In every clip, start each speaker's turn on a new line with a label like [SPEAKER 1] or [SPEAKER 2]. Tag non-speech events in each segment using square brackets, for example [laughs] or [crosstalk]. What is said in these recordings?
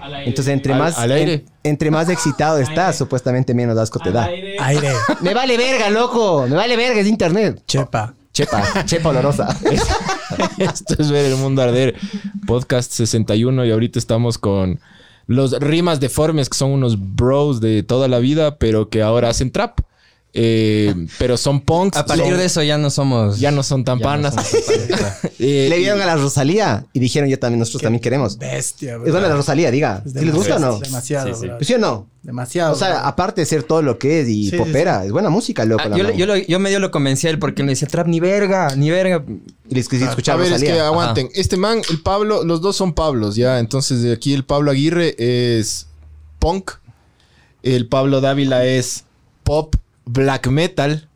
[SPEAKER 1] Al aire.
[SPEAKER 2] Entonces, entre
[SPEAKER 3] Al-
[SPEAKER 2] más,
[SPEAKER 3] al aire.
[SPEAKER 2] en- entre más excitado estás,
[SPEAKER 1] aire.
[SPEAKER 2] supuestamente menos asco te
[SPEAKER 1] Al
[SPEAKER 2] da.
[SPEAKER 1] aire.
[SPEAKER 4] Aire,
[SPEAKER 2] Me vale verga, loco. Me vale verga, es internet.
[SPEAKER 4] chepa.
[SPEAKER 5] [laughs]
[SPEAKER 2] Chepa, chepa olorosa.
[SPEAKER 3] Esto es ver el mundo arder. Podcast 61 y ahorita estamos con los rimas deformes que son unos bros de toda la vida, pero que ahora hacen trap. Eh, pero son punks.
[SPEAKER 5] A partir
[SPEAKER 3] son-
[SPEAKER 5] de eso ya no somos.
[SPEAKER 3] ya no son tan panas. [laughs] Eh,
[SPEAKER 2] Le
[SPEAKER 3] y-
[SPEAKER 2] vieron a la Rosalía y dijeron, yo también, nosotros también queremos.
[SPEAKER 4] Bestia, bro.
[SPEAKER 2] Es buena la Rosalía, diga.
[SPEAKER 4] Es
[SPEAKER 2] ¿Si les gusta o no?
[SPEAKER 4] Demasiado,
[SPEAKER 5] Sí, sí.
[SPEAKER 4] bro.
[SPEAKER 2] ¿Sí o no?
[SPEAKER 4] Demasiado.
[SPEAKER 2] O sea, aparte de ser todo lo que es y
[SPEAKER 4] Sí, sí,
[SPEAKER 2] popera, es buena música, loco.
[SPEAKER 5] Ah,
[SPEAKER 2] la
[SPEAKER 5] yo, le-
[SPEAKER 2] man.
[SPEAKER 5] yo, lo- yo medio lo convencí a él porque me decía, trap, ni verga, ni verga. Ah,
[SPEAKER 2] Y les quise escuchar
[SPEAKER 3] a ver, es
[SPEAKER 2] Rosalía.
[SPEAKER 3] que aguanten. Este man, el Pablo, los dos son Pablos, ya. Entonces, de aquí el Pablo Aguirre es punk. El Pablo Dávila es pop, black metal.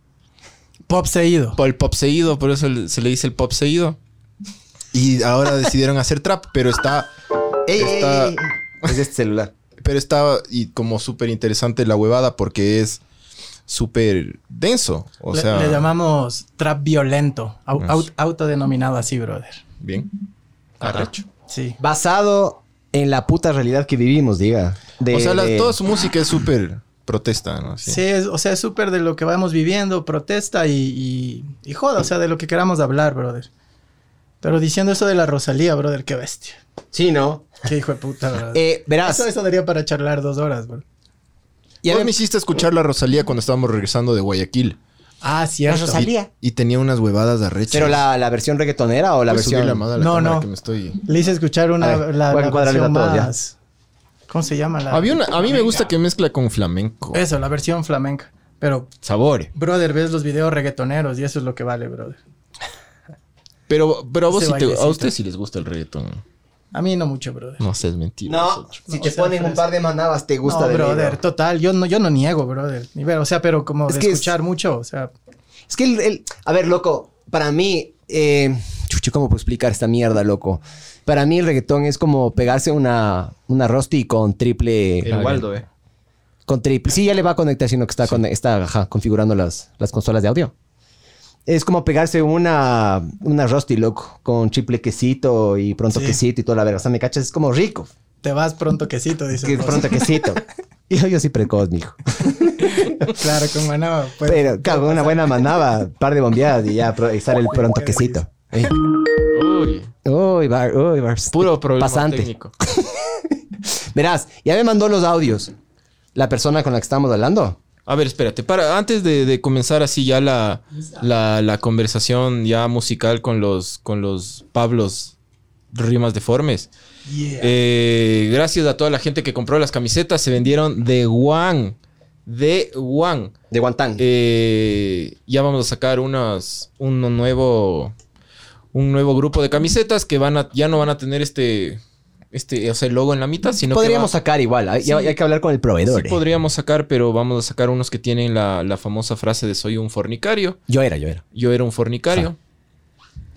[SPEAKER 4] pop se ha ido.
[SPEAKER 3] El pop seguido, por eso le- se le dice el pop seguido. Y ahora decidieron hacer trap, pero está.
[SPEAKER 2] Ey, ey,
[SPEAKER 3] está-
[SPEAKER 2] ey, ey. Es de este celular.
[SPEAKER 3] Pero está y como súper interesante la huevada porque es súper denso. O
[SPEAKER 4] Le-
[SPEAKER 3] sea,
[SPEAKER 4] le, llamamos trap violento, au- au- autodenominado así, brother.
[SPEAKER 3] bien. Arrecho.
[SPEAKER 4] Sí.
[SPEAKER 2] Basado en la puta realidad que vivimos, diga. De-
[SPEAKER 3] o sea, la-
[SPEAKER 2] de-
[SPEAKER 3] toda su música es súper protesta, ¿no? Así.
[SPEAKER 4] Sí, es- o sea, es súper de lo que vamos viviendo, protesta y, y, y joda, o sea, de lo que queramos hablar, brother. Pero diciendo eso de la Rosalía, brother, qué bestia.
[SPEAKER 2] Sí, ¿no?
[SPEAKER 4] Qué hijo de puta, brother.
[SPEAKER 2] [laughs] Eh, verás.
[SPEAKER 4] eso, eso daría para charlar dos horas, bro.
[SPEAKER 3] Vos me hiciste escuchar la Rosalía cuando estábamos regresando de Guayaquil.
[SPEAKER 4] Ah, cierto.
[SPEAKER 2] Rosalía.
[SPEAKER 3] Y tenía unas huevadas arrechas.
[SPEAKER 2] Pero la, la versión reggaetonera o la
[SPEAKER 3] ¿Puedes subir
[SPEAKER 2] versión.
[SPEAKER 3] la mano a la
[SPEAKER 4] No,
[SPEAKER 3] cámara
[SPEAKER 4] no.
[SPEAKER 3] que me estoy-
[SPEAKER 4] Le hice escuchar una,
[SPEAKER 2] A ver,
[SPEAKER 4] la,
[SPEAKER 2] voy a
[SPEAKER 4] la
[SPEAKER 2] encuadrarles a
[SPEAKER 4] versión
[SPEAKER 2] todos, ya.
[SPEAKER 4] más... ¿Cómo se llama? La,
[SPEAKER 3] Había una- a mí me gusta que mezcla con flamenco.
[SPEAKER 4] Eso, la versión flamenca. Pero,
[SPEAKER 3] Sabor.
[SPEAKER 4] brother, ves los videos reggaetoneros y eso es lo que vale, brother.
[SPEAKER 3] Pero, pero a vos
[SPEAKER 4] Ese
[SPEAKER 3] sí te- a
[SPEAKER 4] bailecito.
[SPEAKER 3] ustedes sí les gusta el reggaetón.
[SPEAKER 4] A mí no mucho, brother.
[SPEAKER 3] No seas mentira.
[SPEAKER 2] No, si
[SPEAKER 4] No,
[SPEAKER 2] te
[SPEAKER 4] o sea,
[SPEAKER 2] ponen un par de manabas, te gusta
[SPEAKER 4] no,
[SPEAKER 2] de
[SPEAKER 4] brother,
[SPEAKER 2] ley, bro.
[SPEAKER 4] total. Yo no, yo no niego, brother. Ni ver, o sea, pero como
[SPEAKER 2] Es
[SPEAKER 4] de
[SPEAKER 2] que es-
[SPEAKER 4] escuchar mucho, o sea,
[SPEAKER 2] Es que el, el- A ver, loco, para mí. Eh, chucho, ¿cómo puedo explicar esta mierda, loco? Para mí el reggaetón es como pegarse una, una rosti con triple.
[SPEAKER 3] El Waldo, eh.
[SPEAKER 2] Con triple. Sí, ya le va a conectar, sino que está, con- está ajá, configurando las, las consolas de audio. Es como pegarse una, una Rusty, loco, con triple quesito y pronto
[SPEAKER 4] Sí.
[SPEAKER 2] quesito y toda la verga. O sea, me cachas, es como rico.
[SPEAKER 4] te vas pronto quesito, dice.
[SPEAKER 2] Que pronto
[SPEAKER 3] [laughs]
[SPEAKER 2] quesito. Y yo, yo sí precoz, mijo.
[SPEAKER 4] Claro, como no. pues,
[SPEAKER 2] Pero, claro, una buena manaba, par de bombeadas y ya pro- y sale el pronto quesito. Ey.
[SPEAKER 3] Uy,
[SPEAKER 2] Uy, bar, uy, bar.
[SPEAKER 3] puro problema
[SPEAKER 2] Pasante.
[SPEAKER 3] técnico.
[SPEAKER 2] Verás, ya me mandó los audios. La persona con la que estamos hablando.
[SPEAKER 3] A ver, espérate. Para, antes de, de comenzar así ya la, la, la conversación ya musical con los, con los Pablos Rimas Deformes.
[SPEAKER 4] yeah.
[SPEAKER 3] Eh, gracias a toda la gente que compró las camisetas. Se vendieron de One. De One.
[SPEAKER 2] De Guantán.
[SPEAKER 3] Eh, ya vamos a sacar unas, un nuevo, un nuevo grupo de camisetas que van a, ya no van a tener este, este, o sea, el logo en la mitad, sino
[SPEAKER 2] Podríamos
[SPEAKER 3] que va-
[SPEAKER 2] sacar igual. Hay,
[SPEAKER 3] Sí.
[SPEAKER 2] hay que hablar con el proveedor.
[SPEAKER 3] sí
[SPEAKER 2] eh.
[SPEAKER 3] podríamos sacar, pero vamos a sacar unos que tienen la, la famosa frase de soy un fornicario.
[SPEAKER 2] Yo era, yo era.
[SPEAKER 3] Yo era un fornicario.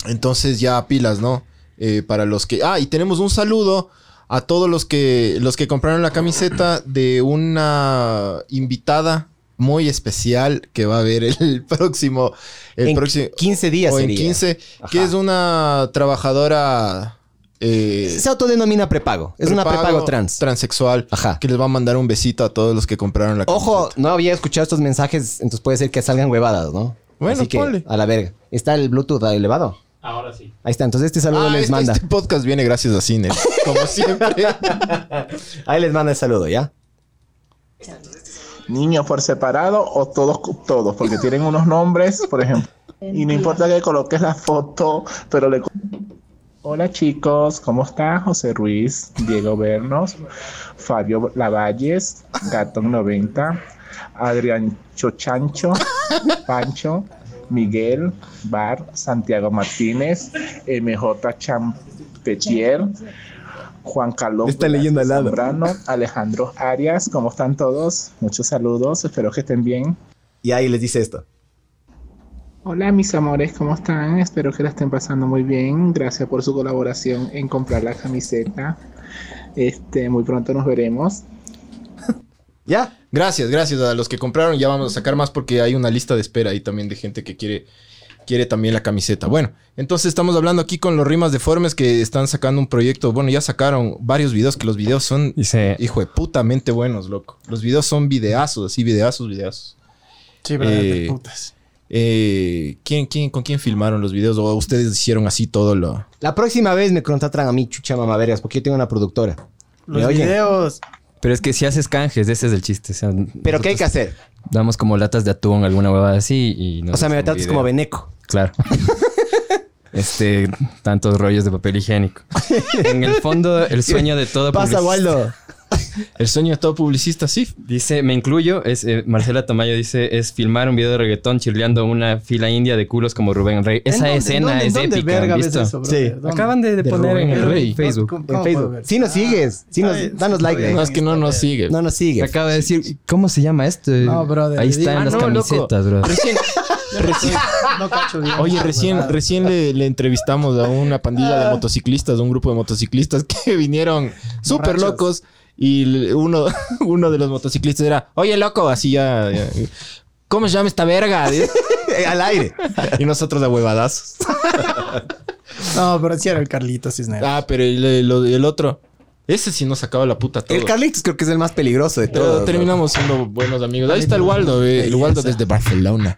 [SPEAKER 3] Entonces ya pilas, ¿no? Eh, para los que... Ah, y tenemos un saludo a todos los que, los que compraron la camiseta de una invitada muy especial que va a ver el [laughs] próximo... El
[SPEAKER 2] en
[SPEAKER 3] próximo
[SPEAKER 2] 15 días
[SPEAKER 3] o en
[SPEAKER 2] sería.
[SPEAKER 3] 15, que
[SPEAKER 2] Ajá.
[SPEAKER 3] es una trabajadora... eh,
[SPEAKER 2] Se autodenomina prepago. Es una prepago trans.
[SPEAKER 3] Transexual.
[SPEAKER 2] Ajá.
[SPEAKER 3] Que les va a mandar un besito a todos los que compraron la
[SPEAKER 2] Ojo, no había escuchado estos mensajes, entonces puede ser que salgan huevadas, ¿no?
[SPEAKER 3] Bueno,
[SPEAKER 2] Así que,
[SPEAKER 3] ponle.
[SPEAKER 2] a la verga. ¿Está el Bluetooth elevado?
[SPEAKER 1] Ahora sí.
[SPEAKER 2] Ahí está. Entonces este saludo
[SPEAKER 3] Ah,
[SPEAKER 2] les
[SPEAKER 3] este,
[SPEAKER 2] manda.
[SPEAKER 3] este podcast viene gracias a Cine, como siempre.
[SPEAKER 2] [laughs] Ahí les manda el saludo, ¿ya?
[SPEAKER 6] niños por separado o todos, todos, porque tienen unos nombres, por ejemplo. Y no importa que coloques la foto, pero le... co- Hola chicos, ¿cómo está José Ruiz, Diego Bernos, Fabio Lavalles, Gatón 90, Adrián Chochancho, Pancho, Miguel Bar, Santiago Martínez, MJ Champetier, Juan Carlos.
[SPEAKER 2] Está
[SPEAKER 6] Velázquez
[SPEAKER 2] leyendo al lado.
[SPEAKER 6] Zambrano, Alejandro Arias, ¿cómo están todos? Muchos saludos, espero que estén bien.
[SPEAKER 2] Y ahí les dice esto.
[SPEAKER 6] Hola mis amores, ¿cómo están? Espero que la estén pasando muy bien. Gracias por su colaboración en comprar la camiseta. Este, muy pronto nos veremos.
[SPEAKER 2] ¿Ya?
[SPEAKER 3] Gracias, gracias a los que compraron. Ya vamos a sacar más porque hay una lista de espera ahí también de gente que quiere, quiere también la camiseta. Bueno, entonces estamos hablando aquí con los Rimas Deformes que están sacando un proyecto. Bueno, ya sacaron varios videos que los videos son,
[SPEAKER 7] Dice,
[SPEAKER 3] hijo de putamente buenos, loco. Los videos son videazos, así, videazos, videazos.
[SPEAKER 4] Sí, brother,
[SPEAKER 3] Eh,
[SPEAKER 4] de putas.
[SPEAKER 3] Eh, ¿quién, quién, ¿Con quién filmaron los videos? ¿O ustedes hicieron así todo lo...?
[SPEAKER 2] La próxima vez me contratarán a mí, chucha mamavergas, porque yo tengo una productora. ¿Me
[SPEAKER 4] Los
[SPEAKER 2] oyen?
[SPEAKER 4] videos.
[SPEAKER 7] pero es que si haces canjes, ese es el chiste. o sea,
[SPEAKER 2] Pero ¿qué hay que
[SPEAKER 7] nosotros
[SPEAKER 2] hacer?
[SPEAKER 7] Damos como latas de atún, alguna huevada así y... nos
[SPEAKER 2] O sea, me
[SPEAKER 7] hacen
[SPEAKER 2] tratas
[SPEAKER 7] video.
[SPEAKER 2] como Beneco.
[SPEAKER 7] Claro. Este, tantos rollos de papel higiénico. En el fondo, el sueño de todo
[SPEAKER 2] Pasa,
[SPEAKER 7] publicista-
[SPEAKER 3] [laughs]
[SPEAKER 2] Waldo.
[SPEAKER 3] El sueño de todo publicista, sí.
[SPEAKER 7] Dice, me incluyo, es eh, Marcela Tamayo dice, es filmar un video de reggaetón chirleando una fila india de culos como Rubén Rey.
[SPEAKER 4] ¿En
[SPEAKER 7] Esa
[SPEAKER 4] dónde-
[SPEAKER 7] escena
[SPEAKER 4] dónde-
[SPEAKER 7] es
[SPEAKER 4] dónde
[SPEAKER 7] épica,
[SPEAKER 4] verga
[SPEAKER 7] ¿han
[SPEAKER 4] ves
[SPEAKER 7] visto?
[SPEAKER 4] eso, brother?
[SPEAKER 2] Sí.
[SPEAKER 4] ¿Dónde?
[SPEAKER 7] Acaban de, de
[SPEAKER 3] De
[SPEAKER 7] poner en
[SPEAKER 3] Rubén
[SPEAKER 7] el
[SPEAKER 3] Rey.
[SPEAKER 7] Facebook.
[SPEAKER 4] ¿Cómo-
[SPEAKER 2] En
[SPEAKER 4] cómo puedo
[SPEAKER 2] Facebook.
[SPEAKER 4] ver?
[SPEAKER 2] Sí nos
[SPEAKER 4] Ah,
[SPEAKER 2] sigues. Sí nos,
[SPEAKER 4] está bien,
[SPEAKER 2] danos
[SPEAKER 4] sí
[SPEAKER 2] like.
[SPEAKER 4] puedo
[SPEAKER 3] No,
[SPEAKER 2] güey.
[SPEAKER 3] es que no nos sigue.
[SPEAKER 2] No nos sigues.
[SPEAKER 7] Acaba de decir, ¿cómo se llama esto?
[SPEAKER 4] No, brother,
[SPEAKER 7] Ahí está
[SPEAKER 4] di-
[SPEAKER 7] en
[SPEAKER 4] Ah,
[SPEAKER 7] las
[SPEAKER 4] no,
[SPEAKER 7] camisetas, bro.
[SPEAKER 3] Recién,
[SPEAKER 2] [laughs]
[SPEAKER 3] recién,
[SPEAKER 4] No cacho bien.
[SPEAKER 3] Oye,
[SPEAKER 4] esa
[SPEAKER 3] recién,
[SPEAKER 4] Ah, huevada.
[SPEAKER 3] recién le, le entrevistamos a una pandilla de motociclistas, un grupo de motociclistas que [laughs] vinieron súper
[SPEAKER 4] Borrachos.
[SPEAKER 3] locos y l- uno, [laughs] uno de los motociclistas era, oye loco, así ya, ya, ¿cómo se llama esta verga?
[SPEAKER 2] [laughs] Al aire.
[SPEAKER 3] [laughs] y nosotros de huevadazos.
[SPEAKER 4] No, pero sí era el Carlitos Cisneros.
[SPEAKER 3] Ah, pero el, el- el otro, ese sí nos sacaba la puta todo.
[SPEAKER 2] El Carlitos creo que es el más peligroso de
[SPEAKER 3] Pero
[SPEAKER 2] todos. ¿no?
[SPEAKER 3] terminamos siendo buenos amigos. Ahí está el Waldo, eh, el Waldo desde Barcelona.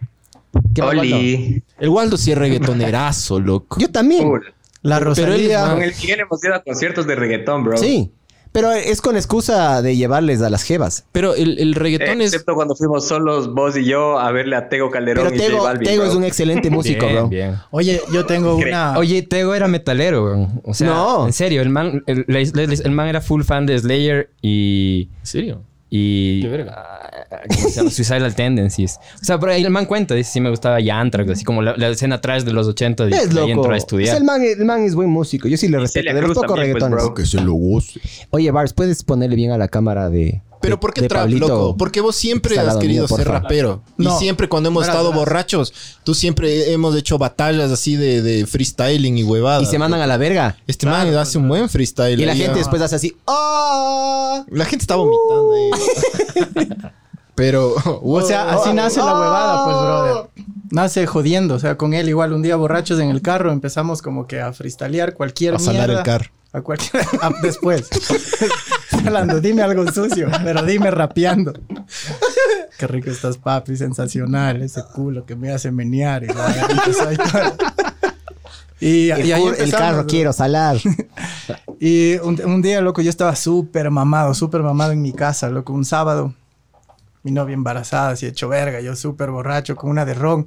[SPEAKER 3] ¿Qué va, Waldo?
[SPEAKER 1] Oli.
[SPEAKER 3] El Waldo sí es reggaetonerazo, loco.
[SPEAKER 2] Yo también.
[SPEAKER 1] Cool.
[SPEAKER 4] La
[SPEAKER 3] pero él es
[SPEAKER 4] Rosalía.
[SPEAKER 3] más-
[SPEAKER 1] Con el que ya le hemos ido a conciertos de reggaetón, bro.
[SPEAKER 2] Sí. Pero es con excusa de llevarles a las jevas.
[SPEAKER 3] Pero el, el reggaetón es...
[SPEAKER 1] Excepto cuando fuimos solos vos y yo a verle a Tego Calderón
[SPEAKER 2] Pero
[SPEAKER 1] y J
[SPEAKER 2] Tego,
[SPEAKER 1] Balvin.
[SPEAKER 2] Tego
[SPEAKER 1] bro.
[SPEAKER 2] es un e-
[SPEAKER 3] [laughs]
[SPEAKER 2] excelente músico,
[SPEAKER 7] Bien,
[SPEAKER 2] bro.
[SPEAKER 7] bien.
[SPEAKER 4] Oye, yo tengo una.
[SPEAKER 7] Oye, Tego era metalero, bro. O sea,
[SPEAKER 2] No.
[SPEAKER 7] en serio, el man, el, la- la- el man era full fan de Slayer y...
[SPEAKER 3] ¿En serio?
[SPEAKER 7] Y...
[SPEAKER 3] Qué verga.
[SPEAKER 7] ah, ¿cómo se llama? Suicidal Tendencies. O sea, pero ahí el man cuenta, dice, sí me gustaba Yantrax, así como la, la escena atrás de los 80 y
[SPEAKER 2] Es
[SPEAKER 7] de ahí
[SPEAKER 2] loco.
[SPEAKER 7] entró a
[SPEAKER 2] Es
[SPEAKER 7] estudiar.
[SPEAKER 2] el, man, el man es buen músico. Yo sí le respeto.
[SPEAKER 1] Celia
[SPEAKER 2] De los
[SPEAKER 1] Cruz
[SPEAKER 2] pocos
[SPEAKER 1] también, pues,
[SPEAKER 2] reggaetones.
[SPEAKER 1] bro.
[SPEAKER 3] Que se lo goce.
[SPEAKER 2] Oye, Bars, ¿puedes ponerle bien a la cámara de.
[SPEAKER 3] Pero
[SPEAKER 2] de-
[SPEAKER 3] ¿por qué
[SPEAKER 2] de
[SPEAKER 3] trap,
[SPEAKER 2] Pablito?
[SPEAKER 3] loco? Porque vos siempre
[SPEAKER 2] Está al
[SPEAKER 3] has
[SPEAKER 2] lado
[SPEAKER 3] querido
[SPEAKER 2] mío,
[SPEAKER 3] ser
[SPEAKER 2] porfa.
[SPEAKER 3] rapero.
[SPEAKER 4] No.
[SPEAKER 3] Y siempre cuando hemos
[SPEAKER 4] Verás,
[SPEAKER 3] estado
[SPEAKER 4] verás.
[SPEAKER 3] borrachos, tú siempre hemos hecho batallas así de, de freestyling y huevadas.
[SPEAKER 2] Y se mandan a la verga.
[SPEAKER 3] Este man hace un buen freestyle.
[SPEAKER 2] Y la
[SPEAKER 3] ahí,
[SPEAKER 2] gente
[SPEAKER 3] ah.
[SPEAKER 2] después hace así. ¡Oh!
[SPEAKER 3] La gente está vomitando ahí.
[SPEAKER 2] [laughs]
[SPEAKER 3] Pero... [laughs]
[SPEAKER 4] O sea, así nace la huevada, pues, brother. Nace jodiendo. O sea, con él igual un día borrachos en el carro empezamos como que a freestalear cualquier
[SPEAKER 3] A salar
[SPEAKER 4] mierda.
[SPEAKER 3] el carro.
[SPEAKER 4] A cualquier... [laughs] a- después. Hablando, dime algo sucio, pero dime rapeando. [laughs] Qué rico estás, papi, sensacional. Ese culo que me hace menear. Y, la- y empezó ahí todo. Y-
[SPEAKER 2] El,
[SPEAKER 4] y ahí
[SPEAKER 2] cur- el
[SPEAKER 4] empezamos,
[SPEAKER 2] carro
[SPEAKER 4] ¿no?
[SPEAKER 2] quiero salar.
[SPEAKER 4] Y un, un día, loco, yo estaba súper mamado, súper mamado en mi casa, loco, un sábado. Mi novia embarazada, así hecho verga, yo súper borracho, con una de ron.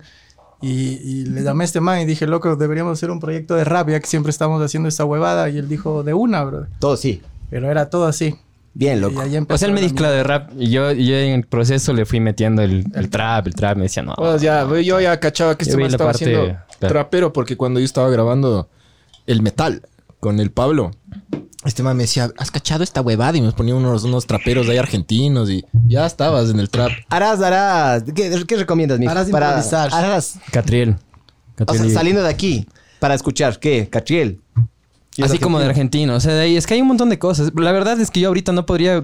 [SPEAKER 4] Y, y le llamé a este man y dije, loco, deberíamos hacer un proyecto de rap, ya que siempre estamos haciendo esta huevada. Y él dijo, de una, bro.
[SPEAKER 2] Todo sí.
[SPEAKER 4] Pero era todo así.
[SPEAKER 2] Bien, loco.
[SPEAKER 4] Y ahí empezó
[SPEAKER 7] O sea, él me
[SPEAKER 4] la
[SPEAKER 7] mezcla de rap y yo, y yo en el proceso le fui metiendo el, el trap, el trap, me decía, no.
[SPEAKER 3] Pues ya, güey, yo ya cachaba que
[SPEAKER 7] Yo
[SPEAKER 3] este
[SPEAKER 7] vi
[SPEAKER 3] man
[SPEAKER 7] la
[SPEAKER 3] estaba
[SPEAKER 7] parte-
[SPEAKER 3] haciendo
[SPEAKER 7] claro.
[SPEAKER 3] trapero porque cuando yo estaba grabando el metal con el Pablo, este man me decía, ¿has cachado esta huevada? Y me ponía unos, unos traperos de ahí argentinos y ya estabas en el trap.
[SPEAKER 2] Harás, harás. ¿Qué, qué recomiendas, mijo?
[SPEAKER 4] Harás
[SPEAKER 2] Para-
[SPEAKER 4] improvisar.
[SPEAKER 2] harás.
[SPEAKER 7] Catriel.
[SPEAKER 2] O
[SPEAKER 7] Catriel
[SPEAKER 2] sea,
[SPEAKER 7] y-
[SPEAKER 2] saliendo de aquí para escuchar, ¿qué? Catriel.
[SPEAKER 7] Así como de argentino. O sea, de ahí es que hay un montón de cosas. La verdad es que yo ahorita no podría.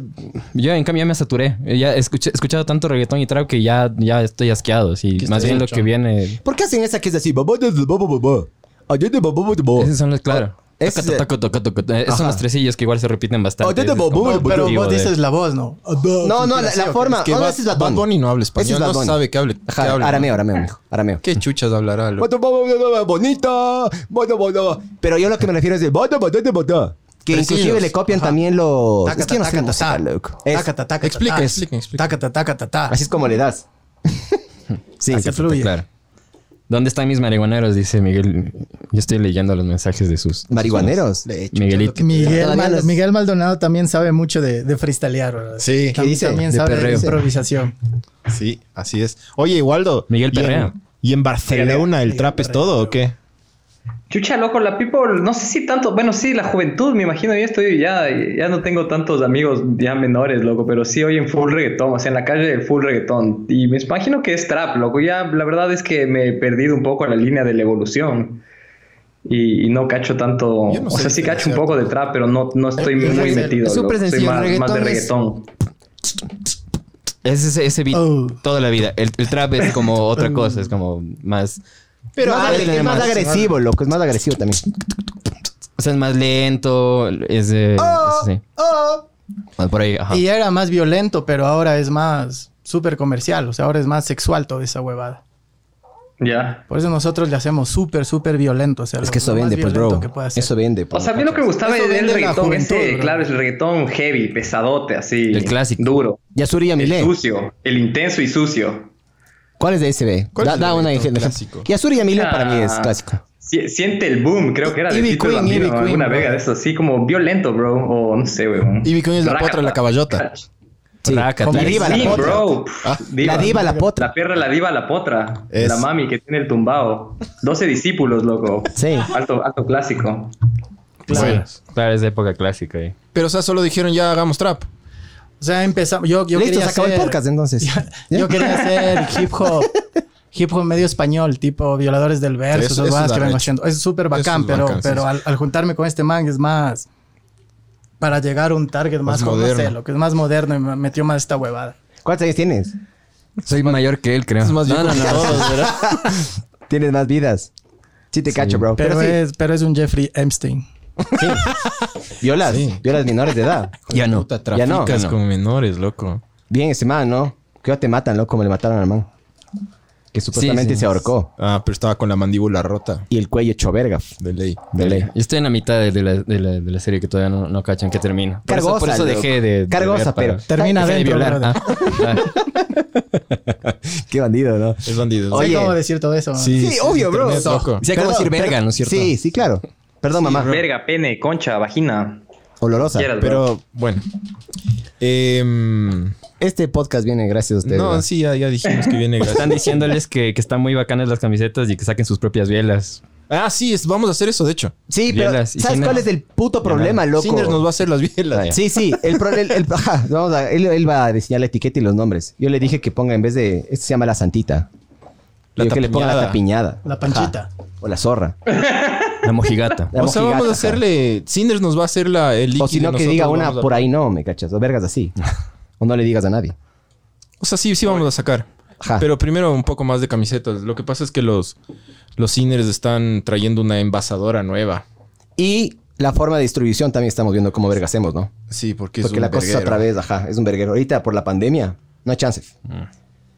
[SPEAKER 7] Yo, en cambio, ya me saturé. Eh, Ya he escuché- he escuchado tanto reggaetón y trap que ya, ya estoy asqueado. así.
[SPEAKER 3] Que
[SPEAKER 7] más
[SPEAKER 3] estoy
[SPEAKER 7] bien lo
[SPEAKER 3] hecho.
[SPEAKER 7] que viene.
[SPEAKER 2] ¿Por qué hacen esa que es así? "Bo, bo, de- bo, bo, bo, bo"? Oye, de bo, bo, bo, de bo.
[SPEAKER 7] Esos son los, claro.
[SPEAKER 2] Oh. Ese-
[SPEAKER 7] Toco, toco, toco, toco, toco. Eh,
[SPEAKER 2] Ajá.
[SPEAKER 7] Son los tresillos que igual se repiten bastante.
[SPEAKER 2] Oh, yo te
[SPEAKER 7] Es como
[SPEAKER 2] bobo,
[SPEAKER 4] mierda.
[SPEAKER 7] el
[SPEAKER 4] No, pero
[SPEAKER 7] motivo
[SPEAKER 4] vos
[SPEAKER 7] de-
[SPEAKER 4] dices la voz, ¿no?
[SPEAKER 2] No, no, la, la forma.
[SPEAKER 3] Es que
[SPEAKER 2] oh, no,
[SPEAKER 3] Bad,
[SPEAKER 2] ese es Bad
[SPEAKER 3] Bad
[SPEAKER 2] Bunny.
[SPEAKER 3] Bunny no habla
[SPEAKER 2] Ese
[SPEAKER 3] español.
[SPEAKER 2] es Bad
[SPEAKER 3] no
[SPEAKER 2] Bunny.
[SPEAKER 3] sabe que hable. que
[SPEAKER 2] Ajá,
[SPEAKER 3] hable, ¿no?
[SPEAKER 2] arameo, arameo, mijo. Arameo.
[SPEAKER 3] ¿Qué chuchas hablará? loco?
[SPEAKER 2] Boto, bobo, bobo, bobo, Bonita. Boto, boto, bobo. Pero yo lo que me refiero es de boto, boto, de boto. Que
[SPEAKER 3] Tresillos.
[SPEAKER 2] inclusive le copian también los...
[SPEAKER 4] Taca,
[SPEAKER 2] es que yo no sé
[SPEAKER 4] taca,
[SPEAKER 2] música,
[SPEAKER 4] taca.
[SPEAKER 2] loco. Es-
[SPEAKER 4] Taca, taca,
[SPEAKER 3] Explica, explica, explica.
[SPEAKER 4] Taca, taca, taca.
[SPEAKER 2] Así es como le
[SPEAKER 3] [laughs]
[SPEAKER 2] das. Sí.
[SPEAKER 4] Así fluye.
[SPEAKER 7] Claro. ¿Dónde están mis marihuaneros? Dice Miguel. Yo estoy leyendo los mensajes de sus.
[SPEAKER 2] Marihuaneros.
[SPEAKER 7] Miguelito.
[SPEAKER 4] Miguel,
[SPEAKER 2] Todavía
[SPEAKER 4] Mal-
[SPEAKER 2] los-
[SPEAKER 4] Miguel Maldonado también sabe mucho de, de freestylear. ¿verdad?
[SPEAKER 3] Sí.
[SPEAKER 4] También,
[SPEAKER 2] dice?
[SPEAKER 4] también
[SPEAKER 7] De
[SPEAKER 4] sabe de
[SPEAKER 7] perreo.
[SPEAKER 4] improvisación.
[SPEAKER 3] Sí, así es. Oye, Waldo.
[SPEAKER 7] Miguel
[SPEAKER 3] ¿y en-
[SPEAKER 7] Perrea.
[SPEAKER 3] ¿Y en Barcelona el trap es todo o qué?
[SPEAKER 1] Chucha, loco, la people, no sé si tanto, bueno, sí, la juventud, me imagino, yo estoy, ya, ya no tengo tantos amigos ya menores, loco, pero sí oyen full reggaetón, o sea, en la calle full reggaetón, y me imagino que es trap, loco, ya la verdad es que me he perdido un poco la línea de la evolución, y, y no cacho tanto,
[SPEAKER 3] Yo no
[SPEAKER 1] o
[SPEAKER 3] sé
[SPEAKER 1] sea, sí
[SPEAKER 3] si
[SPEAKER 1] cacho un
[SPEAKER 3] sea
[SPEAKER 1] poco de trap, pero no, no estoy
[SPEAKER 3] Es
[SPEAKER 1] muy
[SPEAKER 3] súper
[SPEAKER 1] metido,
[SPEAKER 7] sencillo,
[SPEAKER 1] loco,
[SPEAKER 7] el
[SPEAKER 1] soy más, más de
[SPEAKER 7] reggaetón
[SPEAKER 1] reggaetón.
[SPEAKER 7] Es ese, ese beat
[SPEAKER 4] Oh.
[SPEAKER 7] toda la vida. El, el trap es como otra cosa, es como más.
[SPEAKER 2] Pero ah,
[SPEAKER 7] Más
[SPEAKER 2] es,
[SPEAKER 7] alegre,
[SPEAKER 2] es más
[SPEAKER 7] más.
[SPEAKER 2] agresivo, loco. Es más agresivo también.
[SPEAKER 7] O sea, es más lento. Es de.
[SPEAKER 2] Oh.
[SPEAKER 7] sí. Más por ahí, ajá.
[SPEAKER 4] Y era más violento, pero ahora es más súper comercial. O sea, ahora es más sexual toda esa huevada.
[SPEAKER 1] Ya,
[SPEAKER 4] Por eso nosotros le hacemos súper, súper violento. O sea,
[SPEAKER 2] Es
[SPEAKER 4] lo-
[SPEAKER 2] que eso
[SPEAKER 4] lo más
[SPEAKER 2] vende, pues,
[SPEAKER 4] violento
[SPEAKER 2] bro.
[SPEAKER 4] que pueda ser.
[SPEAKER 2] Eso vende.
[SPEAKER 1] O
[SPEAKER 2] pues,
[SPEAKER 1] sea, a mí lo que me
[SPEAKER 2] muchachos.
[SPEAKER 1] gustaba
[SPEAKER 4] Eso
[SPEAKER 1] era el
[SPEAKER 4] vende la
[SPEAKER 1] reggaetón
[SPEAKER 4] juventud,
[SPEAKER 1] ese,
[SPEAKER 4] bro.
[SPEAKER 1] claro, es el reggaetón heavy, pesadote, así.
[SPEAKER 7] El clásico.
[SPEAKER 1] Duro.
[SPEAKER 2] Yasuri
[SPEAKER 1] El
[SPEAKER 2] Yamile.
[SPEAKER 1] sucio, el intenso y sucio.
[SPEAKER 2] ¿Cuál es de ese, ve?
[SPEAKER 3] ¿Cuál
[SPEAKER 2] Da,
[SPEAKER 3] es el
[SPEAKER 2] da una
[SPEAKER 3] reggaetón
[SPEAKER 2] ejemplo.
[SPEAKER 3] clásico?
[SPEAKER 2] Yasuri Yamile para mí es
[SPEAKER 1] Ah.
[SPEAKER 2] clásico.
[SPEAKER 1] Si- siente el boom, creo que era de
[SPEAKER 4] Ivy
[SPEAKER 1] Tito
[SPEAKER 4] Queen,
[SPEAKER 1] Bambino,
[SPEAKER 4] Ivy Queen,
[SPEAKER 1] alguna
[SPEAKER 4] bro.
[SPEAKER 1] verga de eso, así como violento, bro, o no sé, weón.
[SPEAKER 3] Ivy Queen es la potra, la caballota.
[SPEAKER 2] Sí.
[SPEAKER 7] Rácata.
[SPEAKER 2] Como
[SPEAKER 7] La
[SPEAKER 2] diva,
[SPEAKER 1] Sí,
[SPEAKER 2] la potra.
[SPEAKER 1] bro. pff,
[SPEAKER 3] Ah,
[SPEAKER 2] La diva, la potra.
[SPEAKER 1] La perra, la diva, la potra.
[SPEAKER 3] Es.
[SPEAKER 1] La mami que tiene el tumbao. 12 discípulos, loco.
[SPEAKER 2] Sí.
[SPEAKER 1] Alto, alto clásico.
[SPEAKER 3] Bueno.
[SPEAKER 7] Claro, es de época clásica. eh.
[SPEAKER 3] Pero, o sea, solo dijeron ya hagamos trap.
[SPEAKER 4] O sea, empezamos. Yo, yo
[SPEAKER 2] Listo,
[SPEAKER 4] quería
[SPEAKER 2] se acabó el
[SPEAKER 4] hacer-
[SPEAKER 2] podcast [laughs] entonces. ¿Ya?
[SPEAKER 4] Yo quería hacer hip hop. Hip hop medio español, tipo Violadores del Verso,
[SPEAKER 3] Eso-
[SPEAKER 4] esas
[SPEAKER 3] eso
[SPEAKER 4] huevadas
[SPEAKER 3] es
[SPEAKER 4] que vengo
[SPEAKER 3] arrecho.
[SPEAKER 4] haciendo. Es súper
[SPEAKER 3] Eso es
[SPEAKER 4] bacán, pero,
[SPEAKER 3] bacán, sí,
[SPEAKER 4] pero
[SPEAKER 3] sí.
[SPEAKER 4] al, al juntarme con este man es más. Para llegar a un target más,
[SPEAKER 3] Más
[SPEAKER 4] joven, no sé,
[SPEAKER 3] moderno.
[SPEAKER 4] lo que es más moderno y me metió más esta huevada.
[SPEAKER 2] ¿Cuántos años tienes?
[SPEAKER 7] Soy mayor que él, creo.
[SPEAKER 3] Es más
[SPEAKER 7] no,
[SPEAKER 3] bien
[SPEAKER 7] no,
[SPEAKER 3] como
[SPEAKER 7] no.
[SPEAKER 3] todos, ¿verdad?
[SPEAKER 2] Tienes más vidas. Sí te cacho, bro.
[SPEAKER 4] Pero,
[SPEAKER 2] Pero, sí,
[SPEAKER 4] es, pero es un Jeffrey Epstein.
[SPEAKER 2] [laughs] violas,
[SPEAKER 3] Sí.
[SPEAKER 2] violas menores de edad.
[SPEAKER 7] Ya no.
[SPEAKER 3] Puta,
[SPEAKER 2] Ya no,
[SPEAKER 3] traficas
[SPEAKER 7] ya no.
[SPEAKER 3] con menores, loco.
[SPEAKER 2] Bien ese man, ¿no? Creo que te matan, loco, como le mataron al man. Que supuestamente
[SPEAKER 7] sí.
[SPEAKER 2] se ahorcó.
[SPEAKER 3] Ah, pero estaba con la mandíbula rota,
[SPEAKER 2] Y el cuello hecho verga. f-
[SPEAKER 3] de ley.
[SPEAKER 2] De ley.
[SPEAKER 7] Yo estoy en la mitad de, de la, de la- de la serie que todavía no, no cachan que termina. Por eso-
[SPEAKER 2] Cargosa,
[SPEAKER 7] por eso,
[SPEAKER 2] loco.
[SPEAKER 7] dejé de. de ver
[SPEAKER 2] Cargosa,
[SPEAKER 7] para-
[SPEAKER 2] pero-
[SPEAKER 4] Termina
[SPEAKER 7] dejé de
[SPEAKER 4] adentro,
[SPEAKER 7] violar.
[SPEAKER 4] brother.
[SPEAKER 7] Ah, ah.
[SPEAKER 2] [laughs] Qué bandido, ¿no?
[SPEAKER 3] Es bandido.
[SPEAKER 4] No sé
[SPEAKER 2] Oye.
[SPEAKER 4] cómo decir todo eso.
[SPEAKER 2] Sí, obvio, bro.
[SPEAKER 3] internet, loco.
[SPEAKER 7] Sí, acabo de decir verga, ¿no es cierto?
[SPEAKER 2] Sí, sí, claro. Perdón, mamá.
[SPEAKER 1] Verga, pene, concha, vagina.
[SPEAKER 2] Olorosa.
[SPEAKER 1] Quieras, bro.
[SPEAKER 3] Pero, bueno. Em,
[SPEAKER 2] Este podcast viene gracias a ustedes.
[SPEAKER 3] no,
[SPEAKER 2] ¿verdad?
[SPEAKER 3] sí, ya, ya dijimos que viene gracias.
[SPEAKER 7] Están diciéndoles que, que están muy bacanas las camisetas y que saquen sus propias bielas.
[SPEAKER 3] Ah, sí, es- vamos a hacer eso, de hecho.
[SPEAKER 2] Sí, pero
[SPEAKER 7] Bielas y
[SPEAKER 2] ¿sabes
[SPEAKER 7] Sinner.
[SPEAKER 2] cuál es el puto problema, loco?
[SPEAKER 3] Sinders nos va a hacer las bielas.
[SPEAKER 2] Sí, sí. El, pro- el- [laughs] el- ajá, vamos a- él, él va a diseñar la etiqueta y los nombres. Yo le dije que ponga en vez de... Este se llama la santita.
[SPEAKER 3] La
[SPEAKER 2] Yo que le ponga la tapiñada.
[SPEAKER 3] tapiñada.
[SPEAKER 4] La panchita.
[SPEAKER 2] Ajá. O la zorra.
[SPEAKER 7] La [laughs] mojigata.
[SPEAKER 2] La
[SPEAKER 3] o
[SPEAKER 2] mojigata,
[SPEAKER 3] sea, vamos a
[SPEAKER 2] ajá.
[SPEAKER 3] hacerle. Sinders nos va a hacer la, el líquido.
[SPEAKER 2] O si no, que
[SPEAKER 3] y nosotros
[SPEAKER 2] diga una
[SPEAKER 3] vamos a-
[SPEAKER 2] por ahí no, me cachas. O vergas
[SPEAKER 3] [laughs]
[SPEAKER 2] así. o no le digas a nadie.
[SPEAKER 3] O sea, sí, sí vamos a sacar.
[SPEAKER 2] Ajá.
[SPEAKER 3] Pero primero un poco más de camisetas. Lo que pasa es que los, los Sinners están trayendo una envasadora nueva.
[SPEAKER 2] Y la forma de distribución también estamos viendo cómo vergas hacemos, ¿no?
[SPEAKER 3] Sí, porque es
[SPEAKER 2] Porque
[SPEAKER 3] un
[SPEAKER 2] la cosa es a
[SPEAKER 3] verguero. Mm.
[SPEAKER 2] través, ajá, es un verguero. Ahorita por la pandemia, no hay chance.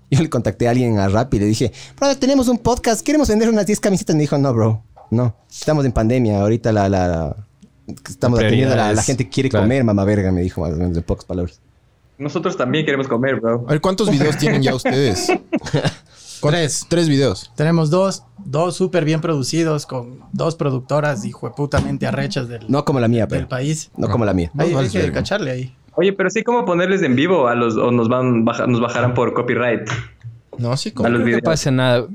[SPEAKER 2] Yo le contacté a alguien a Rappi y le dije, bro, tenemos un podcast, queremos vender unas 10 camisetas. Me dijo, no, bro, no, estamos en pandemia, ahorita la... la- la- estamos
[SPEAKER 7] La
[SPEAKER 2] atendiendo a la,
[SPEAKER 7] prioridad
[SPEAKER 2] la
[SPEAKER 7] es-
[SPEAKER 2] gente quiere
[SPEAKER 7] claro.
[SPEAKER 2] comer, mamá verga, me dijo, más o menos, en pocas palabras.
[SPEAKER 1] Nosotros también queremos comer, bro.
[SPEAKER 3] A ver, ¿cuántos videos tienen ya
[SPEAKER 2] [laughs]
[SPEAKER 3] ustedes? ¿Cuán-
[SPEAKER 4] Tres.
[SPEAKER 3] Tres videos.
[SPEAKER 4] Tenemos dos, dos súper bien producidos con dos productoras y jueputamente arrechas del,
[SPEAKER 2] No como la mía,
[SPEAKER 4] del
[SPEAKER 2] pero.
[SPEAKER 4] país.
[SPEAKER 2] No como la mía.
[SPEAKER 4] Ahí hay
[SPEAKER 3] vales
[SPEAKER 4] que
[SPEAKER 3] verga.
[SPEAKER 4] cacharle ahí.
[SPEAKER 1] Oye, pero sí, ¿cómo ponerles en vivo a los o nos van baja- nos bajarán por copyright
[SPEAKER 3] No, sí,
[SPEAKER 1] a
[SPEAKER 3] como.
[SPEAKER 1] los
[SPEAKER 7] No
[SPEAKER 1] videos?
[SPEAKER 7] pasa nada.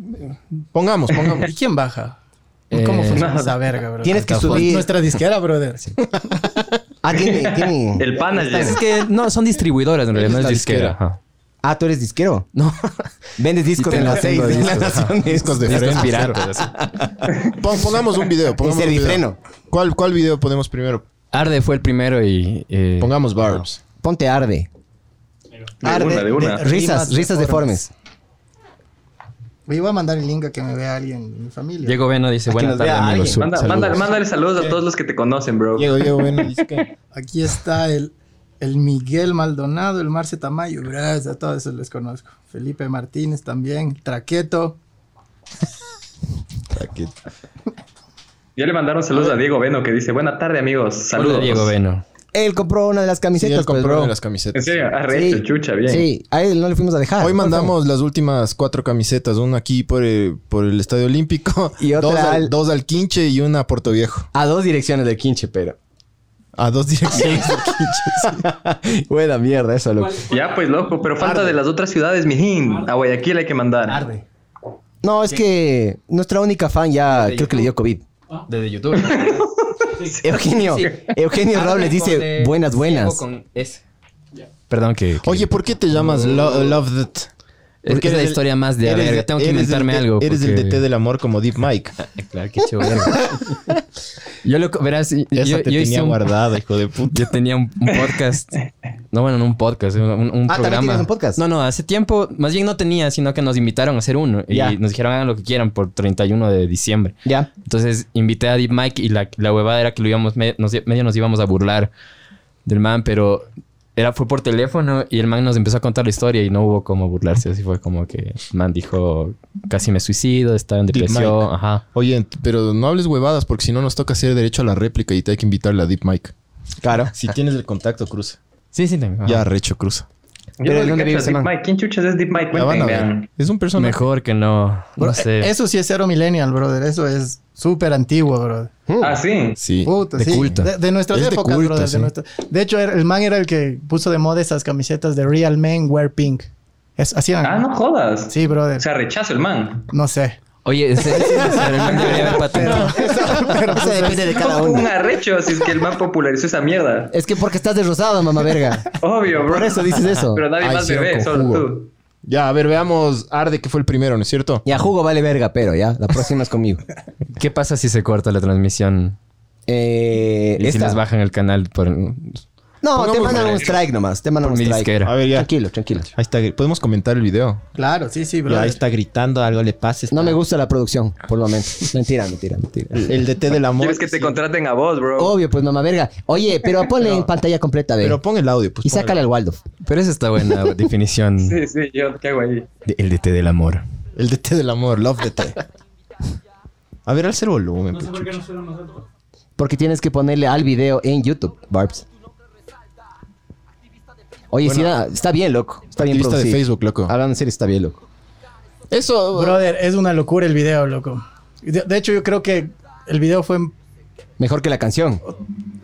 [SPEAKER 3] Pongamos, pongamos.
[SPEAKER 4] ¿Y quién baja? ¿Cómo
[SPEAKER 7] Eh,
[SPEAKER 4] funciona
[SPEAKER 1] no.
[SPEAKER 4] esa verga, bro?
[SPEAKER 2] Tienes que
[SPEAKER 4] Nuestra-
[SPEAKER 2] subir-
[SPEAKER 4] Nuestra disquera, brother.
[SPEAKER 2] Ah, tiene,
[SPEAKER 1] [laughs]
[SPEAKER 2] tiene-
[SPEAKER 1] El
[SPEAKER 7] Es
[SPEAKER 1] manager.
[SPEAKER 7] que no, son distribuidoras en realidad, no es
[SPEAKER 3] Es la
[SPEAKER 7] disquera.
[SPEAKER 3] disquera.
[SPEAKER 7] ajá.
[SPEAKER 2] Ah, tú eres disquero.
[SPEAKER 7] No,
[SPEAKER 2] Vendes discos
[SPEAKER 7] Y
[SPEAKER 2] en
[SPEAKER 7] tengo-
[SPEAKER 2] las seis
[SPEAKER 7] tengo
[SPEAKER 2] de Ah, las
[SPEAKER 7] discos,
[SPEAKER 2] naciones.
[SPEAKER 3] Discos de
[SPEAKER 7] discos
[SPEAKER 3] freno.
[SPEAKER 7] piratas. así.
[SPEAKER 3] Pon- pongamos un video. Pongamos un video.
[SPEAKER 2] Servifreno.
[SPEAKER 3] ¿Cuál, ¿Cuál video ponemos primero?
[SPEAKER 7] Arde fue el primero y. eh,
[SPEAKER 3] Pongamos Barbs.
[SPEAKER 2] Ponte arde.
[SPEAKER 1] De una, de una.
[SPEAKER 2] Risas, risas deformes.
[SPEAKER 4] Voy a mandar el link a que me vea alguien de mi familia.
[SPEAKER 7] Diego Veno dice:
[SPEAKER 2] A que
[SPEAKER 7] Buenas
[SPEAKER 2] nos vea
[SPEAKER 7] tardes, amigos.
[SPEAKER 2] alguien.
[SPEAKER 7] Su-
[SPEAKER 1] Manda,
[SPEAKER 7] saludos".
[SPEAKER 1] manda- mándale saludos a todos los que te conocen, bro.
[SPEAKER 3] Diego, Diego, bueno, dice que-
[SPEAKER 4] Aquí está el, el Miguel Maldonado, el Marce Tamayo. Gracias, a todos esos les conozco. Felipe Martínez también, Traqueto.
[SPEAKER 1] Ya le mandaron saludos a Diego Veno que dice, buena tarde, amigos.
[SPEAKER 7] Hola,
[SPEAKER 1] Saludos.
[SPEAKER 7] Diego Veno.
[SPEAKER 2] Él compró una de las
[SPEAKER 3] Sí,
[SPEAKER 2] camisetas,
[SPEAKER 3] él
[SPEAKER 2] pues,
[SPEAKER 3] compró
[SPEAKER 2] bro.
[SPEAKER 3] una de las
[SPEAKER 1] En
[SPEAKER 3] camisetas.
[SPEAKER 1] [laughs] serio, arrecho, chucha, bien.
[SPEAKER 2] Sí, a él no le fuimos a dejar.
[SPEAKER 3] Hoy mandamos las últimas cuatro camisetas. Una aquí por el, por el Estadio Olímpico.
[SPEAKER 2] Y otra
[SPEAKER 3] dos, al,
[SPEAKER 2] al-
[SPEAKER 3] dos al Quinche y una a Puerto Viejo.
[SPEAKER 2] a dos direcciones del quinche, pero. [laughs]
[SPEAKER 3] A dos
[SPEAKER 7] [laughs]
[SPEAKER 3] direcciones.
[SPEAKER 2] Buena mierda eso, loco.
[SPEAKER 1] Ya, pues, loco, pero falta de las otras ciudades, mijín. Ah, A Guayaquil hay que mandar.
[SPEAKER 2] No, es que nuestra única fan ya creo que le dio COVID.
[SPEAKER 7] Desde YouTube.
[SPEAKER 2] Eugenio,
[SPEAKER 7] Sí.
[SPEAKER 2] Eugenio
[SPEAKER 7] Árbol
[SPEAKER 2] Robles
[SPEAKER 7] con
[SPEAKER 2] dice
[SPEAKER 7] de-
[SPEAKER 2] buenas, buenas.
[SPEAKER 7] ciego con S. Perdón que... que-
[SPEAKER 3] Oye, ¿por qué te
[SPEAKER 7] Uh.
[SPEAKER 3] llamas Lo- Love That?
[SPEAKER 7] es,
[SPEAKER 3] porque
[SPEAKER 7] es la
[SPEAKER 3] eres el-
[SPEAKER 7] historia más de... A
[SPEAKER 3] Eres
[SPEAKER 7] ver,
[SPEAKER 3] de-
[SPEAKER 7] tengo que
[SPEAKER 3] eres el
[SPEAKER 7] inventarme
[SPEAKER 3] de-
[SPEAKER 7] algo.
[SPEAKER 3] Eres el
[SPEAKER 7] porque- [laughs]
[SPEAKER 3] DT del amor como Deep Mike.
[SPEAKER 7] Claro, qué chido. [laughs] yo lo... Verás, [laughs] yo,
[SPEAKER 3] Esa
[SPEAKER 7] yo
[SPEAKER 3] te
[SPEAKER 7] hice
[SPEAKER 3] tenía
[SPEAKER 7] un-
[SPEAKER 3] guardada, hijo de puta.
[SPEAKER 7] Yo tenía un, un podcast. [laughs] No, bueno, no un podcast, un, un- un
[SPEAKER 2] Ah, ¿también
[SPEAKER 7] programa.
[SPEAKER 2] tienes un podcast?
[SPEAKER 7] No, no, hace tiempo, más bien no tenía, sino que nos invitaron a hacer uno. Y
[SPEAKER 2] Ya.
[SPEAKER 7] nos dijeron hagan lo que quieran por 31 de diciembre.
[SPEAKER 2] Ya.
[SPEAKER 7] Entonces invité a Deep Mike y la, la huevada era que lo íbamos, me- nos- medio nos íbamos a burlar del man, pero era, fue por teléfono y el man nos empezó a contar la historia y no hubo como burlarse. Así fue como que el man dijo, casi me suicido, estaba en
[SPEAKER 3] Deep
[SPEAKER 7] depresión,
[SPEAKER 3] Mike.
[SPEAKER 7] ajá.
[SPEAKER 3] Oye, ent- pero no hables huevadas porque si no nos toca hacer derecho a la réplica y te hay que invitarle a Deep Mike.
[SPEAKER 2] Claro.
[SPEAKER 3] Si tienes el contacto, cruza.
[SPEAKER 7] Sí, sí, también. ajá.
[SPEAKER 3] Ya, recho, cruza.
[SPEAKER 1] Yo no
[SPEAKER 2] ¿dónde
[SPEAKER 1] le
[SPEAKER 2] vive
[SPEAKER 1] cacho a
[SPEAKER 2] ese
[SPEAKER 1] Deep
[SPEAKER 2] man?
[SPEAKER 1] Mike. ¿Quién chuchas es Deep Mike?
[SPEAKER 3] La van a
[SPEAKER 1] Cuenten,
[SPEAKER 3] ver.
[SPEAKER 1] vean.
[SPEAKER 3] Es un personaje.
[SPEAKER 7] Mejor que no, no
[SPEAKER 4] Bro, eh,
[SPEAKER 7] sé.
[SPEAKER 4] Eso sí es cero millennial, brother. Eso es súper antiguo, brother.
[SPEAKER 1] Ah, sí.
[SPEAKER 3] Sí.
[SPEAKER 4] Puta,
[SPEAKER 3] de
[SPEAKER 4] sí.
[SPEAKER 3] culto.
[SPEAKER 4] De, de nuestras
[SPEAKER 3] Es de
[SPEAKER 4] épocas,
[SPEAKER 3] culto,
[SPEAKER 4] brother.
[SPEAKER 3] sí.
[SPEAKER 4] De, nuestra- de hecho, era- el man era el que puso de moda esas camisetas de Real Men Wear Pink. Es, así eran.
[SPEAKER 1] Ah, no jodas.
[SPEAKER 4] Sí, brother.
[SPEAKER 1] O sea, rechazo el man.
[SPEAKER 4] no sé.
[SPEAKER 7] Oye, ese, ese- ese- el man debería haber [laughs] patentado.
[SPEAKER 2] Eso
[SPEAKER 7] pues,
[SPEAKER 2] depende de cada
[SPEAKER 1] Un
[SPEAKER 2] uno.
[SPEAKER 1] arrecho si es que el man popularizó esa mierda.
[SPEAKER 2] Es que porque estás desrosado, mamá verga.
[SPEAKER 1] Obvio,
[SPEAKER 2] Eh,
[SPEAKER 1] bro.
[SPEAKER 2] Por eso dices eso.
[SPEAKER 1] Pero nadie
[SPEAKER 3] Ay,
[SPEAKER 1] más me
[SPEAKER 3] hicieron
[SPEAKER 1] ve,
[SPEAKER 3] con
[SPEAKER 1] solo
[SPEAKER 3] jugo.
[SPEAKER 1] tú.
[SPEAKER 3] Ya, a ver, veamos Arde, que fue el primero, ¿no es cierto?
[SPEAKER 2] Ya, jugo vale verga, pero ya. La próxima es conmigo.
[SPEAKER 7] ¿Qué pasa si se corta la transmisión?
[SPEAKER 2] Eh,
[SPEAKER 7] Y si
[SPEAKER 2] esta.
[SPEAKER 7] les bajan el canal por, [laughs]
[SPEAKER 2] No, te
[SPEAKER 3] Pongamos
[SPEAKER 2] mandan
[SPEAKER 3] la-
[SPEAKER 2] un strike nomás. Te mandan
[SPEAKER 7] por
[SPEAKER 2] un
[SPEAKER 7] mi
[SPEAKER 2] strike.
[SPEAKER 7] disquera.
[SPEAKER 3] A ver, ya.
[SPEAKER 2] Tranquilo, tranquilo.
[SPEAKER 3] Ahí está. Podemos comentar el video.
[SPEAKER 4] Claro, sí, sí,
[SPEAKER 3] Ya,
[SPEAKER 4] brother.
[SPEAKER 3] gritando, algo le pasa.
[SPEAKER 2] No me gusta la producción, por el momento. [laughs] Mentira, mentira, mentira.
[SPEAKER 3] El DT del amor.
[SPEAKER 1] Quieres que te contraten a vos, bro.
[SPEAKER 2] Obvio, pues mamá verga. Oye, pero ponle en pantalla completa, ve.
[SPEAKER 3] Pero pon el audio, pues.
[SPEAKER 2] y
[SPEAKER 3] pon el-
[SPEAKER 2] sácale al Waldo.
[SPEAKER 7] Pero esa está buena definición.
[SPEAKER 1] [laughs] Sí, sí, yo, ¿qué hago ahí?
[SPEAKER 7] de- el DT del amor.
[SPEAKER 3] El DT del amor, Love DT. [laughs] A ver, alza el volumen. pues, chucha.
[SPEAKER 2] Porque tienes que ponerle al video en YouTube, Barbs. Oye, sí, da- está bien, loco. Está bien
[SPEAKER 3] Activista de
[SPEAKER 2] producido.
[SPEAKER 3] Facebook, loco.
[SPEAKER 2] Hablando en serio, está bien, loco.
[SPEAKER 3] Eso.
[SPEAKER 4] Brother, es una locura el video, loco. De, de hecho, yo creo que el video fue.
[SPEAKER 2] Mejor que la canción.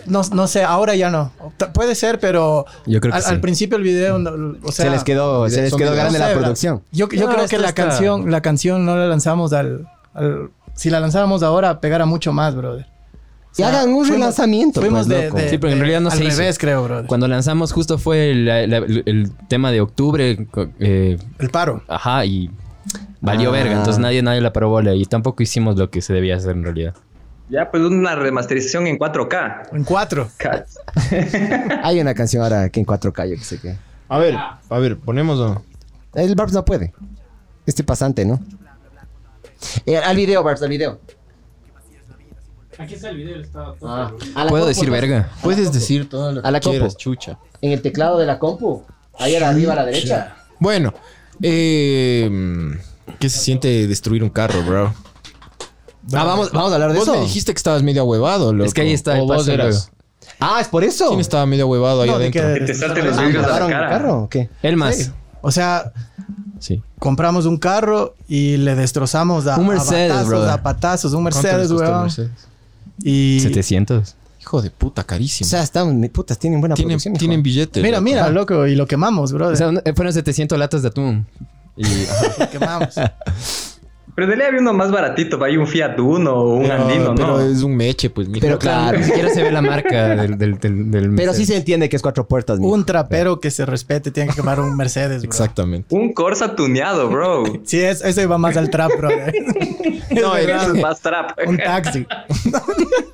[SPEAKER 4] No, no sé, ahora ya no. T- Puede ser, pero.
[SPEAKER 7] Yo creo que
[SPEAKER 4] al,
[SPEAKER 7] sí.
[SPEAKER 4] al principio el video. no- o sea,
[SPEAKER 2] se les quedó, se les
[SPEAKER 3] son
[SPEAKER 2] quedó
[SPEAKER 3] videos.
[SPEAKER 2] grande
[SPEAKER 4] no sé,
[SPEAKER 2] la
[SPEAKER 4] bro.
[SPEAKER 2] producción.
[SPEAKER 4] Yo, yo
[SPEAKER 7] No,
[SPEAKER 4] creo
[SPEAKER 7] esto
[SPEAKER 4] que la
[SPEAKER 7] está-
[SPEAKER 4] canción, la canción no la lanzamos al, al- Si la lanzábamos ahora, pegara mucho más, brother. O
[SPEAKER 2] Y hagan un
[SPEAKER 4] fuimos-
[SPEAKER 2] relanzamiento,
[SPEAKER 4] Fuimos
[SPEAKER 2] pues,
[SPEAKER 4] de,
[SPEAKER 2] loco.
[SPEAKER 4] de-
[SPEAKER 7] Sí, porque en
[SPEAKER 4] de-
[SPEAKER 7] realidad no
[SPEAKER 4] al
[SPEAKER 7] se hizo.
[SPEAKER 4] revés, creo, brother.
[SPEAKER 7] Cuando lanzamos justo fue la- la- el, el tema de octubre. co- eh,
[SPEAKER 4] El paro.
[SPEAKER 7] ajá, y valió
[SPEAKER 2] Ah.
[SPEAKER 7] verga. Entonces nadie, nadie la paró bola. Y tampoco hicimos lo que se debía hacer en realidad.
[SPEAKER 1] Ya, pues una remasterización en 4K.
[SPEAKER 4] En cuatro.
[SPEAKER 1] Cats.
[SPEAKER 2] Hay una canción ahora que en 4K, yo que sé qué.
[SPEAKER 3] A ver, a ver, ponemos. ¿no?
[SPEAKER 2] El Barbs no puede. Este pasante, ¿no? Eh, al video, Barbs, al video. Aquí está el video, está
[SPEAKER 7] ¿Puedo decir verga?
[SPEAKER 3] Puedes decir todo lo
[SPEAKER 2] A la
[SPEAKER 3] que quieras,
[SPEAKER 2] copo.
[SPEAKER 3] chucha.
[SPEAKER 2] En el teclado de la compu. Ahí arriba a la derecha.
[SPEAKER 3] Bueno, eh, ¿qué se siente destruir un carro, bro?
[SPEAKER 2] Ah, vamos, vamos a hablar de
[SPEAKER 3] Vos me
[SPEAKER 2] eso.
[SPEAKER 3] dijiste que estabas medio huevado, loco.
[SPEAKER 7] Es que ahí está el
[SPEAKER 3] O vos
[SPEAKER 7] paso del
[SPEAKER 3] eras.
[SPEAKER 2] Ah, es por eso.
[SPEAKER 3] ¿Quién estaba medio huevado ahí
[SPEAKER 4] No, de
[SPEAKER 3] adentro?
[SPEAKER 1] Que te salten los
[SPEAKER 2] Ah,
[SPEAKER 1] vidrios a la
[SPEAKER 2] ¿Grabaron el
[SPEAKER 1] cara.
[SPEAKER 2] carro o qué?
[SPEAKER 7] El más.
[SPEAKER 4] Sí. O sea,
[SPEAKER 7] Sí.
[SPEAKER 4] compramos un carro y le destrozamos a,
[SPEAKER 7] Un
[SPEAKER 4] a
[SPEAKER 7] Mercedes,
[SPEAKER 4] batazos,
[SPEAKER 7] brother.
[SPEAKER 4] a patazos, un
[SPEAKER 3] ¿Cuánto les
[SPEAKER 4] Mercedes,
[SPEAKER 3] costó el
[SPEAKER 4] weón.
[SPEAKER 3] Mercedes?
[SPEAKER 4] Y
[SPEAKER 7] 700.
[SPEAKER 3] Hijo de puta,
[SPEAKER 2] O
[SPEAKER 3] carísimo.
[SPEAKER 2] sea, están, putas, tienen buena
[SPEAKER 3] tienen,
[SPEAKER 2] producción. hijo.
[SPEAKER 3] tienen billetes.
[SPEAKER 4] mira,
[SPEAKER 3] loco.
[SPEAKER 4] mira, loco, y lo quemamos,
[SPEAKER 7] O
[SPEAKER 4] brother.
[SPEAKER 7] sea, un- eh, fueron 700 latas de atún. Y, ajá.
[SPEAKER 4] lo
[SPEAKER 7] [laughs]
[SPEAKER 4] quemamos.
[SPEAKER 1] Pero de ley había uno más baratito, hay un Fiat Uno o un
[SPEAKER 3] Pero-
[SPEAKER 1] Andino,
[SPEAKER 3] Pero
[SPEAKER 1] ¿no?
[SPEAKER 3] es un meche, pues. mijo.
[SPEAKER 2] Pero claro.
[SPEAKER 7] ni siquiera se ve la
[SPEAKER 2] [laughs]
[SPEAKER 7] marca del. del, del, del
[SPEAKER 2] Pero sí
[SPEAKER 7] Mercedes.
[SPEAKER 2] se entiende que es cuatro puertas. mijo.
[SPEAKER 4] un trapero que se respete tiene que quemar un Mercedes, bro.
[SPEAKER 3] Exactamente.
[SPEAKER 1] Un Corsa tuneado, bro.
[SPEAKER 4] Sí, es, ese va más al trap, brother.
[SPEAKER 1] [laughs] no, es más trap.
[SPEAKER 4] [laughs] un
[SPEAKER 1] [laughs]
[SPEAKER 4] taxi.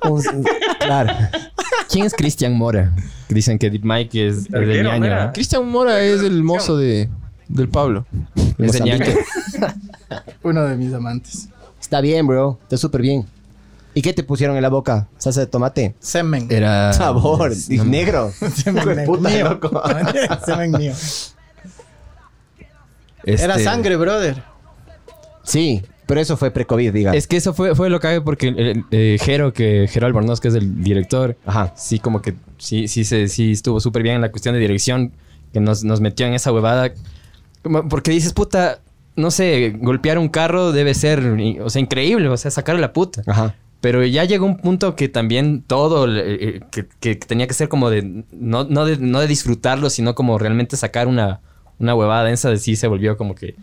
[SPEAKER 2] Un- claro.
[SPEAKER 7] ¿Quién es Cristian Mora? Dicen que Deep Mike es, es de
[SPEAKER 1] Arquero,
[SPEAKER 7] ñaño. ¿eh?
[SPEAKER 1] mira.
[SPEAKER 7] ¿no?
[SPEAKER 3] Cristian Mora es el mozo de, del Pablo.
[SPEAKER 7] Es de ñaño. [laughs]
[SPEAKER 4] Uno de mis amantes.
[SPEAKER 2] Está bien, bro. Está súper bien. ¿Y qué te pusieron en la boca? ¿Salsa de tomate?
[SPEAKER 4] Semen.
[SPEAKER 7] Era.
[SPEAKER 2] [laughs] Sabor.
[SPEAKER 7] es-
[SPEAKER 2] y negro.
[SPEAKER 4] [laughs] Semen
[SPEAKER 2] Hijo de puta,
[SPEAKER 4] mío.
[SPEAKER 2] loco.
[SPEAKER 4] [laughs] Semen mío.
[SPEAKER 7] este-
[SPEAKER 4] Era sangre, brother.
[SPEAKER 2] Sí, pero eso fue pre-COVID, diga.
[SPEAKER 7] Es que eso fue, fue lo que porque el- el- eh, Jero, que Jero Albornoz, que es el director,
[SPEAKER 2] Ajá.
[SPEAKER 7] sí, como que sí, sí, se- sí estuvo súper bien en la cuestión de dirección, que nos, nos metió en esa huevada. Como- Porque dices, puta, no sé, golpear un carro debe ser, i- o sea, increíble, o sea, sacar la puta.
[SPEAKER 2] Ajá.
[SPEAKER 7] Pero ya llegó un punto que también todo, el- eh, que, que tenía que ser como de no, no de, no de disfrutarlo, sino como realmente sacar una, una huevada densa de sí se volvió como que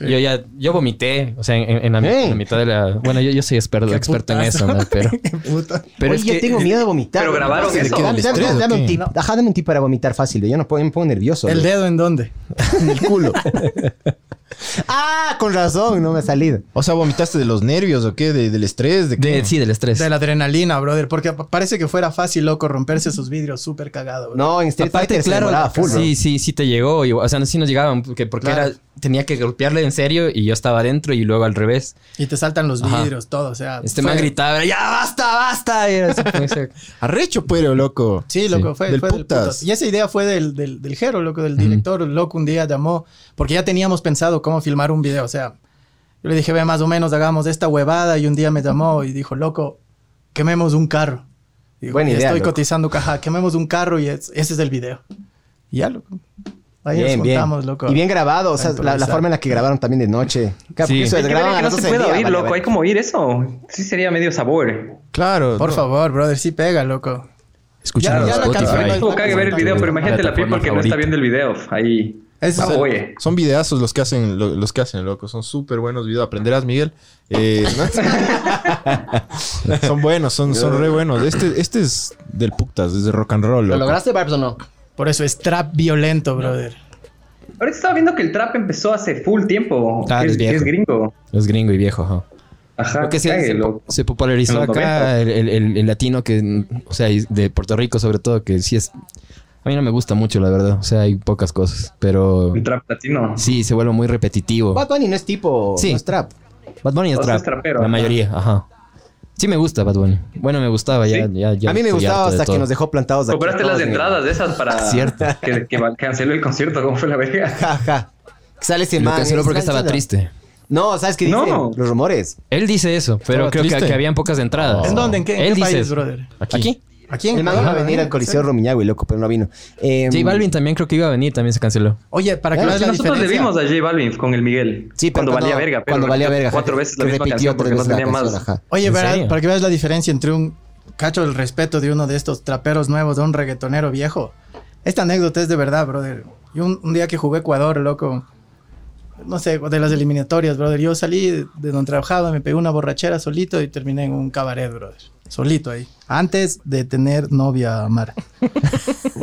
[SPEAKER 7] Yo ya, yo vomité, o sea, en, en la, en la mitad de la... Bueno, yo, yo soy
[SPEAKER 4] [laughs]
[SPEAKER 7] experto, experto en eso, ¿no? Pero,
[SPEAKER 4] Puta.
[SPEAKER 7] pero
[SPEAKER 2] Oye,
[SPEAKER 7] es
[SPEAKER 2] yo
[SPEAKER 7] que...
[SPEAKER 2] tengo miedo de vomitar.
[SPEAKER 1] Pero
[SPEAKER 2] güey.
[SPEAKER 1] grabaron
[SPEAKER 2] Dame-
[SPEAKER 1] eso.
[SPEAKER 2] Dame,
[SPEAKER 3] ¿Del estrés o
[SPEAKER 2] dame un
[SPEAKER 3] qué?
[SPEAKER 2] tip. Ajá, dame un tip para vomitar fácil. güey. Yo no puedo, me pongo nervioso.
[SPEAKER 4] ¿El
[SPEAKER 2] güey.
[SPEAKER 4] dedo en dónde?
[SPEAKER 3] En el culo.
[SPEAKER 2] [laughs] Ah, con razón, no me ha salido.
[SPEAKER 3] O sea, ¿vomitaste de los nervios o qué? ¿De- ¿Del estrés? ¿De qué?
[SPEAKER 7] de- sí, del estrés.
[SPEAKER 4] De la adrenalina, brother. Porque pa- parece que fuera fácil, loco, romperse esos vidrios súper cagado, bro.
[SPEAKER 2] No, en Street
[SPEAKER 7] Aparte,
[SPEAKER 2] Fighter se
[SPEAKER 7] claro,
[SPEAKER 2] demoraba full, bro.
[SPEAKER 7] sí, sí, sí te llegó. y- o sea, sí nos llegaban porque, porque
[SPEAKER 4] Claro.
[SPEAKER 7] era, tenía que golpearle en serio y yo estaba adentro y luego al revés.
[SPEAKER 4] Y te saltan los
[SPEAKER 7] Ajá.
[SPEAKER 4] vidrios, todo. O sea,
[SPEAKER 7] Este
[SPEAKER 4] fue-
[SPEAKER 7] man gritaba, ya basta, basta. Y era así, como ese- [laughs]
[SPEAKER 3] Arrecho, pero, loco.
[SPEAKER 4] Sí, loco, fue,
[SPEAKER 3] Del
[SPEAKER 4] fue del
[SPEAKER 3] putas.
[SPEAKER 4] putas. Y esa idea fue del, del, del Jero, loco, del director. Loco un día llamó, porque ya teníamos pensado cómo filmar un video. O sea, yo le dije, ve, más o menos hagamos esta huevada. Y un día me llamó y dijo, loco, quememos un carro. Digo,
[SPEAKER 2] Buena
[SPEAKER 4] "Ya
[SPEAKER 2] idea,
[SPEAKER 4] Estoy
[SPEAKER 2] loco.
[SPEAKER 4] cotizando caja, quememos un carro y es- ese es el video. Y ya, loco. Ahí nos
[SPEAKER 2] Bien, bien.
[SPEAKER 4] juntamos, loco.
[SPEAKER 2] Y bien grabado, o sea, la- la,
[SPEAKER 4] improvisar.
[SPEAKER 2] forma en la que grabaron también de noche. Claro, porque
[SPEAKER 7] Sí.
[SPEAKER 2] eso
[SPEAKER 1] Es
[SPEAKER 2] es
[SPEAKER 1] que
[SPEAKER 2] grababan
[SPEAKER 1] verga,
[SPEAKER 2] a
[SPEAKER 1] no
[SPEAKER 2] las
[SPEAKER 1] se
[SPEAKER 2] 12 del
[SPEAKER 1] puede
[SPEAKER 2] día,
[SPEAKER 1] oír,
[SPEAKER 2] vale,
[SPEAKER 1] loco.
[SPEAKER 2] vale.
[SPEAKER 1] Hay como oír eso. Sí sería medio sabor.
[SPEAKER 3] Claro.
[SPEAKER 4] Por
[SPEAKER 3] no.
[SPEAKER 4] favor, brother, sí pega, loco.
[SPEAKER 7] Escuchando
[SPEAKER 4] Ya, ya la
[SPEAKER 7] Spotify.
[SPEAKER 4] canción
[SPEAKER 1] Es como cague ver el video, pero imagínate la people
[SPEAKER 7] Plataforma
[SPEAKER 1] que no está
[SPEAKER 7] favorita.
[SPEAKER 1] viendo el video. Ahí.
[SPEAKER 4] Eso
[SPEAKER 1] Ah,
[SPEAKER 4] es-
[SPEAKER 1] oye.
[SPEAKER 3] Son videazos los que hacen, lo- los que hacen, loco. Son súper buenos videos. Aprenderás, Miguel. Eh, [laughs] ¿no? son buenos, son, son re buenos. Este, este es del putas, es de rock and roll.
[SPEAKER 2] ¿Lo
[SPEAKER 3] loco.
[SPEAKER 2] lograste, Barbs, o no?
[SPEAKER 4] Por eso es trap violento, brother.
[SPEAKER 1] Ahorita estaba viendo que el trap empezó hace full tiempo.
[SPEAKER 7] Ah,
[SPEAKER 1] que
[SPEAKER 7] es
[SPEAKER 1] es, que es
[SPEAKER 7] viejo.
[SPEAKER 1] gringo.
[SPEAKER 7] Es gringo y viejo, ajá.
[SPEAKER 1] Ajá.
[SPEAKER 7] Creo que se,
[SPEAKER 1] cague,
[SPEAKER 7] se-
[SPEAKER 1] loco.
[SPEAKER 7] se popularizó
[SPEAKER 1] En los
[SPEAKER 7] acá
[SPEAKER 1] 90.
[SPEAKER 7] el, el- el- el latino que, o sea, y de Puerto Rico sobre todo, que sí es... A mí no me gusta mucho, la verdad. O sea, hay pocas cosas, pero...
[SPEAKER 1] El trap latino.
[SPEAKER 7] Sí, se vuelve muy repetitivo.
[SPEAKER 2] Bad Bunny no es tipo,
[SPEAKER 7] Sí.
[SPEAKER 2] no es trap.
[SPEAKER 7] Bad Bunny es
[SPEAKER 1] O sea,
[SPEAKER 7] trap.
[SPEAKER 1] Pues es trapero,
[SPEAKER 7] la
[SPEAKER 1] ajá.
[SPEAKER 7] mayoría, ajá. Sí me gusta Bad Bunny. Bueno, me gustaba ya, ya, ya
[SPEAKER 2] a mí me
[SPEAKER 7] estoy
[SPEAKER 2] gustaba
[SPEAKER 7] harto de
[SPEAKER 2] hasta que
[SPEAKER 7] todo.
[SPEAKER 2] nos dejó plantados aquí.
[SPEAKER 1] Compraste las entradas de esas para.
[SPEAKER 7] Cierto.
[SPEAKER 1] Que, que va- canceló el concierto. ¿Cómo fue la verga?
[SPEAKER 2] Jaja. Sale ese
[SPEAKER 7] Lo
[SPEAKER 2] man,
[SPEAKER 7] canceló
[SPEAKER 2] eh,
[SPEAKER 7] porque
[SPEAKER 2] sale-
[SPEAKER 7] estaba
[SPEAKER 2] sale-
[SPEAKER 7] triste.
[SPEAKER 2] No, ¿sabes qué dicen?
[SPEAKER 1] No.
[SPEAKER 2] Los rumores.
[SPEAKER 7] Él dice eso, pero
[SPEAKER 3] Estaba
[SPEAKER 7] creo que,
[SPEAKER 3] triste.
[SPEAKER 7] que habían pocas entradas.
[SPEAKER 4] ¿En dónde? ¿En qué, en
[SPEAKER 7] Él
[SPEAKER 4] qué
[SPEAKER 7] dice
[SPEAKER 4] país,
[SPEAKER 7] eso.
[SPEAKER 4] brother?
[SPEAKER 7] Aquí.
[SPEAKER 4] Aquí
[SPEAKER 2] El man iba a venir al Coliseo Rumiñahui, loco, pero no vino. Eh,
[SPEAKER 7] J Balvin también creo que iba a venir, también se canceló.
[SPEAKER 4] Oye, para que
[SPEAKER 2] Claro,
[SPEAKER 4] veas
[SPEAKER 2] sí,
[SPEAKER 4] la
[SPEAKER 1] Nosotros le
[SPEAKER 4] diferencia.
[SPEAKER 1] vimos a J Balvin con el Miguel.
[SPEAKER 2] Sí, pero
[SPEAKER 1] cuando, valía verga. Pero
[SPEAKER 2] Cuando valía verga.
[SPEAKER 1] Cuatro
[SPEAKER 2] ajá,
[SPEAKER 1] veces la
[SPEAKER 2] que
[SPEAKER 1] misma
[SPEAKER 2] repitió
[SPEAKER 1] canción porque
[SPEAKER 2] tres
[SPEAKER 1] no
[SPEAKER 2] veces la
[SPEAKER 1] tenía más.
[SPEAKER 2] canción, ajá.
[SPEAKER 4] Oye,
[SPEAKER 7] ¿En
[SPEAKER 4] verás,
[SPEAKER 7] serio?
[SPEAKER 4] para que veas la diferencia entre un cacho del respeto de uno de estos traperos nuevos, de un reggaetonero viejo. Esta anécdota es de verdad, brother. Yo un, un día que jugué Ecuador, loco, no sé, de las eliminatorias, brother. Yo salí de donde trabajaba, me pegué una borrachera solito y terminé en un cabaret, brother. Solito ahí. Antes de tener novia,
[SPEAKER 2] [laughs]
[SPEAKER 4] Mara.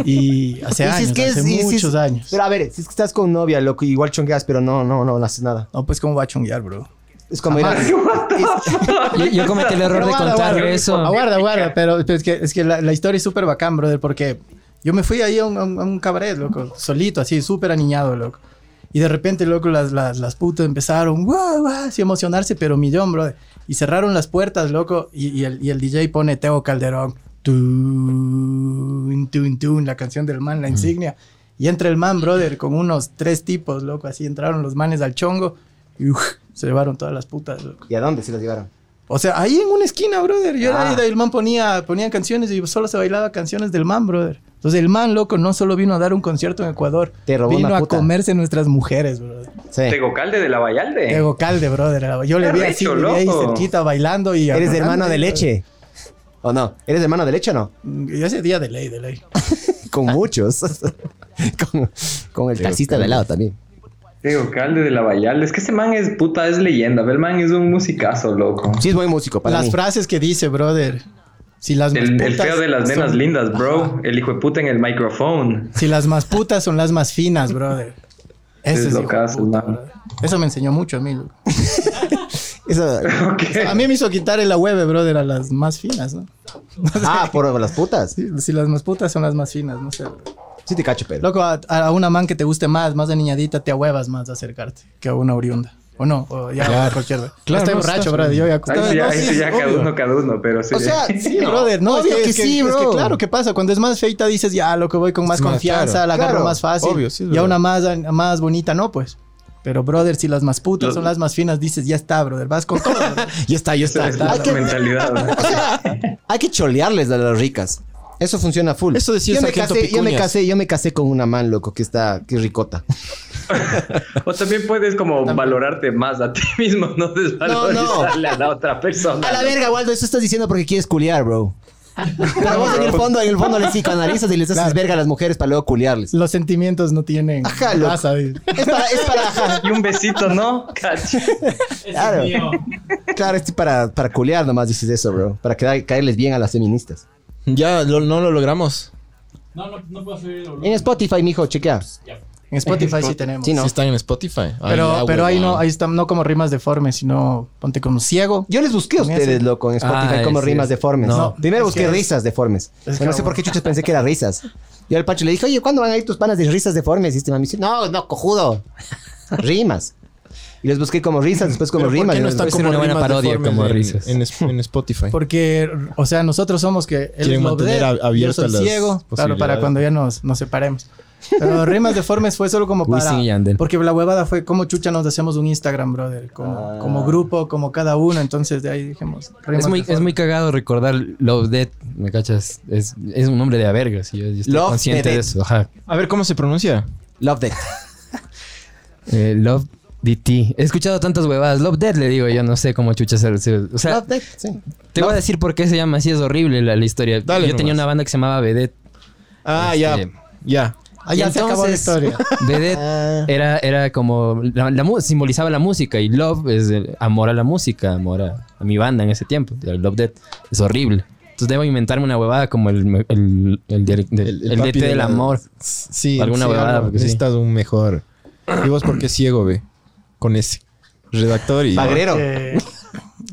[SPEAKER 4] y hace
[SPEAKER 2] Y si
[SPEAKER 4] años,
[SPEAKER 2] es que
[SPEAKER 4] hace
[SPEAKER 2] es- y si es-
[SPEAKER 4] muchos años.
[SPEAKER 2] Pero a ver, si es que estás con novia, loco, igual chongueas, pero no, no, no, no haces nada.
[SPEAKER 4] No, pues, ¿cómo va a chunguear, bro?
[SPEAKER 2] Es como ir a-
[SPEAKER 1] [laughs]
[SPEAKER 7] Yo, yo cometí el error de
[SPEAKER 4] Aguarda,
[SPEAKER 7] contarle
[SPEAKER 4] aguarda.
[SPEAKER 7] eso.
[SPEAKER 4] Aguarda, aguarda, pero, pero es que, es que la, la historia es súper bacán, brother, porque yo me fui ahí a un, a un- a un cabaret, loco, solito, así, súper aniñado, loco. Y de repente, loco, las, las, las putas empezaron, guau, guau, así a emocionarse, pero millón, brother. Y cerraron las puertas, loco, y, y el, y el DJ pone Teo Calderón, tun, tun, tun, la canción del man, la insignia. Y entra el man, brother, con unos tres tipos, loco, así entraron los manes al chongo y uj, se llevaron todas las putas, loco.
[SPEAKER 2] ¿Y a dónde se los llevaron?
[SPEAKER 4] O sea, ahí en una esquina, brother. Yo
[SPEAKER 2] Ah.
[SPEAKER 4] era ahí, el man ponía, ponía canciones y solo se bailaba canciones del man, brother. Entonces el man, loco, no solo vino a dar un concierto en Ecuador.
[SPEAKER 2] Te robó
[SPEAKER 4] vino
[SPEAKER 2] una
[SPEAKER 4] a
[SPEAKER 2] puta.
[SPEAKER 4] comerse nuestras mujeres, brother.
[SPEAKER 2] Sí.
[SPEAKER 1] Tegocalde de la
[SPEAKER 2] Eh.
[SPEAKER 1] Vallalde.
[SPEAKER 4] Diego Calde, brother. Yo le
[SPEAKER 1] Qué
[SPEAKER 4] vi así,
[SPEAKER 1] arrecho,
[SPEAKER 4] le vi ahí
[SPEAKER 1] loco.
[SPEAKER 4] cerquita bailando
[SPEAKER 2] ¿Eres
[SPEAKER 4] y... agarrándole,
[SPEAKER 2] hermano de
[SPEAKER 4] brother.
[SPEAKER 2] leche? ¿O no? ¿Eres hermano de leche o no?
[SPEAKER 4] Y mm, ese día de ley, de ley.
[SPEAKER 2] Con muchos. [laughs] con, con el taxista de al lado también.
[SPEAKER 1] Tegocalde de la Vallalde. Es que ese man es puta, es leyenda. El man es un musicazo, loco.
[SPEAKER 2] Sí, es buen músico para
[SPEAKER 4] las
[SPEAKER 2] mí.
[SPEAKER 4] frases que dice, brother. Si las
[SPEAKER 1] El, el
[SPEAKER 4] putas
[SPEAKER 1] feo de las
[SPEAKER 4] son-
[SPEAKER 1] nenas lindas, bro. El hijo de puta en el micrófono.
[SPEAKER 4] Si las más putas son las más finas, brother. Ese
[SPEAKER 1] [laughs] Es
[SPEAKER 4] es,
[SPEAKER 1] lo
[SPEAKER 4] hijo
[SPEAKER 1] que
[SPEAKER 4] de
[SPEAKER 1] hace,
[SPEAKER 4] puta,
[SPEAKER 1] man. [laughs]
[SPEAKER 4] brother. Eso me enseñó mucho a mí, loco.
[SPEAKER 2] Eso- [laughs]
[SPEAKER 1] Ok.
[SPEAKER 4] A mí me hizo quitar el hueve, brother, a las más finas, ¿no?
[SPEAKER 2] ah, por las putas.
[SPEAKER 4] Sí, si las más putas son las más finas, no sé.
[SPEAKER 2] Sí te cacho, pero.
[SPEAKER 4] Loco, a, a una man que te guste más, más de niñadita, te ahuevas más de acercarte que a una oriunda. O no, o ya cualquier.
[SPEAKER 3] Claro,
[SPEAKER 4] Estoy
[SPEAKER 3] no,
[SPEAKER 4] borracho,
[SPEAKER 3] estás-
[SPEAKER 4] brother. Yo ya,
[SPEAKER 1] Ahí sí,
[SPEAKER 4] No,
[SPEAKER 1] ya,
[SPEAKER 4] sí,
[SPEAKER 1] ahí sí ya
[SPEAKER 4] es
[SPEAKER 1] cada
[SPEAKER 4] obvio.
[SPEAKER 1] uno, cada uno, pero sí.
[SPEAKER 2] O
[SPEAKER 1] [laughs]
[SPEAKER 2] sea, sí,
[SPEAKER 4] Sí, brother, no,
[SPEAKER 2] Obvio
[SPEAKER 4] es
[SPEAKER 2] que
[SPEAKER 4] es
[SPEAKER 2] sí,
[SPEAKER 4] es
[SPEAKER 2] bro.
[SPEAKER 4] claro, ¿qué pasa? Cuando es más feita dices, ya, loco, voy con más
[SPEAKER 3] Es más,
[SPEAKER 4] confianza,
[SPEAKER 3] claro,
[SPEAKER 4] la agarro
[SPEAKER 2] claro,
[SPEAKER 4] más fácil.
[SPEAKER 3] obvio, sí, es
[SPEAKER 4] y a
[SPEAKER 3] verdad.
[SPEAKER 4] una más, a- más bonita, no, pues. Pero, brother, si las más putas
[SPEAKER 1] Lo-
[SPEAKER 4] son las más finas, dices, ya está, brother, vas con
[SPEAKER 3] [laughs]
[SPEAKER 4] todo. brother.
[SPEAKER 2] Ya está, ya está.
[SPEAKER 1] Esa es la
[SPEAKER 2] Hay que,
[SPEAKER 1] mentalidad. ¿no?
[SPEAKER 2] hay que cholearles a las ricas. Eso funciona full.
[SPEAKER 3] Eso decía
[SPEAKER 2] yo me
[SPEAKER 3] Sargento
[SPEAKER 2] casé, yo me
[SPEAKER 3] Picuñas.
[SPEAKER 2] casé, yo me casé con una man, loco, que está, que es ricota.
[SPEAKER 1] O también puedes como valorarte más a ti [laughs] mismo, no desvalorizarle a la otra persona.
[SPEAKER 2] A la verga, Waldo, eso estás diciendo porque quieres culiar, bro. Pero vos en el fondo, en el fondo les psicoanalizas y les haces verga a las mujeres para luego culiarles.
[SPEAKER 4] Los sentimientos no tienen
[SPEAKER 2] Ajá, loco.
[SPEAKER 4] raza, dice.
[SPEAKER 2] Es para, es para, ajá,
[SPEAKER 1] Y un besito, ¿no? Cacho.
[SPEAKER 2] claro. Claro, es para, para culiar nomás dices eso, bro. Para quedar- caerles bien a las feministas.
[SPEAKER 3] Ya lo- no lo logramos.
[SPEAKER 8] No, no, no puedo subir el volumen.
[SPEAKER 2] En Spotify, mijo, chequea.
[SPEAKER 4] En Spotify sí tenemos.
[SPEAKER 2] Sí, no.
[SPEAKER 3] Si están en Spotify. Ay,
[SPEAKER 4] Pero,
[SPEAKER 3] ya,
[SPEAKER 4] pero ahí
[SPEAKER 3] huevón.
[SPEAKER 4] no, ahí están no como rimas deformes, sino ponte como ciego.
[SPEAKER 2] Yo les busqué a
[SPEAKER 4] Con
[SPEAKER 2] ustedes,
[SPEAKER 4] ese.
[SPEAKER 2] loco, en Spotify
[SPEAKER 7] Ah,
[SPEAKER 2] como
[SPEAKER 7] ese
[SPEAKER 2] rimas
[SPEAKER 7] es.
[SPEAKER 2] deformes.
[SPEAKER 4] No.
[SPEAKER 2] Primero
[SPEAKER 4] Es
[SPEAKER 2] busqué
[SPEAKER 4] que es-
[SPEAKER 2] risas deformes.
[SPEAKER 4] es
[SPEAKER 2] Yo no sé
[SPEAKER 4] como-
[SPEAKER 2] por qué chuchas pensé que era risas. Y al Pancho le dije, oye, ¿cuándo van a ir tus panas de risas deformes? Y este mami dice, no, no, cojudo. Rimas. Y les busqué como risas, después como
[SPEAKER 3] Pero ¿por
[SPEAKER 2] rimas.
[SPEAKER 3] qué
[SPEAKER 2] y
[SPEAKER 3] no
[SPEAKER 2] los-
[SPEAKER 3] está
[SPEAKER 7] ser
[SPEAKER 3] como
[SPEAKER 7] una buena
[SPEAKER 3] rimas
[SPEAKER 7] parodia,
[SPEAKER 3] deformes
[SPEAKER 7] como
[SPEAKER 3] en-
[SPEAKER 7] risas.
[SPEAKER 3] En, es- en Spotify.
[SPEAKER 4] Porque, o sea, nosotros somos que él
[SPEAKER 3] Quieren
[SPEAKER 4] es
[SPEAKER 3] mantener
[SPEAKER 4] Lobder,
[SPEAKER 3] a- abiertas
[SPEAKER 4] yo soy
[SPEAKER 3] las
[SPEAKER 4] ciego, claro, para
[SPEAKER 3] posibilidades.
[SPEAKER 4] cuando ya nos, nos separemos. Pero rimas deformes fue solo como para
[SPEAKER 7] Wisin y Yandel.
[SPEAKER 4] porque la huevada fue como chucha nos hacemos un Instagram, brother, como, como grupo, como cada uno, entonces de ahí dijimos,
[SPEAKER 7] Ah. Es
[SPEAKER 4] rimas
[SPEAKER 7] muy,
[SPEAKER 4] deformes.
[SPEAKER 7] es muy cagado recordar Love Dead, ¿me cachas? Es, es un nombre de a vergas y yo, yo estoy
[SPEAKER 2] Love
[SPEAKER 7] consciente
[SPEAKER 2] the
[SPEAKER 7] de
[SPEAKER 2] Dead.
[SPEAKER 7] eso. Ajá.
[SPEAKER 3] A ver, ¿cómo se pronuncia?
[SPEAKER 2] Love that.
[SPEAKER 7] Eh, Love DT. He escuchado tantas huevadas. Love Dead le digo, yo no sé cómo chucha se... se- o sea,
[SPEAKER 2] Love that, sí.
[SPEAKER 7] te voy a decir por qué se llama así, es horrible la, la historia.
[SPEAKER 3] Dale
[SPEAKER 7] yo tenía
[SPEAKER 3] nomás.
[SPEAKER 7] una banda que se llamaba Vedette.
[SPEAKER 3] Ah,
[SPEAKER 7] Este-
[SPEAKER 3] ya.
[SPEAKER 4] Ahí ya se acabó
[SPEAKER 3] [laughs]
[SPEAKER 4] la historia.
[SPEAKER 7] Vedette
[SPEAKER 2] Ah.
[SPEAKER 7] era, era como. La, la mu- simbolizaba la música y Love es el amor a la música, amor a, a mi banda en ese tiempo. El Love Dead es horrible. Entonces debo inventarme una huevada como el, el, el, del- del- el
[SPEAKER 3] papi
[SPEAKER 7] DT
[SPEAKER 3] de
[SPEAKER 7] del
[SPEAKER 3] la-
[SPEAKER 7] amor.
[SPEAKER 3] Sí.
[SPEAKER 7] Alguna
[SPEAKER 3] sí,
[SPEAKER 7] huevada,
[SPEAKER 3] algo.
[SPEAKER 7] porque sí.
[SPEAKER 3] Necesitas un mejor. ¿Y vos por qué ciego, ve? Con ese. Redactor y...
[SPEAKER 2] Pagrero.
[SPEAKER 4] Eh,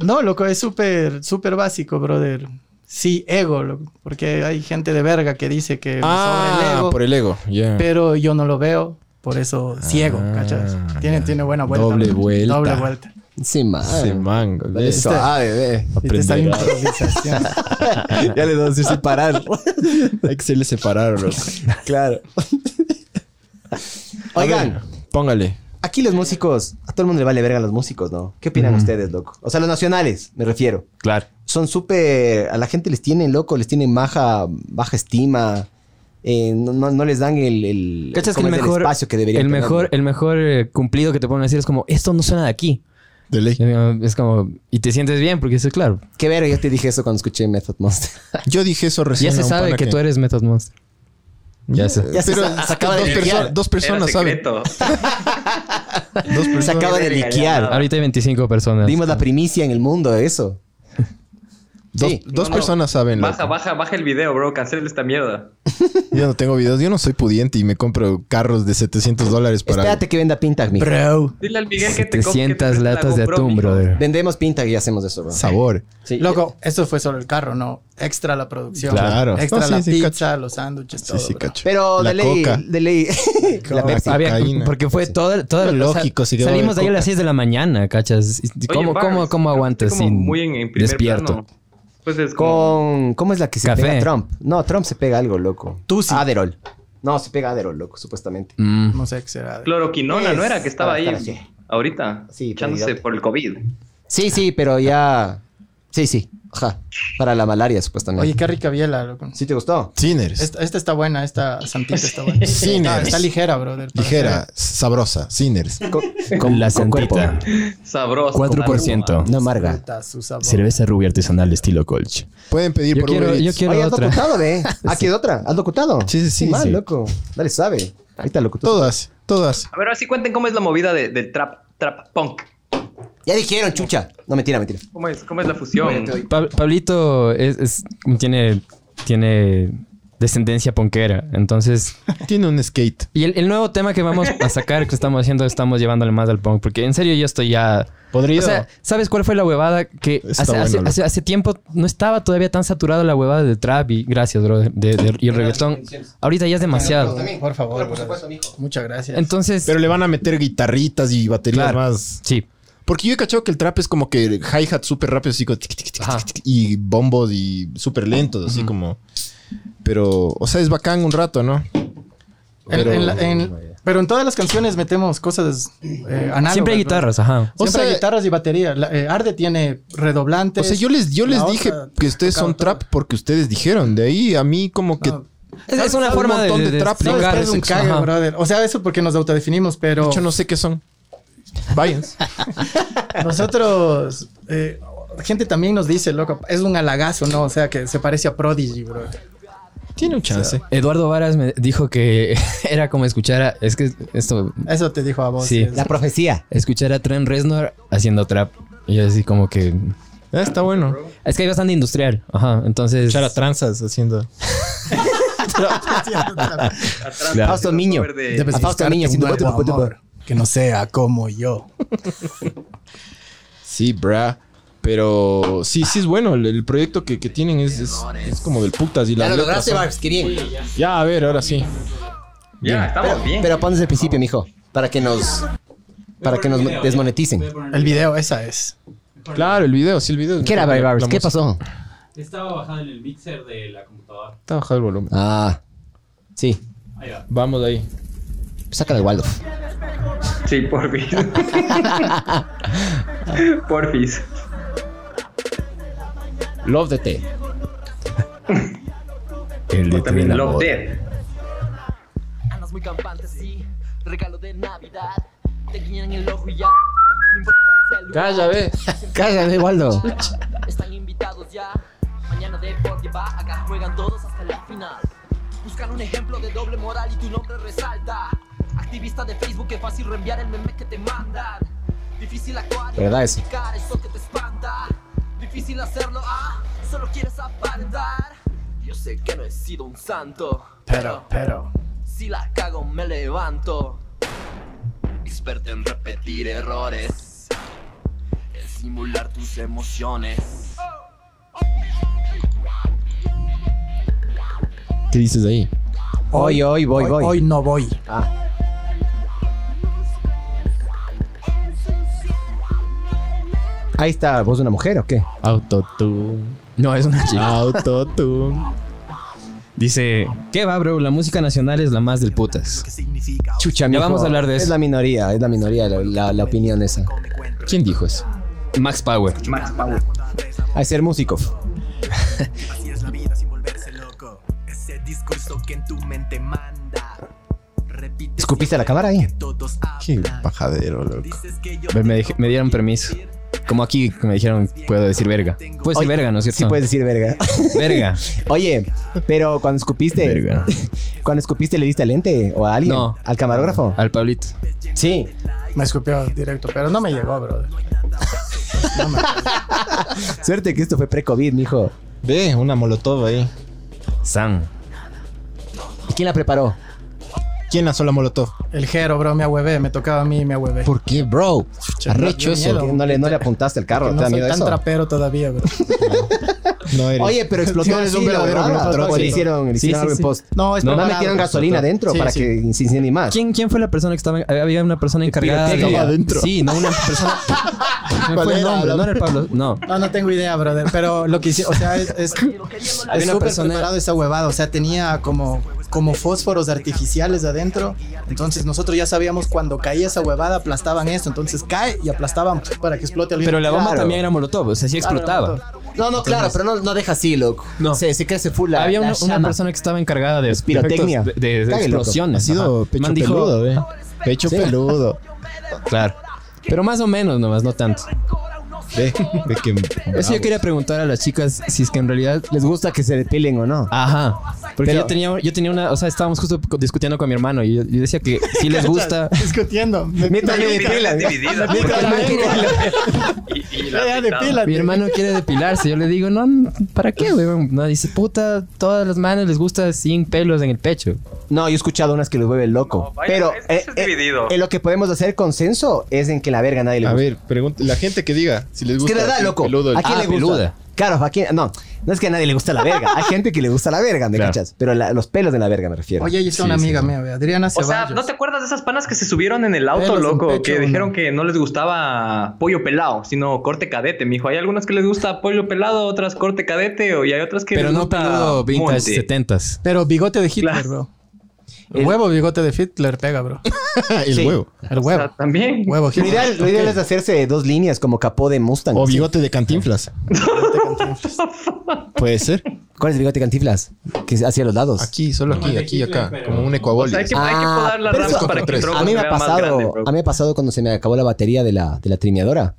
[SPEAKER 4] no, loco, es súper, súper básico, brother. Sí, ego, loco, porque hay gente de verga que dice que
[SPEAKER 3] Ah,
[SPEAKER 4] sobre el ego,
[SPEAKER 3] por el ego. Ya.
[SPEAKER 4] pero yo no lo veo, por eso ciego,
[SPEAKER 3] Ah,
[SPEAKER 4] ¿cachas? Tiene,
[SPEAKER 3] ya.
[SPEAKER 4] tiene buena vuelta.
[SPEAKER 3] Doble
[SPEAKER 4] loco.
[SPEAKER 3] vuelta.
[SPEAKER 4] Doble vuelta.
[SPEAKER 2] Sí, man.
[SPEAKER 7] ah,
[SPEAKER 3] Ese mango. de
[SPEAKER 2] Eso,
[SPEAKER 3] esta-
[SPEAKER 2] ah, bebé.
[SPEAKER 4] Viste, esa
[SPEAKER 3] Aprenderá. [laughs]
[SPEAKER 4] improvisación.
[SPEAKER 2] ya le dos separar.
[SPEAKER 3] Hay que se le separar, bro.
[SPEAKER 2] [laughs] claro.
[SPEAKER 3] A
[SPEAKER 2] Oigan,
[SPEAKER 3] ver, Póngale.
[SPEAKER 2] aquí los músicos, a todo el mundo le vale verga a los músicos, ¿no? ¿Qué opinan ustedes, loco? O sea, los nacionales, me refiero.
[SPEAKER 7] Claro.
[SPEAKER 2] son súper. A la gente les tienen loco, les tienen baja, baja estima. eh, no, no- no les dan el, el,
[SPEAKER 7] ¿Cachas que
[SPEAKER 2] ¿cómo
[SPEAKER 7] el
[SPEAKER 2] es? el
[SPEAKER 7] mejor,
[SPEAKER 2] espacio que deberían
[SPEAKER 7] el
[SPEAKER 2] tener,
[SPEAKER 7] mejor,
[SPEAKER 2] ¿no?
[SPEAKER 7] el mejor eh, cumplido que te pueden decir es como: esto no suena de aquí. eh,
[SPEAKER 3] De ley.
[SPEAKER 7] Es como. Y te sientes bien porque dices, claro.
[SPEAKER 2] Qué verga, yo te dije eso cuando escuché Method Monster.
[SPEAKER 3] Yo dije eso recién.
[SPEAKER 7] Ya se
[SPEAKER 3] a Pues un
[SPEAKER 7] sabe
[SPEAKER 3] pana
[SPEAKER 7] que tú eres Method Monster. Ya sé.
[SPEAKER 2] Ya se, sa- se acaba de
[SPEAKER 3] dos, perso-
[SPEAKER 2] liquear.
[SPEAKER 3] dos personas
[SPEAKER 1] Era
[SPEAKER 3] saben.
[SPEAKER 1] secreto.
[SPEAKER 3] Dos
[SPEAKER 2] Se
[SPEAKER 3] personas.
[SPEAKER 2] acaba de
[SPEAKER 1] verga, ya
[SPEAKER 2] liquear.
[SPEAKER 1] nada.
[SPEAKER 7] Ahorita hay 25 personas.
[SPEAKER 2] Dimos la primicia en el mundo de eso.
[SPEAKER 3] Dos,
[SPEAKER 2] Sí.
[SPEAKER 3] dos
[SPEAKER 1] No, no.
[SPEAKER 3] personas saben. loco.
[SPEAKER 1] Baja, baja, baja el video, bro. Cancel esta mierda.
[SPEAKER 3] Yo no tengo videos. Yo no soy pudiente y me compro carros de 700 dólares para...
[SPEAKER 2] Espérate que venda Pintag, mijo.
[SPEAKER 4] Bro.
[SPEAKER 1] Dile al Miguel que te co- que te
[SPEAKER 7] 700
[SPEAKER 1] preste la
[SPEAKER 7] latas de
[SPEAKER 1] GoPro,
[SPEAKER 7] atún,
[SPEAKER 1] mijo.
[SPEAKER 7] brother.
[SPEAKER 2] Vendemos Pintag y hacemos eso, bro.
[SPEAKER 3] Sabor.
[SPEAKER 2] Sí.
[SPEAKER 4] Loco, esto fue solo el carro, ¿no? Extra la producción.
[SPEAKER 3] Claro.
[SPEAKER 4] Extra
[SPEAKER 3] No, sí,
[SPEAKER 4] la
[SPEAKER 3] sí,
[SPEAKER 4] pizza,
[SPEAKER 3] cacho.
[SPEAKER 4] los sándwiches,
[SPEAKER 3] Sí,
[SPEAKER 4] todo,
[SPEAKER 3] sí,
[SPEAKER 4] bro.
[SPEAKER 3] cacho.
[SPEAKER 2] Pero
[SPEAKER 3] La
[SPEAKER 2] de ley,
[SPEAKER 3] coca.
[SPEAKER 2] de ley. [laughs] la Pepsi.
[SPEAKER 3] Coca.
[SPEAKER 7] Había-
[SPEAKER 3] Cocaína.
[SPEAKER 7] porque fue todo, todo
[SPEAKER 3] Era lógico, sí que iba a
[SPEAKER 7] salimos
[SPEAKER 3] haber
[SPEAKER 7] de ahí a
[SPEAKER 3] coca.
[SPEAKER 7] las 6 de la mañana, cachas. Y- y
[SPEAKER 1] Oye,
[SPEAKER 7] ¿Cómo,
[SPEAKER 1] Barnes,
[SPEAKER 7] cómo, cómo
[SPEAKER 1] creo que
[SPEAKER 7] aguantas
[SPEAKER 1] estoy como
[SPEAKER 7] sin
[SPEAKER 1] muy en, en primer
[SPEAKER 7] despierto?
[SPEAKER 1] plano. Pues es como...
[SPEAKER 2] Con. ¿Cómo es la que se
[SPEAKER 7] Café.
[SPEAKER 2] pega Trump? No, Trump se pega algo, loco.
[SPEAKER 4] Tú sí.
[SPEAKER 2] Aderol. No, se pega Aderol, loco, supuestamente.
[SPEAKER 7] Mm.
[SPEAKER 4] No sé qué será. de-
[SPEAKER 1] Cloroquinona,
[SPEAKER 2] Es-
[SPEAKER 1] ¿no era? Que estaba
[SPEAKER 2] para
[SPEAKER 1] ahí
[SPEAKER 2] estar así.
[SPEAKER 1] ahorita.
[SPEAKER 2] Sí,
[SPEAKER 1] echándose
[SPEAKER 2] peligrote.
[SPEAKER 1] por el COVID.
[SPEAKER 2] Sí, sí, pero ya. Sí, sí. Ajá. Para la malaria, supuestamente.
[SPEAKER 4] Oye, qué rica biela, loco.
[SPEAKER 2] ¿Sí te gustó?
[SPEAKER 3] Sinners.
[SPEAKER 4] Esta, esta está buena, esta santita está buena.
[SPEAKER 3] Sinners.
[SPEAKER 4] Está, está ligera, brother. para
[SPEAKER 3] Ligera,
[SPEAKER 4] hacer-
[SPEAKER 3] sabrosa. Sinners.
[SPEAKER 2] Con, [laughs] con-
[SPEAKER 7] La
[SPEAKER 2] con cuerpo.
[SPEAKER 7] santita.
[SPEAKER 1] Sabroso.
[SPEAKER 7] 4%.
[SPEAKER 2] No amarga.
[SPEAKER 4] Puta, su sabor.
[SPEAKER 7] Cerveza rubia artesanal estilo Colch.
[SPEAKER 3] Pueden pedir
[SPEAKER 7] Yo
[SPEAKER 3] por Uber
[SPEAKER 7] quiero, yo
[SPEAKER 3] Eats.
[SPEAKER 7] quiero
[SPEAKER 2] Oye, has
[SPEAKER 7] otra.
[SPEAKER 2] locutado, [laughs] ve. Ah, ¿quieres otra? ¿Has locutado?
[SPEAKER 3] Sí, sí, sí,
[SPEAKER 2] mal,
[SPEAKER 3] sí.
[SPEAKER 2] loco. Dale, sabe. Ahí está locutado.
[SPEAKER 3] Todas, todas.
[SPEAKER 1] A ver, así cuenten cómo es la movida de- del trap, trap punk.
[SPEAKER 2] Ya dijeron, chucha. No, mentira, mentira.
[SPEAKER 1] ¿Cómo es, cómo es la fusión?
[SPEAKER 7] Pa- Pablito es, es- tiene, tiene descendencia ponquera. Entonces,
[SPEAKER 3] Tiene un skate.
[SPEAKER 7] y el, el nuevo tema que vamos a sacar, que estamos haciendo, estamos llevándole más al punk. Porque en serio, yo estoy ya.
[SPEAKER 3] Podrido.
[SPEAKER 7] O sea, ¿sabes cuál fue la huevada? Que
[SPEAKER 3] Está
[SPEAKER 7] hace,
[SPEAKER 3] bueno,
[SPEAKER 7] hace-
[SPEAKER 3] loco.
[SPEAKER 7] hace- hace tiempo no estaba todavía tan saturada la huevada de trap y gracias, bro, de- de- y el reggaetón. Ahorita ya es demasiado.
[SPEAKER 4] Por favor, brother. Muchas gracias.
[SPEAKER 7] Entonces,
[SPEAKER 3] pero le van a meter guitarritas y baterías
[SPEAKER 7] Claro.
[SPEAKER 3] más.
[SPEAKER 7] sí.
[SPEAKER 3] Porque yo he cachado que el trap es como que hi-hat súper rápido, así como tic, tic, tic,
[SPEAKER 7] Ajá.
[SPEAKER 3] tic, y bombos y súper lentos, así como. Pero, o sea, es bacán un rato, ¿no?
[SPEAKER 4] En-
[SPEAKER 3] Pero-
[SPEAKER 4] en la- en- pero en todas las canciones metemos cosas eh, análogas.
[SPEAKER 7] Siempre hay
[SPEAKER 4] ¿no?
[SPEAKER 7] guitarras, ajá.
[SPEAKER 4] Siempre
[SPEAKER 3] O sea-
[SPEAKER 4] hay guitarras y batería. La- eh, Arde tiene redoblantes.
[SPEAKER 3] O sea, yo les, yo
[SPEAKER 4] La
[SPEAKER 3] les
[SPEAKER 4] otra
[SPEAKER 3] dije
[SPEAKER 4] tocaba
[SPEAKER 3] que ustedes son
[SPEAKER 4] todo.
[SPEAKER 3] trap porque ustedes dijeron. De ahí a mí como que...
[SPEAKER 4] No,
[SPEAKER 7] Es, es una
[SPEAKER 3] Un
[SPEAKER 7] forma de,
[SPEAKER 3] montón
[SPEAKER 7] de,
[SPEAKER 3] de trap, ¿no?
[SPEAKER 7] explicar
[SPEAKER 4] es un
[SPEAKER 7] sexo,
[SPEAKER 4] cague,
[SPEAKER 7] ajá.
[SPEAKER 4] brother. O sea, eso porque nos autodefinimos,
[SPEAKER 3] Oh.
[SPEAKER 4] pero
[SPEAKER 3] [laughs] De hecho, no sé qué son. Vayans.
[SPEAKER 4] nosotros, eh, gente también nos dice, loco, es un halagazo, ¿no? O sea, que se parece a Prodigy, bro.
[SPEAKER 3] Tiene un chance.
[SPEAKER 7] Eduardo Varas me dijo que [laughs] era como escuchar a. Es que esto.
[SPEAKER 4] Eso te dijo a vos. eh.
[SPEAKER 7] Sí.
[SPEAKER 4] es-
[SPEAKER 2] La profecía.
[SPEAKER 7] Escuchar a Trent Reznor haciendo trap. Y yo así como que.
[SPEAKER 3] Ah, está bueno.
[SPEAKER 7] Es que hay bastante industrial. Ajá. Entonces.
[SPEAKER 3] Echar a tranzas haciendo.
[SPEAKER 2] A Fausto Miño.
[SPEAKER 4] Debes
[SPEAKER 2] A Fausto Miño.
[SPEAKER 4] buscarte
[SPEAKER 2] haciendo
[SPEAKER 4] un nuevo
[SPEAKER 2] putu, putu, putu.
[SPEAKER 4] amor que no sea como yo.
[SPEAKER 3] Sí, bra. Pero sí, sí es bueno. El, el proyecto que, que tienen es, es, es como del putas. Y
[SPEAKER 2] Ya
[SPEAKER 3] las
[SPEAKER 2] lo
[SPEAKER 3] letras
[SPEAKER 2] lograste,
[SPEAKER 3] son-
[SPEAKER 2] Barbs. Qué bien.
[SPEAKER 3] Ya, a ver, ahora sí.
[SPEAKER 1] Ya, estamos bien.
[SPEAKER 2] Pero pon desde el principio, mijo. Para que nos. Para que nos desmoneticen.
[SPEAKER 4] El video, esa es.
[SPEAKER 3] Claro, el video, sí, el video.
[SPEAKER 2] ¿Qué era,
[SPEAKER 3] La-
[SPEAKER 2] Barbs?
[SPEAKER 3] la
[SPEAKER 2] ¿Qué
[SPEAKER 3] música.
[SPEAKER 2] pasó?
[SPEAKER 8] Estaba bajada en el mixer de la computadora.
[SPEAKER 3] Está bajado el volumen.
[SPEAKER 2] Ah. Sí.
[SPEAKER 8] Ahí va.
[SPEAKER 3] Vamos de ahí.
[SPEAKER 2] Sácala de Waldorf.
[SPEAKER 1] Sí, porfis. porfis.
[SPEAKER 3] Love the T.
[SPEAKER 2] [laughs]
[SPEAKER 7] el de
[SPEAKER 1] O también
[SPEAKER 7] Trent
[SPEAKER 1] Love
[SPEAKER 7] Reznor.
[SPEAKER 1] Dead.
[SPEAKER 9] Andas muy campante, sí. Regalo de Navidad. Te guiñan el ojo y ya. No importa cuál sea el lugar.
[SPEAKER 3] Calla, ve.
[SPEAKER 2] Cállate, Waldo.
[SPEAKER 9] Están invitados ya. Mañana deporte va. Acá juegan todos hasta la final. Buscan un ejemplo de doble moral y tu nombre resalta. Activista de Facebook, que fácil reenviar el meme que te mandan. Difícil actuar y
[SPEAKER 2] ¿Verdad eso?
[SPEAKER 9] explicar eso que te espanta. Difícil hacerlo, ah. Solo quieres aparentar. Yo sé que no he sido un santo.
[SPEAKER 4] Pero, pero.
[SPEAKER 9] Si la cago me levanto. Experto en repetir errores. En simular tus emociones.
[SPEAKER 3] ¿Qué dices ahí?
[SPEAKER 2] Hoy, hoy, voy,
[SPEAKER 4] hoy,
[SPEAKER 2] voy.
[SPEAKER 4] hoy no voy.
[SPEAKER 2] Ahí está, voz de una mujer o qué?
[SPEAKER 3] Autotune.
[SPEAKER 7] No, es una chica.
[SPEAKER 3] Autotune.
[SPEAKER 7] Dice: ¿Qué va, bro? La música nacional es la más del putas.
[SPEAKER 2] Chucha,
[SPEAKER 7] Ya
[SPEAKER 2] mijo.
[SPEAKER 7] vamos a hablar de
[SPEAKER 2] Es
[SPEAKER 7] eso.
[SPEAKER 2] la minoría, es la minoría la, la- la opinión esa.
[SPEAKER 3] ¿Quién dijo eso?
[SPEAKER 7] Max Power.
[SPEAKER 1] Max Power.
[SPEAKER 2] Hay ser músico.
[SPEAKER 9] Así es la vida sin volverse loco. Ese discurso que en tu mente manda. Repite
[SPEAKER 2] ¿Escupiste a la cámara ahí?
[SPEAKER 9] todos
[SPEAKER 3] Qué
[SPEAKER 9] hablan.
[SPEAKER 3] pajadero, loco.
[SPEAKER 9] Dices que yo
[SPEAKER 7] A ver, Me, dije- me dieron permiso. Como aquí que me dijeron, puedo decir verga. Puedo decir
[SPEAKER 2] Oye,
[SPEAKER 7] verga, ¿no es cierto?
[SPEAKER 2] Sí puedes decir verga.
[SPEAKER 7] [laughs] Verga.
[SPEAKER 2] Oye, pero cuando escupiste,
[SPEAKER 7] Verga.
[SPEAKER 2] [laughs] cuando escupiste le diste al lente o a alguien,
[SPEAKER 7] No.
[SPEAKER 2] al camarógrafo.
[SPEAKER 7] Al Pablito.
[SPEAKER 2] Sí.
[SPEAKER 4] Me escupió directo, pero no me llegó, brother.
[SPEAKER 2] Suerte que esto fue pre-COVID, mijo.
[SPEAKER 3] Ve, una molotov ahí.
[SPEAKER 7] San.
[SPEAKER 2] ¿Y quién la preparó?
[SPEAKER 3] ¿Quién lanzó la molotov?
[SPEAKER 4] El Jero, bro, me ahuevé. Me tocaba a mí, me ahuevé.
[SPEAKER 3] ¿Por qué, bro?
[SPEAKER 4] Arrecho eso.
[SPEAKER 2] Que No le, no le apuntaste al carro, ¿te
[SPEAKER 4] Que
[SPEAKER 2] da
[SPEAKER 4] no soy
[SPEAKER 2] miedo
[SPEAKER 4] tan
[SPEAKER 2] eso?
[SPEAKER 4] trapero todavía, bro.
[SPEAKER 3] No eres.
[SPEAKER 2] Oye, pero
[SPEAKER 3] Sí,
[SPEAKER 2] explotó
[SPEAKER 3] eres
[SPEAKER 2] así, la
[SPEAKER 3] un verdadero
[SPEAKER 2] verdad,
[SPEAKER 3] bruto,
[SPEAKER 2] loco,
[SPEAKER 3] sí.
[SPEAKER 2] le hicieron, le
[SPEAKER 3] Sí,
[SPEAKER 2] hicieron
[SPEAKER 3] sí,
[SPEAKER 2] algo en
[SPEAKER 3] sí.
[SPEAKER 2] post.
[SPEAKER 4] No, es
[SPEAKER 2] No,
[SPEAKER 4] preparado,
[SPEAKER 2] metieron
[SPEAKER 4] bro.
[SPEAKER 2] gasolina adentro
[SPEAKER 4] Sí,
[SPEAKER 2] para
[SPEAKER 4] sí.
[SPEAKER 2] que se incendie más.
[SPEAKER 7] ¿Quién, ¿Quién fue la persona que estaba? eh, Había una persona encargada de...
[SPEAKER 2] Pirotécnica
[SPEAKER 3] adentro.
[SPEAKER 7] Sí, no, una persona... No
[SPEAKER 3] ¿Cuál
[SPEAKER 7] fue el
[SPEAKER 3] era?
[SPEAKER 7] nombre, no era el Pablo. No.
[SPEAKER 4] No, no tengo idea, brother. Pero lo que hice, o sea, es,
[SPEAKER 1] [laughs]
[SPEAKER 4] es, es
[SPEAKER 7] Había una
[SPEAKER 4] súper
[SPEAKER 7] persona-
[SPEAKER 4] preparado esa huevada. O sea, tenía como, como fósforos artificiales adentro. Entonces nosotros ya sabíamos cuando caía esa huevada aplastaban esto. Entonces cae y aplastaban para que explote al
[SPEAKER 7] Pero la bomba
[SPEAKER 2] Claro.
[SPEAKER 7] también era molotov, o sea,
[SPEAKER 3] Ah,
[SPEAKER 7] sí explotaba.
[SPEAKER 2] No,
[SPEAKER 4] Pues
[SPEAKER 2] no, claro, pero no, no deja así, loco.
[SPEAKER 7] No.
[SPEAKER 2] Se, se crece full la
[SPEAKER 7] Había
[SPEAKER 2] la
[SPEAKER 7] una, una
[SPEAKER 2] llama.
[SPEAKER 7] persona que estaba encargada de...
[SPEAKER 2] Pirotecnia.
[SPEAKER 7] efectos De, de- de
[SPEAKER 2] Cague, loco.
[SPEAKER 7] explosiones.
[SPEAKER 3] Ha sido
[SPEAKER 7] ajá.
[SPEAKER 3] pecho
[SPEAKER 7] Man dijo-
[SPEAKER 3] peludo, eh. ve. Pecho peludo.
[SPEAKER 7] Claro. Pero más o menos nomás, no tanto.
[SPEAKER 3] Ve, ve que. Ah,
[SPEAKER 7] Eso yo quería preguntar a las chicas si es que en realidad
[SPEAKER 2] ¿Les gusta que se depilen o no?
[SPEAKER 7] Ajá. Porque
[SPEAKER 2] Pero-
[SPEAKER 7] yo tenía, yo tenía una, o sea, estábamos justo co- discutiendo con mi hermano y yo, yo decía que sí les
[SPEAKER 3] [laughs]
[SPEAKER 7] gusta.
[SPEAKER 4] [laughs] discutiendo. Me,
[SPEAKER 2] Mientras le depilan. Mientras
[SPEAKER 1] [laughs]
[SPEAKER 2] le depilan.
[SPEAKER 1] Y, y la
[SPEAKER 4] ya,
[SPEAKER 1] pitada.
[SPEAKER 4] depílate.
[SPEAKER 7] mi hermano quiere depilarse. Yo le digo, no, ¿para qué, weón? No, dice, puta, todas las manos les gusta sin pelos en el pecho.
[SPEAKER 3] Eh,
[SPEAKER 2] No, yo he escuchado unas que los vuelven loco.
[SPEAKER 1] No, vaya,
[SPEAKER 2] pero
[SPEAKER 1] es- eso es dividido.
[SPEAKER 2] en lo que podemos hacer consenso es en que la verga a nadie le
[SPEAKER 3] A
[SPEAKER 2] gusta.
[SPEAKER 3] ver, pregunta. La gente que diga si les
[SPEAKER 2] es
[SPEAKER 3] gusta.
[SPEAKER 2] que la verdad,
[SPEAKER 3] el
[SPEAKER 2] loco.
[SPEAKER 3] peludo, el-
[SPEAKER 2] ¿A quién
[SPEAKER 7] Ah,
[SPEAKER 2] le gusta?
[SPEAKER 7] peluda.
[SPEAKER 2] Claro, ¿a quién? No, no es que a nadie le gusta la verga. Hay gente que le gusta la verga, ¿me
[SPEAKER 7] Claro.
[SPEAKER 2] cachas? Pero la- los pelos de la verga me refiero.
[SPEAKER 4] Oye, ahí está una amiga mía, ve, Adriana
[SPEAKER 1] O sea,
[SPEAKER 4] Ceballos.
[SPEAKER 1] ¿no te acuerdas de esas panas que se subieron en el auto,
[SPEAKER 4] Pelos en
[SPEAKER 1] loco?
[SPEAKER 4] pecho,
[SPEAKER 1] que
[SPEAKER 4] ¿no?
[SPEAKER 1] dijeron que no les gustaba pollo pelado, sino corte cadete, mijo. Hay algunas que les gusta pollo pelado, otras corte cadete, o- y hay otras que
[SPEAKER 7] Pero
[SPEAKER 1] les
[SPEAKER 7] no
[SPEAKER 1] gusta
[SPEAKER 7] peludo vintage
[SPEAKER 1] monte.
[SPEAKER 7] 70s.
[SPEAKER 4] Pero bigote de Hitler,
[SPEAKER 1] Claro.
[SPEAKER 4] bro. El huevo bigote de Hitler pega,
[SPEAKER 1] [laughs]
[SPEAKER 4] bro.
[SPEAKER 3] el
[SPEAKER 2] Sí.
[SPEAKER 3] huevo.
[SPEAKER 4] El
[SPEAKER 1] O sea,
[SPEAKER 4] huevo.
[SPEAKER 1] También.
[SPEAKER 4] Huevo
[SPEAKER 2] lo
[SPEAKER 4] Hitler.
[SPEAKER 2] ideal, lo ideal es hacerse dos líneas como capó de Mustang.
[SPEAKER 3] O bigote de cantinflas. Puede ser.
[SPEAKER 2] ¿Cuál es el bigote de cantiflas? Que se- hacia los lados.
[SPEAKER 3] Aquí, solo aquí, aquí y acá. Como un ecuabol.
[SPEAKER 1] O sea, hay que, hay que
[SPEAKER 2] Ah,
[SPEAKER 1] podar las
[SPEAKER 2] pero
[SPEAKER 1] ramas
[SPEAKER 2] eso-
[SPEAKER 1] para que el tronco
[SPEAKER 2] a mí
[SPEAKER 1] se
[SPEAKER 2] me ha
[SPEAKER 1] vea más
[SPEAKER 2] pasado,
[SPEAKER 1] grande, bro.
[SPEAKER 2] a mí me ha pasado cuando se me acabó la batería de la, de la trineadora,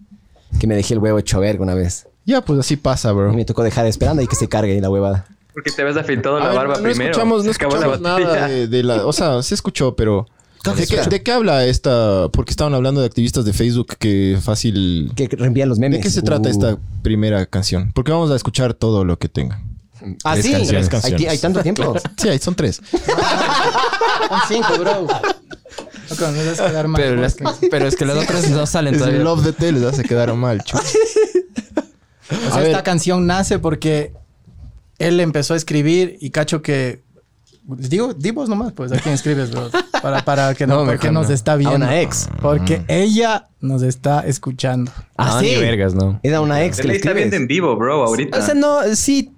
[SPEAKER 2] que me dejé el huevo hecho verga una vez.
[SPEAKER 3] Ya, pues así pasa,
[SPEAKER 2] Y
[SPEAKER 3] bro.
[SPEAKER 2] me tocó dejar esperando ahí que se cargue la huevada.
[SPEAKER 1] Porque te habías afeitado
[SPEAKER 3] A
[SPEAKER 1] la
[SPEAKER 3] ver,
[SPEAKER 1] barba
[SPEAKER 3] no
[SPEAKER 1] primero.
[SPEAKER 3] escuchamos, no
[SPEAKER 1] Se acabó la
[SPEAKER 3] escuchamos
[SPEAKER 1] batería.
[SPEAKER 3] nada de, de la... O sea, se escuchó, pero...
[SPEAKER 2] Claro que
[SPEAKER 3] ¿De qué,
[SPEAKER 2] escucho.
[SPEAKER 3] de qué habla esta...? Porque estaban hablando de activistas de Facebook que fácil...
[SPEAKER 2] Que reenvían los memes.
[SPEAKER 3] ¿De qué se trata
[SPEAKER 2] Uh.
[SPEAKER 3] esta primera canción? Porque vamos a escuchar todo lo que tengan.
[SPEAKER 2] Ah,
[SPEAKER 7] Tres
[SPEAKER 2] sí.
[SPEAKER 7] canciones.
[SPEAKER 2] Hay, ti- hay tanto tiempo.
[SPEAKER 3] Sí, ahí
[SPEAKER 2] [laughs]
[SPEAKER 3] son tres.
[SPEAKER 2] Son cinco, bro. [laughs]
[SPEAKER 4] Loco, nos vas a quedar mal.
[SPEAKER 7] Pero, las-
[SPEAKER 4] podcast.
[SPEAKER 7] pero es que las otras no salen
[SPEAKER 3] Es
[SPEAKER 7] todavía.
[SPEAKER 3] el Love the Tales, ¿verdad? se
[SPEAKER 2] [laughs]
[SPEAKER 3] quedaron mal, chulo.
[SPEAKER 4] O sea,
[SPEAKER 3] A ver.
[SPEAKER 4] esta canción nace porque él empezó a escribir y cacho que. Digo, di vos nomás, pues a quién escribes, bro. Para, para que
[SPEAKER 7] No,
[SPEAKER 4] no, porque
[SPEAKER 7] mejor
[SPEAKER 4] nos
[SPEAKER 7] no.
[SPEAKER 4] está
[SPEAKER 2] A
[SPEAKER 4] viendo.
[SPEAKER 2] una ex. Mm.
[SPEAKER 4] Porque ella nos está escuchando.
[SPEAKER 7] Ah,
[SPEAKER 2] Ah,
[SPEAKER 7] ni
[SPEAKER 2] sí.
[SPEAKER 7] vergas, no.
[SPEAKER 2] Era una ex que
[SPEAKER 1] Él
[SPEAKER 2] le
[SPEAKER 1] está viendo en
[SPEAKER 2] escribes.
[SPEAKER 1] vivo, bro, ahorita.
[SPEAKER 7] O sea, no, sí,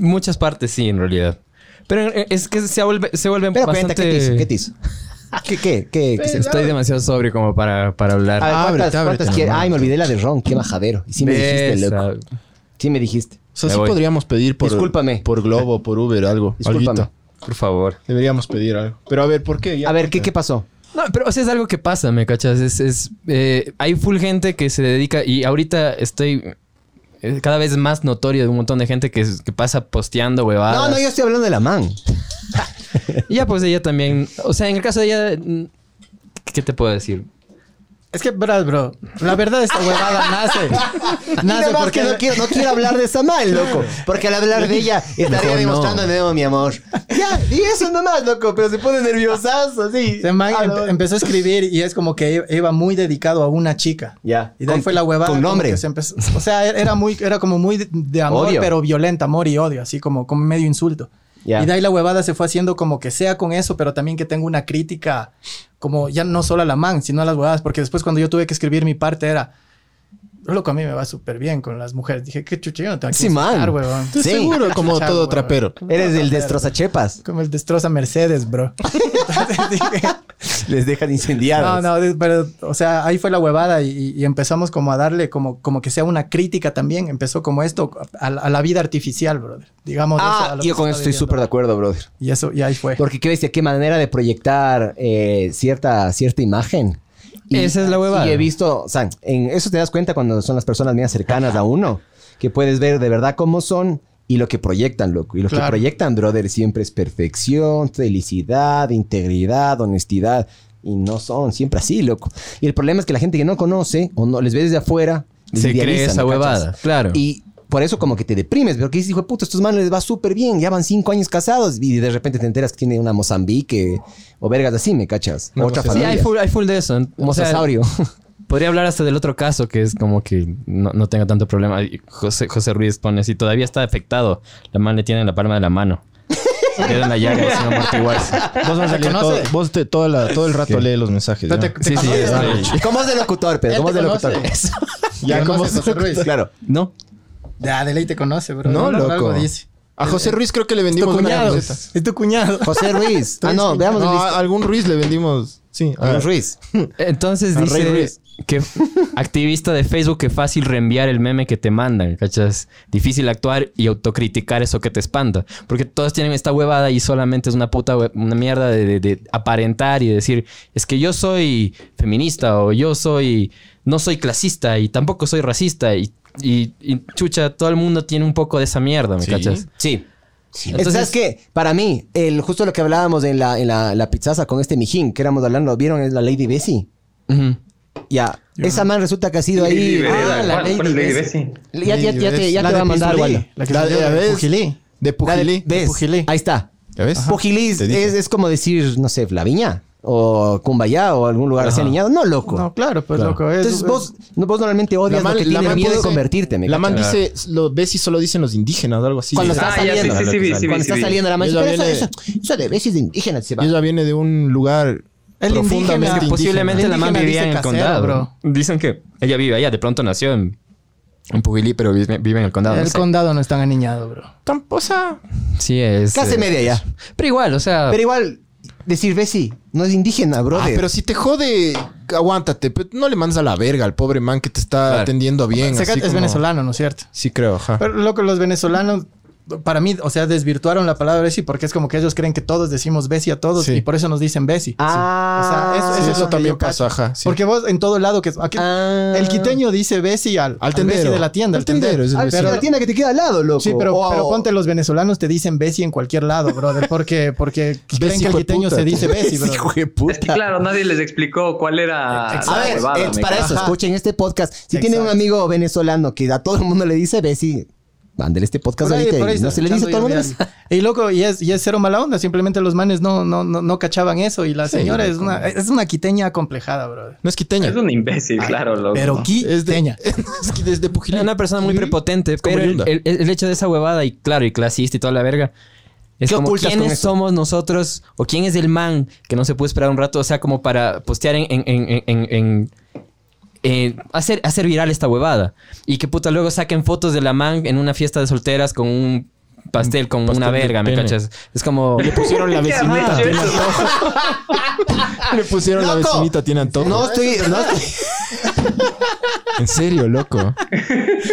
[SPEAKER 7] muchas partes sí, en realidad. Pero eh, es que se vuelve, se vuelve
[SPEAKER 2] Pero cuenta,
[SPEAKER 7] bastante... Pues,
[SPEAKER 2] ¿qué te hizo? ¿Qué te hizo? ¿Qué, qué, qué? qué se-
[SPEAKER 7] Estoy demasiado sobrio como para, para hablar.
[SPEAKER 2] A ver,
[SPEAKER 3] Ábrete,
[SPEAKER 2] ¿cuántas,
[SPEAKER 3] ábrete,
[SPEAKER 2] cuántas quieres?
[SPEAKER 3] nomás.
[SPEAKER 2] Ay, me olvidé la de Ron. Qué bajadero. Y sí me dijiste,
[SPEAKER 7] Ves,
[SPEAKER 2] loco.
[SPEAKER 7] ah,
[SPEAKER 2] Sí me dijiste.
[SPEAKER 3] O sea,
[SPEAKER 7] Me
[SPEAKER 3] sí
[SPEAKER 7] voy.
[SPEAKER 3] podríamos pedir por,
[SPEAKER 2] Discúlpame.
[SPEAKER 3] por Globo, por Uber, algo.
[SPEAKER 2] Discúlpame.
[SPEAKER 3] alguito.
[SPEAKER 7] Por favor.
[SPEAKER 3] Deberíamos pedir algo. Pero a ver, ¿por qué? Ya,
[SPEAKER 2] A ver, ¿qué, qué pasó?
[SPEAKER 7] No, pero o sea, es algo que pasa, ¿me cachas? Es, es, eh, hay full gente que se dedica y ahorita estoy eh, cada vez más notorio de un montón de gente que, que pasa posteando
[SPEAKER 2] No,
[SPEAKER 7] huevadas.
[SPEAKER 2] no, yo estoy hablando de la man.
[SPEAKER 7] Y ya pues ella también, o sea, en el caso de ella, mm, ¿qué te puedo decir?
[SPEAKER 4] Es que, verás, bro, la verdad esta
[SPEAKER 2] [laughs]
[SPEAKER 4] huevada nace.
[SPEAKER 2] Nada
[SPEAKER 4] Nace
[SPEAKER 2] más
[SPEAKER 4] porque
[SPEAKER 2] que no quiero, no
[SPEAKER 4] [laughs]
[SPEAKER 2] quiero hablar de esa mal, loco. Porque al hablar de ella estaría demostrando de nuevo mi amor. Ya, y eso nomás, loco. Pero se pone nerviosazo, así.
[SPEAKER 4] ese man
[SPEAKER 2] Ah,
[SPEAKER 4] em-
[SPEAKER 2] no.
[SPEAKER 4] empezó a escribir y es como que iba muy dedicado a una chica.
[SPEAKER 2] Ya.
[SPEAKER 4] Y de ahí
[SPEAKER 2] Con-
[SPEAKER 4] fue la huevada.
[SPEAKER 2] con
[SPEAKER 4] como
[SPEAKER 2] nombre.
[SPEAKER 4] que se empezó- o sea, e-, era era muy, era como muy de- de amor,
[SPEAKER 2] Odio.
[SPEAKER 4] pero violenta, amor y odio, así como, como medio insulto.
[SPEAKER 2] Ya.
[SPEAKER 4] Y de ahí la huevada se fue haciendo como que sea con eso, pero también que tenga una crítica, como ya no solo a la man, sino a las huevadas, porque después cuando yo tuve que escribir mi parte era, loco, a mí me va súper bien con las mujeres. Dije, qué chucha, yo no tengo que
[SPEAKER 2] Sí, man.
[SPEAKER 4] insultar, huevón.
[SPEAKER 3] Estoy
[SPEAKER 2] Sí.
[SPEAKER 3] seguro, como
[SPEAKER 4] Chavo,
[SPEAKER 3] todo
[SPEAKER 4] huevón.
[SPEAKER 3] trapero.
[SPEAKER 2] Eres del destrozachepas.
[SPEAKER 4] Como el destroza Mercedes, bro. Entonces dije,
[SPEAKER 2] Les dejan
[SPEAKER 4] no,
[SPEAKER 2] incendiados.
[SPEAKER 4] no, de- pero, o sea, ahí fue la huevada y, y empezamos como a darle como, como que sea una crítica también. Empezó como esto a, la- a la vida artificial, brother. Digamos. eso, a
[SPEAKER 2] Ah,
[SPEAKER 4] lo
[SPEAKER 2] yo
[SPEAKER 4] que
[SPEAKER 2] con
[SPEAKER 4] se
[SPEAKER 2] eso
[SPEAKER 4] está
[SPEAKER 2] estoy súper de
[SPEAKER 4] viviendo.
[SPEAKER 2] acuerdo, brother.
[SPEAKER 4] Y eso, y ahí fue.
[SPEAKER 2] Porque qué bestia, qué manera de proyectar eh, cierta, cierta imagen.
[SPEAKER 7] Esa es la huevada.
[SPEAKER 2] Y he visto, o sea, en eso te das cuenta cuando son las personas más cercanas a uno, que puedes ver de verdad cómo son y lo que proyectan, loco. Y lo que
[SPEAKER 4] Claro.
[SPEAKER 2] proyectan, brother, siempre es perfección, felicidad, integridad, honestidad. Y no son siempre así, loco. Y el problema es que la gente que no conoce o no les ve desde afuera, les
[SPEAKER 7] Se cree
[SPEAKER 2] idealizan,
[SPEAKER 7] esa
[SPEAKER 2] ¿me cachas?
[SPEAKER 7] huevada, claro.
[SPEAKER 2] Y por eso como que te deprimes, porque dices, hijo de puta, estos manes les va súper bien, ya van cinco años casados y de repente te enteras que tiene una Mozambique o vergas así, ¿me cachas?
[SPEAKER 7] pues,
[SPEAKER 2] Otra
[SPEAKER 7] Sí,
[SPEAKER 2] familia.
[SPEAKER 7] hay full, hay full de eso. O sea, [laughs]
[SPEAKER 2] Mosasaurio.
[SPEAKER 7] podría hablar hasta del otro caso que es como que no, no tengo tanto problema. Y José, José Ruiz pone así, todavía está afectado. La mano le tiene en la palma de la
[SPEAKER 2] [laughs]
[SPEAKER 7] mano. Le dieron la llaga sin amortiguarse.
[SPEAKER 3] Vos vas a leer todo, vos te- toda la- todo el rato lee los mensajes.
[SPEAKER 4] Te-
[SPEAKER 3] ¿ya?
[SPEAKER 4] te-
[SPEAKER 7] Sí, sí,
[SPEAKER 4] te-
[SPEAKER 7] está
[SPEAKER 2] ¿Cómo es de locutor, Pedro?
[SPEAKER 4] Él
[SPEAKER 2] ¿Cómo es
[SPEAKER 4] te
[SPEAKER 2] de locutor?
[SPEAKER 4] conoce.
[SPEAKER 2] Eso.
[SPEAKER 3] [laughs]
[SPEAKER 4] Ya conoces, José Ruiz.
[SPEAKER 2] Claro.
[SPEAKER 7] No.
[SPEAKER 4] Ya, de ley te conoce, bro.
[SPEAKER 3] No,
[SPEAKER 4] Algo-
[SPEAKER 3] loco.
[SPEAKER 4] algo dice.
[SPEAKER 3] A José Ruiz creo que le
[SPEAKER 4] Es tu
[SPEAKER 3] vendimos una
[SPEAKER 4] cuñado.
[SPEAKER 3] camiseta.
[SPEAKER 4] Es tu cuñado.
[SPEAKER 2] [laughs] José
[SPEAKER 4] [laughs]
[SPEAKER 2] Ruiz. Ah, no, veamos
[SPEAKER 3] No,
[SPEAKER 2] el
[SPEAKER 3] a
[SPEAKER 2] listo.
[SPEAKER 3] algún Ruiz le vendimos. Sí, a ver.
[SPEAKER 2] Luis Ruiz.
[SPEAKER 7] Entonces
[SPEAKER 3] A Rey
[SPEAKER 7] dice
[SPEAKER 3] Ruiz.
[SPEAKER 7] que activista de Facebook que fácil reenviar el meme que te mandan, ¿cachas? Difícil actuar y autocriticar eso que te espanta. Porque todos tienen esta huevada y solamente es una puta hue- una mierda de, de- de aparentar y decir, es que yo soy feminista o yo soy, no soy clasista y tampoco soy racista y, y- y, chucha, todo el mundo tiene un poco de esa mierda, ¿me cachas?
[SPEAKER 2] Sí. Entonces,
[SPEAKER 7] Entonces-
[SPEAKER 2] ¿sabes qué? Para mí, el, justo lo que hablábamos en la, en la, la pizzaza con este mijín que éramos hablando, ¿vieron? Es la Lady Bessie.
[SPEAKER 7] Ujú.
[SPEAKER 2] Ya. Esa man resulta que ha sido ahí.
[SPEAKER 1] Vereda,
[SPEAKER 2] Ah, la
[SPEAKER 1] ¿cuál-
[SPEAKER 2] Lady
[SPEAKER 1] cuál es Lady
[SPEAKER 2] Bessie.
[SPEAKER 1] Bessie?
[SPEAKER 2] Ya, ya- ya te, ya
[SPEAKER 4] La
[SPEAKER 2] te
[SPEAKER 4] de
[SPEAKER 2] va a mandar,
[SPEAKER 4] Pujilí,
[SPEAKER 2] Wanda.
[SPEAKER 4] La que
[SPEAKER 3] La
[SPEAKER 4] se
[SPEAKER 3] de,
[SPEAKER 4] llama
[SPEAKER 3] a ver,
[SPEAKER 4] Pujilí.
[SPEAKER 3] de
[SPEAKER 2] La de-
[SPEAKER 3] Pujilí.
[SPEAKER 2] ¿Ves?
[SPEAKER 4] Pujilí.
[SPEAKER 2] Ahí está.
[SPEAKER 3] ¿Ya ves?
[SPEAKER 2] Pujilí es,
[SPEAKER 3] Te dije.
[SPEAKER 2] es como decir, no sé, Flaviña o Cumbayá o algún lugar así alineado. No, loco.
[SPEAKER 4] No, claro, pues loco. es-
[SPEAKER 2] Entonces vos, no, vos normalmente odias lo que tienes miedo de
[SPEAKER 3] dice-
[SPEAKER 2] convertirte. ¿me
[SPEAKER 3] La man
[SPEAKER 2] cachas?
[SPEAKER 3] dice, lo ves y solo dicen los indígenas o algo así.
[SPEAKER 2] Cuando está
[SPEAKER 1] Ah, ya, sí,
[SPEAKER 2] saliendo.
[SPEAKER 1] sí, sí, vi, sí, vi,
[SPEAKER 2] Cuando
[SPEAKER 1] sí,
[SPEAKER 2] está
[SPEAKER 1] vi.
[SPEAKER 2] saliendo la man,
[SPEAKER 3] Ella
[SPEAKER 2] pero eso,
[SPEAKER 3] viene-
[SPEAKER 2] eso, eso de veces de indígenas se va.
[SPEAKER 3] Y ella viene de un lugar
[SPEAKER 4] El
[SPEAKER 3] profundamente
[SPEAKER 4] indígena,
[SPEAKER 3] indígena.
[SPEAKER 7] Posiblemente la man
[SPEAKER 4] indígena
[SPEAKER 7] vivía
[SPEAKER 4] dice
[SPEAKER 7] en el
[SPEAKER 4] casero,
[SPEAKER 7] condado.
[SPEAKER 4] bro.
[SPEAKER 7] Dicen que ella vive allá, de pronto nació en, en Pujilí, pero vive, vive en el condado. no
[SPEAKER 4] El
[SPEAKER 7] sé.
[SPEAKER 4] condado no es tan aniñado, bro.
[SPEAKER 3] Tamp- o sea,
[SPEAKER 7] Sí, es.
[SPEAKER 2] Clase
[SPEAKER 7] eh,
[SPEAKER 2] media ya.
[SPEAKER 7] Pero igual, o sea.
[SPEAKER 2] Pero igual, decir Bessie no es indígena, brother.
[SPEAKER 3] ah, pero si te jode, aguántate. pero No le mandas a la verga al pobre man que te está atendiendo bien.
[SPEAKER 4] Seca-
[SPEAKER 3] así
[SPEAKER 4] es
[SPEAKER 3] como-
[SPEAKER 4] venezolano, ¿no es cierto?
[SPEAKER 3] Sí, creo, ajá.
[SPEAKER 4] Pero loco, los venezolanos para mí, o sea, desvirtuaron la palabra Bessie porque es como que ellos creen que todos decimos Bessie a todos
[SPEAKER 3] Sí.
[SPEAKER 4] y por eso nos dicen Bessie.
[SPEAKER 2] Ah,
[SPEAKER 4] O sea, eso,
[SPEAKER 3] Sí,
[SPEAKER 4] eso es
[SPEAKER 3] eso
[SPEAKER 4] lo que
[SPEAKER 3] también
[SPEAKER 4] yo cacho.
[SPEAKER 3] pasa, ajá. sí.
[SPEAKER 4] Porque vos en todo lado que aquí-
[SPEAKER 2] Ah.
[SPEAKER 4] el quiteño dice Bessie al, al
[SPEAKER 3] tendero.
[SPEAKER 4] Bessie de la tienda,
[SPEAKER 3] Al tendero, es el
[SPEAKER 2] Ah,
[SPEAKER 3] Bessie.
[SPEAKER 2] pero la tienda que te queda al lado, loco.
[SPEAKER 4] Sí, pero,
[SPEAKER 2] Wow.
[SPEAKER 4] pero ponte los venezolanos te dicen Bessie en cualquier lado, brother, porque porque creen
[SPEAKER 3] [laughs] Bessie,
[SPEAKER 4] que el
[SPEAKER 3] hijo de
[SPEAKER 4] quiteño
[SPEAKER 3] puta.
[SPEAKER 4] se
[SPEAKER 2] [laughs]
[SPEAKER 4] dice Bessie, brother.
[SPEAKER 2] Hijo de
[SPEAKER 1] Es que
[SPEAKER 2] puta.
[SPEAKER 1] claro, nadie les explicó cuál era
[SPEAKER 2] A ver,
[SPEAKER 1] huevada,
[SPEAKER 2] eh,
[SPEAKER 1] me
[SPEAKER 2] para
[SPEAKER 1] cago.
[SPEAKER 2] eso, escuchen este podcast. Si
[SPEAKER 4] Exacto.
[SPEAKER 2] tienen un amigo venezolano que a todo el mundo le dice Bessie, mándele este podcast
[SPEAKER 4] Por ahí-
[SPEAKER 2] ahorita
[SPEAKER 4] por ahí
[SPEAKER 2] y no
[SPEAKER 4] está
[SPEAKER 2] se le dice a todo
[SPEAKER 4] escuchando
[SPEAKER 2] el mundo.
[SPEAKER 4] yo, mira. Y loco, y es, y es cero mala onda, simplemente los manes no, no, no, no cachaban eso y la señora es una, es una quiteña acomplejada, brother.
[SPEAKER 3] No es quiteña.
[SPEAKER 1] Es un imbécil, claro, loco.
[SPEAKER 4] Pero
[SPEAKER 3] Es de,
[SPEAKER 4] quiteña.
[SPEAKER 3] es que desde Pujilí.
[SPEAKER 7] Era una persona muy prepotente,
[SPEAKER 3] como
[SPEAKER 7] pero el,
[SPEAKER 3] Yunda.
[SPEAKER 7] el- el hecho de esa huevada y claro, y clasista y toda la verga. Es
[SPEAKER 2] ¿Qué
[SPEAKER 7] como,
[SPEAKER 2] ocultas con
[SPEAKER 7] ¿quiénes
[SPEAKER 2] eso?
[SPEAKER 7] somos nosotros? ¿O quién es el man que no se puede esperar un rato? O sea, como para postear en... en- en- en- en- en- hacer, hacer viral esta huevada. Y que puta, luego saquen fotos de la man en una fiesta de solteras con un pastel, con
[SPEAKER 5] pastel
[SPEAKER 7] una
[SPEAKER 5] de
[SPEAKER 7] verga, ¿me
[SPEAKER 5] pene.
[SPEAKER 7] cachas? Es como...
[SPEAKER 3] Le pusieron
[SPEAKER 7] [laughs]
[SPEAKER 3] la
[SPEAKER 1] [laughs] Qué
[SPEAKER 3] vecinita,
[SPEAKER 1] arrecho
[SPEAKER 3] tiene
[SPEAKER 1] eso.
[SPEAKER 3] antojo. Ah, Le pusieron la
[SPEAKER 2] Loco.
[SPEAKER 3] vecinita, tiene antojo.
[SPEAKER 2] No estoy, no estoy-
[SPEAKER 3] En serio, loco.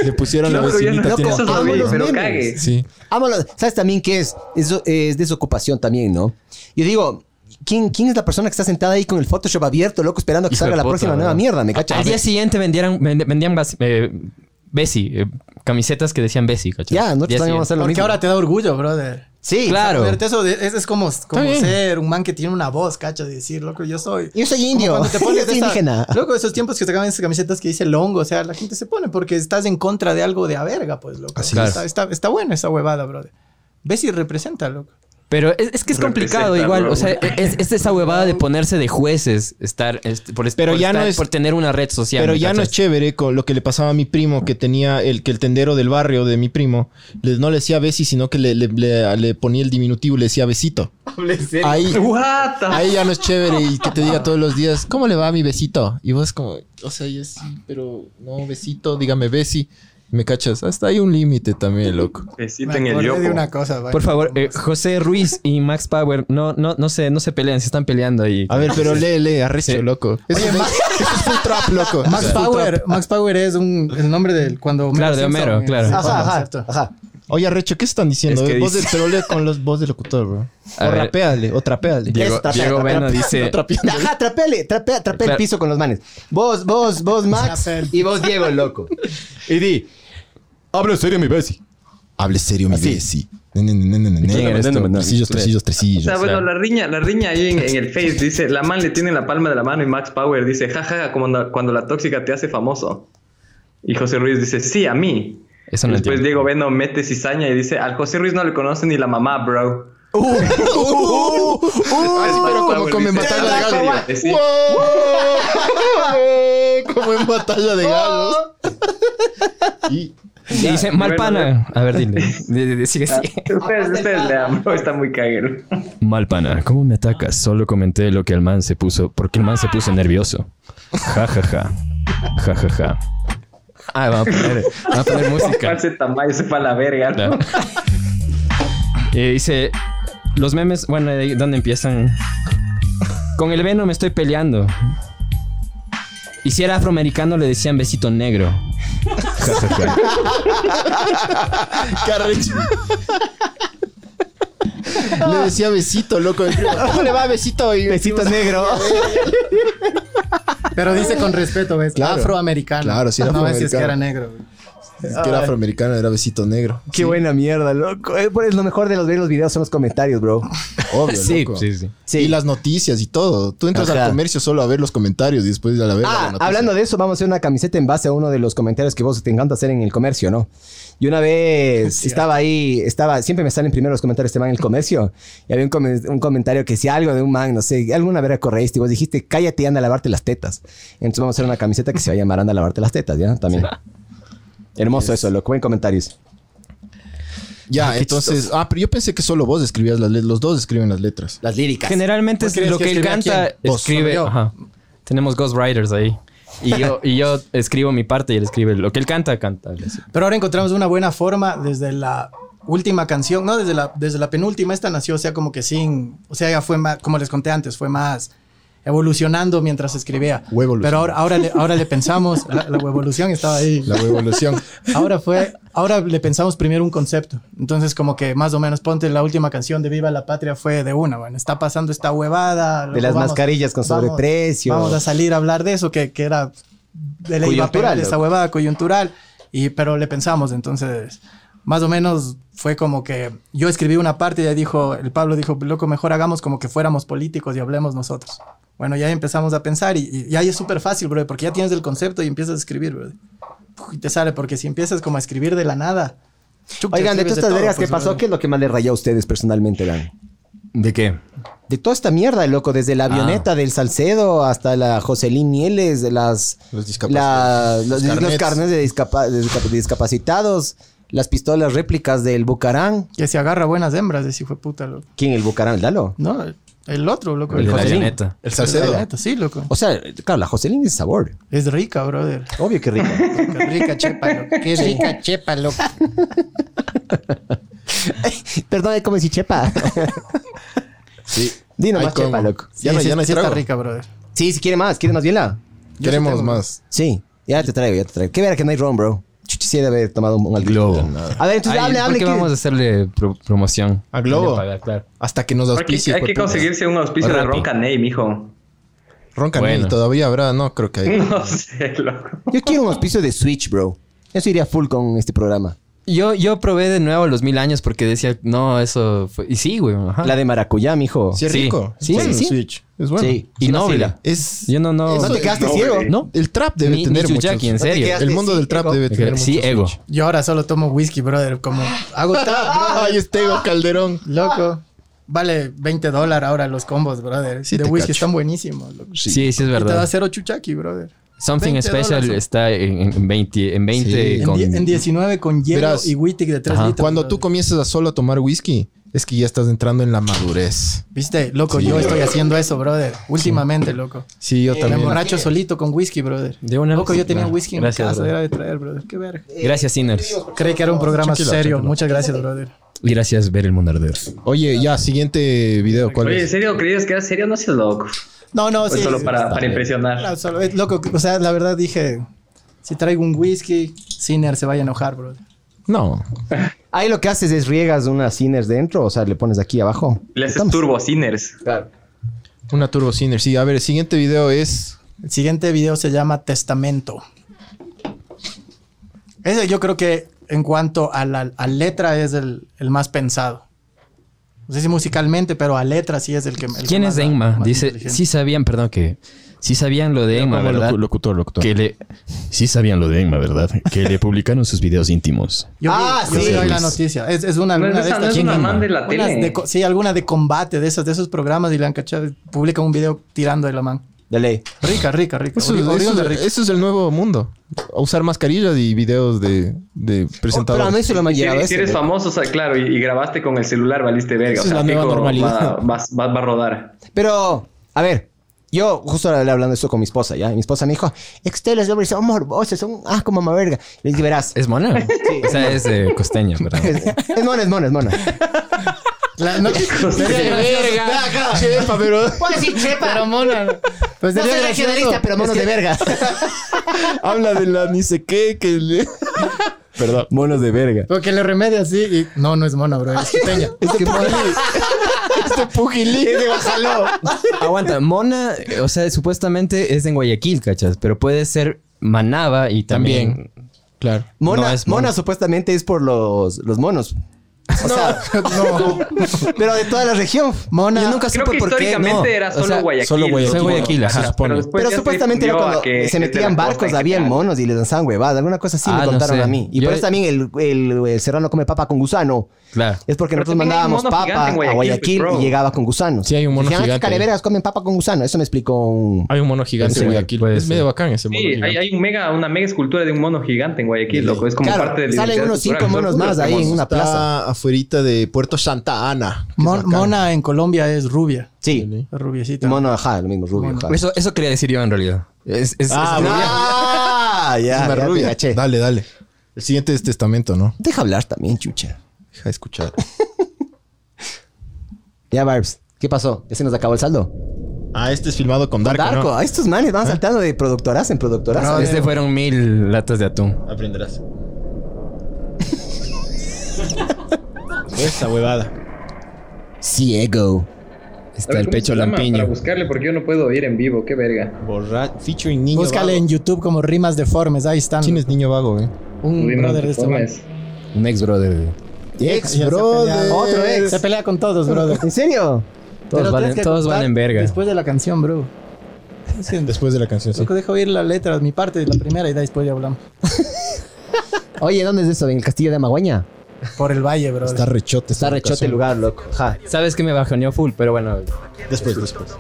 [SPEAKER 3] Le pusieron la
[SPEAKER 1] Loco, yo no-
[SPEAKER 3] vecinita,
[SPEAKER 1] loco,
[SPEAKER 3] tiene
[SPEAKER 1] eso
[SPEAKER 3] antojo.
[SPEAKER 1] lo vi,
[SPEAKER 2] Amo los
[SPEAKER 1] pero
[SPEAKER 2] memes.
[SPEAKER 1] cague.
[SPEAKER 3] Sí.
[SPEAKER 2] Ámalo. ah, ¿Sabes también qué es? Eso es desocupación también, ¿no? Yo digo, ¿quién, ¿quién es la persona que está sentada ahí con el Photoshop abierto, loco, esperando a que
[SPEAKER 7] Hijo
[SPEAKER 2] salga
[SPEAKER 7] de
[SPEAKER 2] la
[SPEAKER 7] puta,
[SPEAKER 2] próxima
[SPEAKER 7] ¿verdad?
[SPEAKER 2] nueva mierda? ¿Me cachas?
[SPEAKER 7] Al día siguiente vendieran, vend- vendían bas- eh, Bessie, eh, camisetas que decían Bessie, ¿cachai?
[SPEAKER 2] Ya, nosotros
[SPEAKER 7] Día
[SPEAKER 2] también vamos a
[SPEAKER 7] siguiente.
[SPEAKER 2] hacer lo
[SPEAKER 4] Porque
[SPEAKER 2] mismo.
[SPEAKER 4] ahora te da orgullo, brother.
[SPEAKER 2] sí,
[SPEAKER 7] Claro.
[SPEAKER 4] Verte eso de- es, es como, como
[SPEAKER 3] bien.
[SPEAKER 4] ser un man que tiene una voz, cacho, de decir, loco, yo soy.
[SPEAKER 2] Yo soy
[SPEAKER 4] Como
[SPEAKER 2] indio.
[SPEAKER 4] cuando
[SPEAKER 2] [laughs]
[SPEAKER 4] te
[SPEAKER 2] Yo
[SPEAKER 4] pones
[SPEAKER 2] soy
[SPEAKER 4] esa-
[SPEAKER 2] indígena.
[SPEAKER 4] Loco, esos tiempos que sacaban esas camisetas que dice longo, o sea, la gente se pone porque estás en contra de algo de a verga, pues, loco.
[SPEAKER 3] Así
[SPEAKER 4] está, está, está buena esa huevada, brother. Ves y representa, loco.
[SPEAKER 7] Pero es, es que es complicado
[SPEAKER 1] Representa,
[SPEAKER 7] igual.
[SPEAKER 1] bro.
[SPEAKER 7] O sea, es, es esa huevada de ponerse de jueces, estar este, por,
[SPEAKER 3] Pero
[SPEAKER 7] por
[SPEAKER 3] ya no
[SPEAKER 7] estar-
[SPEAKER 3] es-
[SPEAKER 7] por tener una red social.
[SPEAKER 3] Pero
[SPEAKER 7] ¿me
[SPEAKER 3] ya no es
[SPEAKER 7] cachas?
[SPEAKER 3] chévere con lo que le pasaba a mi primo, que tenía el que el tendero del barrio de mi primo, le- no le decía Bessie, sino que le, le- le- le ponía el diminutivo y le decía besito. Ahí,
[SPEAKER 1] What the-
[SPEAKER 3] ahí ya no es chévere y que te diga todos los días, ¿cómo le va a mi besito? Y vos como, o sea, yo sí, pero no, besito, dígame Bessie. Me cachas, hasta hay un límite también, loco.
[SPEAKER 1] Besito
[SPEAKER 4] Me
[SPEAKER 1] en el
[SPEAKER 4] acordé
[SPEAKER 1] yoco.
[SPEAKER 4] de una cosa, vaya.
[SPEAKER 7] Por favor, eh, José Ruiz y Max Power, no, no, no se, no se pelean, se están peleando ahí.
[SPEAKER 3] A ver, pero lee, lee, Eh, arrecho, loco. Eso, es, [laughs] eso es full trap, loco.
[SPEAKER 4] Max Power, Max Power es un, el nombre del cuando Homero
[SPEAKER 7] Claro, de
[SPEAKER 4] Simpson,
[SPEAKER 7] Homero,
[SPEAKER 4] eh,
[SPEAKER 7] claro.
[SPEAKER 4] se
[SPEAKER 7] Ajá,
[SPEAKER 4] forma,
[SPEAKER 2] ajá,
[SPEAKER 4] ¿cierto?
[SPEAKER 2] ajá.
[SPEAKER 3] Oye, arrecho, ¿qué están diciendo?
[SPEAKER 7] Es que
[SPEAKER 3] Voz de-
[SPEAKER 7] dice-
[SPEAKER 3] pero lee con los voz de locutor, bro.
[SPEAKER 7] A
[SPEAKER 3] o
[SPEAKER 7] ver.
[SPEAKER 3] rapeale, o trapeale.
[SPEAKER 7] Diego,
[SPEAKER 2] Eso, trapea,
[SPEAKER 7] Diego
[SPEAKER 2] trapea,
[SPEAKER 7] Vena
[SPEAKER 4] [laughs]
[SPEAKER 7] dice...
[SPEAKER 2] Ajá, trapeale, trapea, trapea el
[SPEAKER 7] Claro.
[SPEAKER 2] piso con los manes. Vos, vos, vos, Max.
[SPEAKER 4] Trapea el
[SPEAKER 2] Y vos, Diego, loco.
[SPEAKER 3] Y di, hablo serio mi Bessie. Hable serio mi Bessie.
[SPEAKER 7] ¿Quién eres tú?
[SPEAKER 3] Tresillos, tresillos,
[SPEAKER 1] O sea,
[SPEAKER 3] tresillos.
[SPEAKER 1] bueno, la riña, la riña ahí en, en el Face dice, la man le tiene la palma de la mano y Max Power dice, jaja, como cuando, cuando la tóxica te hace famoso. Y José Ruiz dice, sí, a mí.
[SPEAKER 7] Eso no
[SPEAKER 1] Después
[SPEAKER 7] entiendo.
[SPEAKER 1] Diego Beno mete cizaña y dice, al José Ruiz no le conoce ni la mamá, bro.
[SPEAKER 3] Uh, pero uh, como, como en batalla de gallos. ¡Wow! Como en batalla de gallos. Y
[SPEAKER 7] Y dice, mal
[SPEAKER 1] bueno,
[SPEAKER 7] pana. A ver, dile. Di- di- di- Sigue, sigue.
[SPEAKER 1] Ustedes, ustedes lean, bro, está muy caguero.
[SPEAKER 7] Mal pana, ¿cómo me atacas? Solo comenté lo que el man se puso, porque el man se puso nervioso. Ja, ja, ja. Ja, ja, ja. Ah, va a poner, va a poner [laughs] música.
[SPEAKER 1] Pase tamaño, se fue a la verga. ¿no?
[SPEAKER 7] Eh, dice, los memes, bueno, ahí ¿dónde empiezan? Con el Veno me estoy peleando. Y si era afroamericano le decían besito negro. Ja, ja, ja.
[SPEAKER 3] carrecho. [laughs] Le decía besito, loco. ¿Cómo le va besito? Y
[SPEAKER 2] Besito negro.
[SPEAKER 4] Pero dice con respeto, ¿ves?
[SPEAKER 3] Claro.
[SPEAKER 4] Afroamericano.
[SPEAKER 3] Claro, sí, era
[SPEAKER 4] No ves si es que era
[SPEAKER 3] afroamericano.
[SPEAKER 4] negro. güey.
[SPEAKER 3] Que era afroamericano, era besito negro.
[SPEAKER 2] [laughs] Qué buena mierda, loco. Eh, pues, lo mejor de los ver los videos son los comentarios, bro.
[SPEAKER 3] Obvio,
[SPEAKER 7] Sí,
[SPEAKER 3] loco.
[SPEAKER 7] sí, sí.
[SPEAKER 2] Sí.
[SPEAKER 3] Y las noticias y todo. Tú entras
[SPEAKER 2] Ajá.
[SPEAKER 3] al comercio solo a ver los comentarios y después a la ver la
[SPEAKER 2] Ah,
[SPEAKER 3] noticia.
[SPEAKER 2] hablando de eso, vamos a hacer una camiseta en base a uno de los comentarios que vos te encanta hacer en el comercio, ¿no? Y una [laughs] vez estaba ahí, estaba, siempre me salen primero los comentarios de man en el comercio, y había un, comen- un comentario que decía algo de un man, no sé, alguna verga correíste, y vos dijiste, cállate y anda a lavarte las tetas. Entonces vamos a hacer una camiseta que se va a llamar anda a lavarte las tetas, ¿ya? También. Hermoso eso, loco, en comentarios.
[SPEAKER 3] Ya, entonces. Ah, pero yo pensé que solo vos escribías las letras. Los dos escriben las letras.
[SPEAKER 2] Las líricas.
[SPEAKER 7] Generalmente
[SPEAKER 4] ¿Vos
[SPEAKER 7] es
[SPEAKER 4] crees
[SPEAKER 7] lo
[SPEAKER 4] que
[SPEAKER 7] que él
[SPEAKER 4] escribe a
[SPEAKER 7] canta
[SPEAKER 4] quién? Vos,
[SPEAKER 7] escribe.
[SPEAKER 4] solo yo.
[SPEAKER 7] ajá. Tenemos ghostwriters ahí. Y yo, y yo escribo mi parte y él escribe lo que él canta, canta. él así.
[SPEAKER 4] Pero ahora encontramos una buena forma desde la última canción, no, desde la, desde la penúltima, esta nació, o sea, como que sin, o sea, ya fue más, como les conté antes, fue más evolucionando mientras escribía.
[SPEAKER 3] Huevolución.
[SPEAKER 4] Pero ahora, ahora, le, ahora le pensamos, la, la evolución estaba ahí.
[SPEAKER 3] [laughs] La evolución.
[SPEAKER 4] [laughs] Ahora fue, ahora le pensamos primero un concepto. Entonces, como que más o menos, ponte la última canción de Viva la Patria fue de una, bueno, está pasando esta huevada.
[SPEAKER 2] De las mascarillas con sobreprecio.
[SPEAKER 4] Vamos, a salir a hablar de eso, que, que era de ley va a pegar
[SPEAKER 2] Coyuntural,
[SPEAKER 4] esta
[SPEAKER 2] loco.
[SPEAKER 4] huevada coyuntural. Y, pero le pensamos, entonces, más o menos fue como que yo escribí una parte y ya dijo, el Pablo dijo, loco, mejor hagamos como que fuéramos políticos y hablemos nosotros. Bueno, ya empezamos a pensar y, y- y ahí es súper fácil, bro, porque ya tienes el concepto y empiezas a escribir, bro. Puf, Y te sale, porque si empiezas como a escribir de la nada. chuta,
[SPEAKER 2] Oigan, de
[SPEAKER 4] escribes
[SPEAKER 2] todas estas
[SPEAKER 4] todo,
[SPEAKER 2] vergas que
[SPEAKER 4] pues,
[SPEAKER 2] pasó,
[SPEAKER 4] brother.
[SPEAKER 2] ¿qué es lo que más les rayó a ustedes personalmente, Dan?
[SPEAKER 7] ¿De qué?
[SPEAKER 2] De toda esta mierda, loco, desde la avioneta del Salcedo hasta la Jocelyn Nieles, de las,
[SPEAKER 3] Los
[SPEAKER 2] la-
[SPEAKER 3] discapacitados.
[SPEAKER 2] los, los carnets, de, discapa- de discap- discapacitados, las pistolas réplicas del Bucarán.
[SPEAKER 4] Que se agarra buenas hembras, de hijo de puta, loco.
[SPEAKER 2] ¿Quién el Bucarán? ¿El Lalo?
[SPEAKER 4] No, el- el otro, loco.
[SPEAKER 7] El de la
[SPEAKER 4] José-
[SPEAKER 7] avioneta.
[SPEAKER 3] El
[SPEAKER 4] el
[SPEAKER 3] Salcedo.
[SPEAKER 4] Vallenato, Sí, loco.
[SPEAKER 2] O sea, claro, la Jocelyn es sabor.
[SPEAKER 4] Es rica, brother.
[SPEAKER 2] Obvio que rico.
[SPEAKER 4] Qué rica chepa, loco. Qué rica chepa, loco.
[SPEAKER 2] [laughs] Perdón, como si chepa.
[SPEAKER 3] Sí.
[SPEAKER 2] Dino
[SPEAKER 3] Ay,
[SPEAKER 2] más
[SPEAKER 3] cómo.
[SPEAKER 2] chepa, loco.
[SPEAKER 3] [laughs]
[SPEAKER 4] Sí,
[SPEAKER 3] Ya no,
[SPEAKER 4] sí,
[SPEAKER 3] ya no hay
[SPEAKER 4] sí está
[SPEAKER 3] trago.
[SPEAKER 4] rica, brother.
[SPEAKER 2] Sí, si quiere más, quiere más bien la.
[SPEAKER 3] Queremos más.
[SPEAKER 2] Sí, ya te traigo, ya te traigo. Qué verga que no hay ron, bro. Chuchi, sí de haber tomado un, un globo. A ver, entonces
[SPEAKER 7] Ay,
[SPEAKER 2] hable,
[SPEAKER 7] ¿por
[SPEAKER 2] hable.
[SPEAKER 7] qué
[SPEAKER 2] que-
[SPEAKER 7] vamos a hacerle pro- promoción?
[SPEAKER 3] A Globo.
[SPEAKER 7] Hay que pagar, claro.
[SPEAKER 3] Hasta que nos
[SPEAKER 1] Hay que,
[SPEAKER 3] auspicie.
[SPEAKER 1] hay que
[SPEAKER 3] hijueputas.
[SPEAKER 1] conseguirse un auspicio de
[SPEAKER 7] Rápido.
[SPEAKER 1] Ronca Ney, mijo. [laughs]
[SPEAKER 3] Ronca
[SPEAKER 7] Bueno.
[SPEAKER 3] Ney, todavía habrá, no creo que haya.
[SPEAKER 1] No sé, loco.
[SPEAKER 2] Yo quiero un auspicio de Switch, bro. Eso iría full con este programa.
[SPEAKER 7] Yo, yo probé de nuevo los mil años porque decía, no, eso fue... Y sí, güey. Ajá.
[SPEAKER 2] La de maracuyá, mijo.
[SPEAKER 3] Sí, es
[SPEAKER 7] Sí.
[SPEAKER 3] rico.
[SPEAKER 2] Sí,
[SPEAKER 3] es bueno,
[SPEAKER 2] sí.
[SPEAKER 3] Switch. Es bueno.
[SPEAKER 2] Sí,
[SPEAKER 7] Y
[SPEAKER 2] es una
[SPEAKER 7] noble.
[SPEAKER 2] fila.
[SPEAKER 3] Es.
[SPEAKER 7] Yo no, no...
[SPEAKER 3] Eso
[SPEAKER 2] No te
[SPEAKER 3] es
[SPEAKER 2] quedaste
[SPEAKER 3] noble.
[SPEAKER 2] ciego.
[SPEAKER 7] No.
[SPEAKER 3] El trap debe
[SPEAKER 7] Ni- ni
[SPEAKER 3] tener mucho.
[SPEAKER 7] Tsuyaki, en
[SPEAKER 2] te
[SPEAKER 7] serio.
[SPEAKER 2] quedaste
[SPEAKER 3] El mundo del trap
[SPEAKER 2] ciego.
[SPEAKER 3] debe tener
[SPEAKER 7] Sí,
[SPEAKER 3] mucho
[SPEAKER 7] ego.
[SPEAKER 3] Switch.
[SPEAKER 4] Yo ahora solo tomo whisky, brother. Como hago tap,
[SPEAKER 3] [laughs] Ay, este ego Calderón.
[SPEAKER 4] loco. Vale 20 dólares ahora los combos, brother.
[SPEAKER 3] Sí,
[SPEAKER 4] de
[SPEAKER 3] te
[SPEAKER 4] whisky
[SPEAKER 3] cacho.
[SPEAKER 4] están buenísimos, loco.
[SPEAKER 7] Sí, sí, es
[SPEAKER 4] Y te da
[SPEAKER 7] verdad.
[SPEAKER 4] cero chuchaki, brother.
[SPEAKER 7] Something
[SPEAKER 4] 20
[SPEAKER 7] Special
[SPEAKER 4] dólares.
[SPEAKER 7] está en, en 20, en 20
[SPEAKER 3] Sí.
[SPEAKER 4] En,
[SPEAKER 7] con...
[SPEAKER 4] die- en 19 con hielo
[SPEAKER 3] Verás.
[SPEAKER 4] y Wittig de 3
[SPEAKER 7] Ajá.
[SPEAKER 4] litros.
[SPEAKER 3] Cuando tú
[SPEAKER 4] brother.
[SPEAKER 3] comienzas a solo a tomar whisky, es que ya estás entrando en la madurez.
[SPEAKER 4] Viste, loco, yo estoy haciendo eso, brother. Últimamente, loco.
[SPEAKER 3] Sí, yo
[SPEAKER 4] Me
[SPEAKER 3] también.
[SPEAKER 4] emborracho solito con whisky, brother.
[SPEAKER 7] De una
[SPEAKER 4] Loco,
[SPEAKER 7] vez.
[SPEAKER 4] yo tenía
[SPEAKER 7] Ah,
[SPEAKER 4] whisky en mi
[SPEAKER 7] gracias,
[SPEAKER 4] casa,
[SPEAKER 7] brother.
[SPEAKER 4] era de traer, brother. Qué verga.
[SPEAKER 7] Gracias, Sinners.
[SPEAKER 4] Creí que era un programa
[SPEAKER 3] Tranquilo,
[SPEAKER 4] serio.
[SPEAKER 3] tranquilo.
[SPEAKER 4] Muchas gracias, brother.
[SPEAKER 7] Y gracias, Ver el Mundo Arder.
[SPEAKER 3] Oye, ya, siguiente video. ¿Cuál
[SPEAKER 1] Oye, ¿en
[SPEAKER 3] es?
[SPEAKER 1] serio creías que era serio? No seas loco.
[SPEAKER 4] No, no,
[SPEAKER 1] Pues
[SPEAKER 4] sí.
[SPEAKER 1] solo
[SPEAKER 4] sí,
[SPEAKER 1] para, para
[SPEAKER 4] Claro,
[SPEAKER 1] impresionar.
[SPEAKER 4] solo- es loco, o sea, la verdad dije, si traigo un whisky, Sinner se vaya a enojar, bro.
[SPEAKER 3] No.
[SPEAKER 2] Ahí lo que haces es riegas unas cines dentro, o sea, le pones aquí abajo.
[SPEAKER 1] Le haces turbo sinners.
[SPEAKER 3] Una Turbo Sinner. Sí, a ver, el siguiente video es.
[SPEAKER 4] El siguiente video se llama Testamento. Ese yo creo que en cuanto a la a letra es el, el más pensado. No sé si musicalmente, pero a letra sí es el que... el que
[SPEAKER 7] ¿Quién es
[SPEAKER 4] más-
[SPEAKER 7] Enma?
[SPEAKER 4] más
[SPEAKER 7] Dice,
[SPEAKER 4] inteligente.
[SPEAKER 7] sí sabían, perdón, que... Sí sabían lo de Enma, ¿verdad?
[SPEAKER 10] Locutor, locutor.
[SPEAKER 7] Que le...
[SPEAKER 10] Sí sabían lo de Enma, ¿verdad? Que le publicaron sus videos íntimos.
[SPEAKER 4] Yo, vi-
[SPEAKER 2] Ah,
[SPEAKER 4] yo
[SPEAKER 2] sí.
[SPEAKER 4] vi hoy la noticia. Es, es una,
[SPEAKER 1] No,
[SPEAKER 4] alguna de
[SPEAKER 1] esa no
[SPEAKER 4] estas
[SPEAKER 1] es una man de la
[SPEAKER 4] unas
[SPEAKER 1] tele.
[SPEAKER 4] de co- sí, alguna de combate de esos, de esos programas y le han cachado. Publica un video tirando de la man.
[SPEAKER 2] Dale.
[SPEAKER 4] Rica, rica, rica.
[SPEAKER 3] Eso,
[SPEAKER 4] Ori-
[SPEAKER 3] eso-
[SPEAKER 4] oriunda rica.
[SPEAKER 3] eso es el nuevo mundo. A usar mascarillas y videos de,
[SPEAKER 2] pero a
[SPEAKER 3] de
[SPEAKER 2] mí
[SPEAKER 3] presentadores.
[SPEAKER 2] se lo me ha
[SPEAKER 1] Si,
[SPEAKER 2] llegado este,
[SPEAKER 1] si
[SPEAKER 2] ese,
[SPEAKER 1] eres
[SPEAKER 2] loco.
[SPEAKER 1] famoso, o sea, claro, y, y grabaste con el celular, valiste
[SPEAKER 10] Esa
[SPEAKER 1] verga. O
[SPEAKER 10] es
[SPEAKER 1] sea,
[SPEAKER 10] la nueva
[SPEAKER 1] fijo,
[SPEAKER 10] normalidad.
[SPEAKER 1] Va, vas- va- va a rodar.
[SPEAKER 2] Pero, a ver, yo justo le hablando de esto con mi esposa, ¿ya? Y mi esposa me dijo, es que ustedes los hombres son morbosos, son, ah, como mamá verga. Le dije, verás.
[SPEAKER 7] ¿Es mona? [laughs] o sea, es eh, [laughs] costeño, ¿verdad?
[SPEAKER 2] Es, [laughs] es mona, es mona, es mona.
[SPEAKER 4] La- no, sería gracioso.
[SPEAKER 3] Chepa, pero.
[SPEAKER 2] Puedes decir chepa.
[SPEAKER 4] Pero mona. Pues
[SPEAKER 2] no
[SPEAKER 4] sería
[SPEAKER 2] soy
[SPEAKER 4] gracioso.
[SPEAKER 2] regionalista, pero monos de verga.
[SPEAKER 3] [laughs] Habla de la ni sé qué. Que
[SPEAKER 2] [laughs]
[SPEAKER 3] le- Perdón.
[SPEAKER 2] monos de verga.
[SPEAKER 4] Porque le remedia así y... No, no es mona, bro. Es quiteña.
[SPEAKER 3] Es que Este pugilí.
[SPEAKER 7] [laughs] Aguanta, Mona, eh, o sea, supuestamente es en Guayaquil, ¿cachas? Pero puede ser Manaba y también...
[SPEAKER 3] Claro.
[SPEAKER 2] Mona,
[SPEAKER 7] No, es
[SPEAKER 2] mona
[SPEAKER 7] mona.
[SPEAKER 2] supuestamente es por los, los monos. O
[SPEAKER 1] [laughs]
[SPEAKER 2] sea,
[SPEAKER 4] No.
[SPEAKER 2] pero de toda la región.
[SPEAKER 4] Mona.
[SPEAKER 7] Yo nunca
[SPEAKER 1] Creo
[SPEAKER 7] supe
[SPEAKER 1] que
[SPEAKER 7] por qué,
[SPEAKER 1] históricamente
[SPEAKER 7] no.
[SPEAKER 1] era
[SPEAKER 7] O
[SPEAKER 1] solo
[SPEAKER 7] sea,
[SPEAKER 1] Guayaquil.
[SPEAKER 10] solo Guayaquil.
[SPEAKER 7] Solo Guayaquil,
[SPEAKER 10] Se
[SPEAKER 7] ajá.
[SPEAKER 10] supone.
[SPEAKER 1] después
[SPEAKER 2] Pero
[SPEAKER 1] Pues ya se
[SPEAKER 2] supuestamente era cuando
[SPEAKER 1] difundió a que
[SPEAKER 2] se
[SPEAKER 1] es de la
[SPEAKER 2] metían
[SPEAKER 1] costa
[SPEAKER 2] barcos,
[SPEAKER 1] en
[SPEAKER 2] habían
[SPEAKER 1] general.
[SPEAKER 2] monos y les lanzaban huevadas. Alguna cosa así
[SPEAKER 7] Ah,
[SPEAKER 2] me
[SPEAKER 7] no
[SPEAKER 2] contaron
[SPEAKER 7] sé.
[SPEAKER 2] a mí. Y
[SPEAKER 7] Yo-
[SPEAKER 2] por eso también el, el, el serrano come papa con gusano.
[SPEAKER 7] Claro.
[SPEAKER 2] Es porque
[SPEAKER 1] Pero
[SPEAKER 2] nosotros
[SPEAKER 1] también hay un
[SPEAKER 2] mandábamos
[SPEAKER 1] mono
[SPEAKER 2] papa
[SPEAKER 1] gigante en
[SPEAKER 2] a
[SPEAKER 1] Guayaquil,
[SPEAKER 2] Guayaquil
[SPEAKER 1] bro.
[SPEAKER 2] y llegaba con gusanos.
[SPEAKER 10] Sí, hay un mono
[SPEAKER 2] Decían, "Ah, qué
[SPEAKER 10] gigante ahí".
[SPEAKER 2] caleveras comen papa con gusano. Eso me explicó un...
[SPEAKER 10] Hay un mono gigante en
[SPEAKER 7] Sí,
[SPEAKER 10] Guayaquil.
[SPEAKER 7] puede
[SPEAKER 10] Es
[SPEAKER 7] ser.
[SPEAKER 10] medio bacán ese mono.
[SPEAKER 1] Sí, hay,
[SPEAKER 10] gigante.
[SPEAKER 1] hay un mega, una mega escultura de un mono gigante en Guayaquil, loco. Es como
[SPEAKER 2] Claro,
[SPEAKER 1] parte de la
[SPEAKER 2] salen
[SPEAKER 1] identidad
[SPEAKER 2] unos cinco
[SPEAKER 1] cultural.
[SPEAKER 2] monos más ahí en una plaza.
[SPEAKER 3] Está afuerita de Puerto Santa Ana. que es
[SPEAKER 4] Mon-
[SPEAKER 3] bacán.
[SPEAKER 4] mona en Colombia es rubia.
[SPEAKER 2] Sí.
[SPEAKER 4] Es rubiecita.
[SPEAKER 2] Mono, ajá, lo mismo, rubio. ajá.
[SPEAKER 7] Eso, eso quería decir yo en realidad. Es, es-
[SPEAKER 3] Ah,
[SPEAKER 7] es
[SPEAKER 3] bueno.
[SPEAKER 7] rubia.
[SPEAKER 2] Ah,
[SPEAKER 3] Es
[SPEAKER 2] ya,
[SPEAKER 3] una
[SPEAKER 2] ya te
[SPEAKER 3] rubia.
[SPEAKER 2] caché.
[SPEAKER 3] Dale, dale. El siguiente es testamento, ¿no?
[SPEAKER 2] Deja hablar también, chucha.
[SPEAKER 3] Deja de escuchar.
[SPEAKER 2] [laughs] Ya, Barbs, ¿qué pasó? ¿Ese nos acabó el saldo?
[SPEAKER 3] Ah, este es filmado con Darko,
[SPEAKER 2] Darko,
[SPEAKER 3] ¿no?
[SPEAKER 2] ah, estos manes van saltando de
[SPEAKER 10] Ah,
[SPEAKER 2] este productoras en productoras.
[SPEAKER 7] Este fueron mil latas de atún.
[SPEAKER 3] Aprenderás.
[SPEAKER 11] Esa huevada.
[SPEAKER 2] Ciego.
[SPEAKER 1] A ver, ¿cómo se llama Para buscarle, porque yo no puedo ir en vivo, qué verga.
[SPEAKER 11] Borracho. Featuring niño
[SPEAKER 4] Búscale
[SPEAKER 11] vago.
[SPEAKER 4] en YouTube como rimas deformes, ahí están.
[SPEAKER 11] ¿Quién es niño vago, eh?
[SPEAKER 4] Un
[SPEAKER 1] Rimas
[SPEAKER 4] brother de este man.
[SPEAKER 1] deformes.
[SPEAKER 7] Un ex brother.
[SPEAKER 3] Ex,
[SPEAKER 4] Ya se
[SPEAKER 3] brother.
[SPEAKER 4] pelea. Otro ex. Se pelea con todos, brother.
[SPEAKER 2] ¿En serio?
[SPEAKER 4] Pero tienes
[SPEAKER 7] valen-
[SPEAKER 4] que
[SPEAKER 7] todos
[SPEAKER 4] contar
[SPEAKER 7] valen verga.
[SPEAKER 4] Después de la canción, bro.
[SPEAKER 11] Después de la canción, sí.
[SPEAKER 4] Loco, deja oír la letra, mi parte, la primera, y después ya hablamos.
[SPEAKER 2] Oye, ¿dónde es eso? ¿En el castillo de Amagüeña?
[SPEAKER 4] Por el valle, bro.
[SPEAKER 11] Está rechote. esta
[SPEAKER 2] Está rechote
[SPEAKER 11] canción.
[SPEAKER 2] el lugar, loco. Ja.
[SPEAKER 7] Sabes que me bajoneó full, pero bueno.
[SPEAKER 11] Después, después.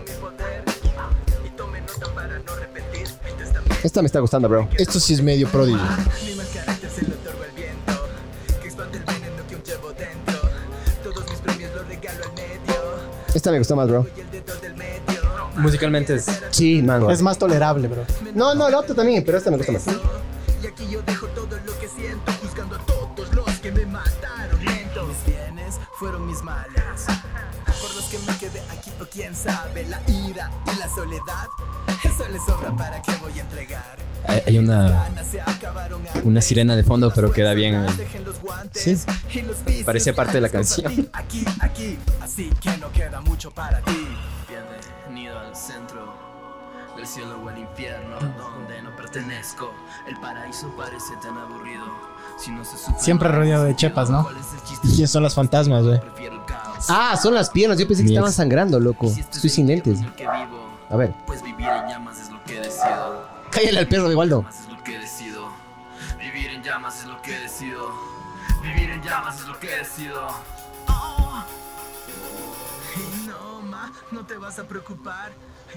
[SPEAKER 2] Esta me está gustando, bro.
[SPEAKER 3] Esto sí es medio prodigio.
[SPEAKER 2] Esta me gustó más, bro.
[SPEAKER 7] Musicalmente es.
[SPEAKER 2] Sí, man.
[SPEAKER 4] Es más tolerable, bro.
[SPEAKER 2] No, no, el otro también, pero esta me gusta más.
[SPEAKER 9] Y aquí yo dejo todo lo que siento Buscando a todos los que me mataron lento Mis bienes fueron mis males Por los que me quedé aquí o quién sabe La ira y la soledad Eso le sobra para que voy a entregar
[SPEAKER 7] Hay hay una,
[SPEAKER 9] Ana se acabaron antes.
[SPEAKER 7] una sirena de fondo, pero queda bien. eh.
[SPEAKER 9] Dejen los guantes y los vicios
[SPEAKER 7] Parecía parte de la
[SPEAKER 9] que antes
[SPEAKER 7] canción.
[SPEAKER 9] compartí Aquí, aquí, así que no queda mucho para ti Bienvenido al centro del cielo o el infierno Donde no pertenezco El paraíso parece tan aburrido Si no se supera
[SPEAKER 4] Siempre rodeado de chepas, ¿no?
[SPEAKER 9] ¿Cuál es el chiste?
[SPEAKER 11] ¿Y quién son las fantasmas, güey?
[SPEAKER 9] Prefiero el caos
[SPEAKER 2] Ah, son las piernas. Yo pensé que
[SPEAKER 7] Mi
[SPEAKER 2] estaban
[SPEAKER 7] ex.
[SPEAKER 2] sangrando, loco.
[SPEAKER 9] Si este
[SPEAKER 2] Estoy
[SPEAKER 9] es
[SPEAKER 2] sin
[SPEAKER 9] el
[SPEAKER 2] lentes.
[SPEAKER 9] camino que vivo,
[SPEAKER 2] A ver.
[SPEAKER 9] Pues vivir en llamas es lo que decido
[SPEAKER 2] Cállale al perro de Waldo.
[SPEAKER 9] Llamas es lo que decido Vivir en llamas es lo que decido Vivir en llamas es lo que decido Oh. Y No, ma, no te vas a preocupar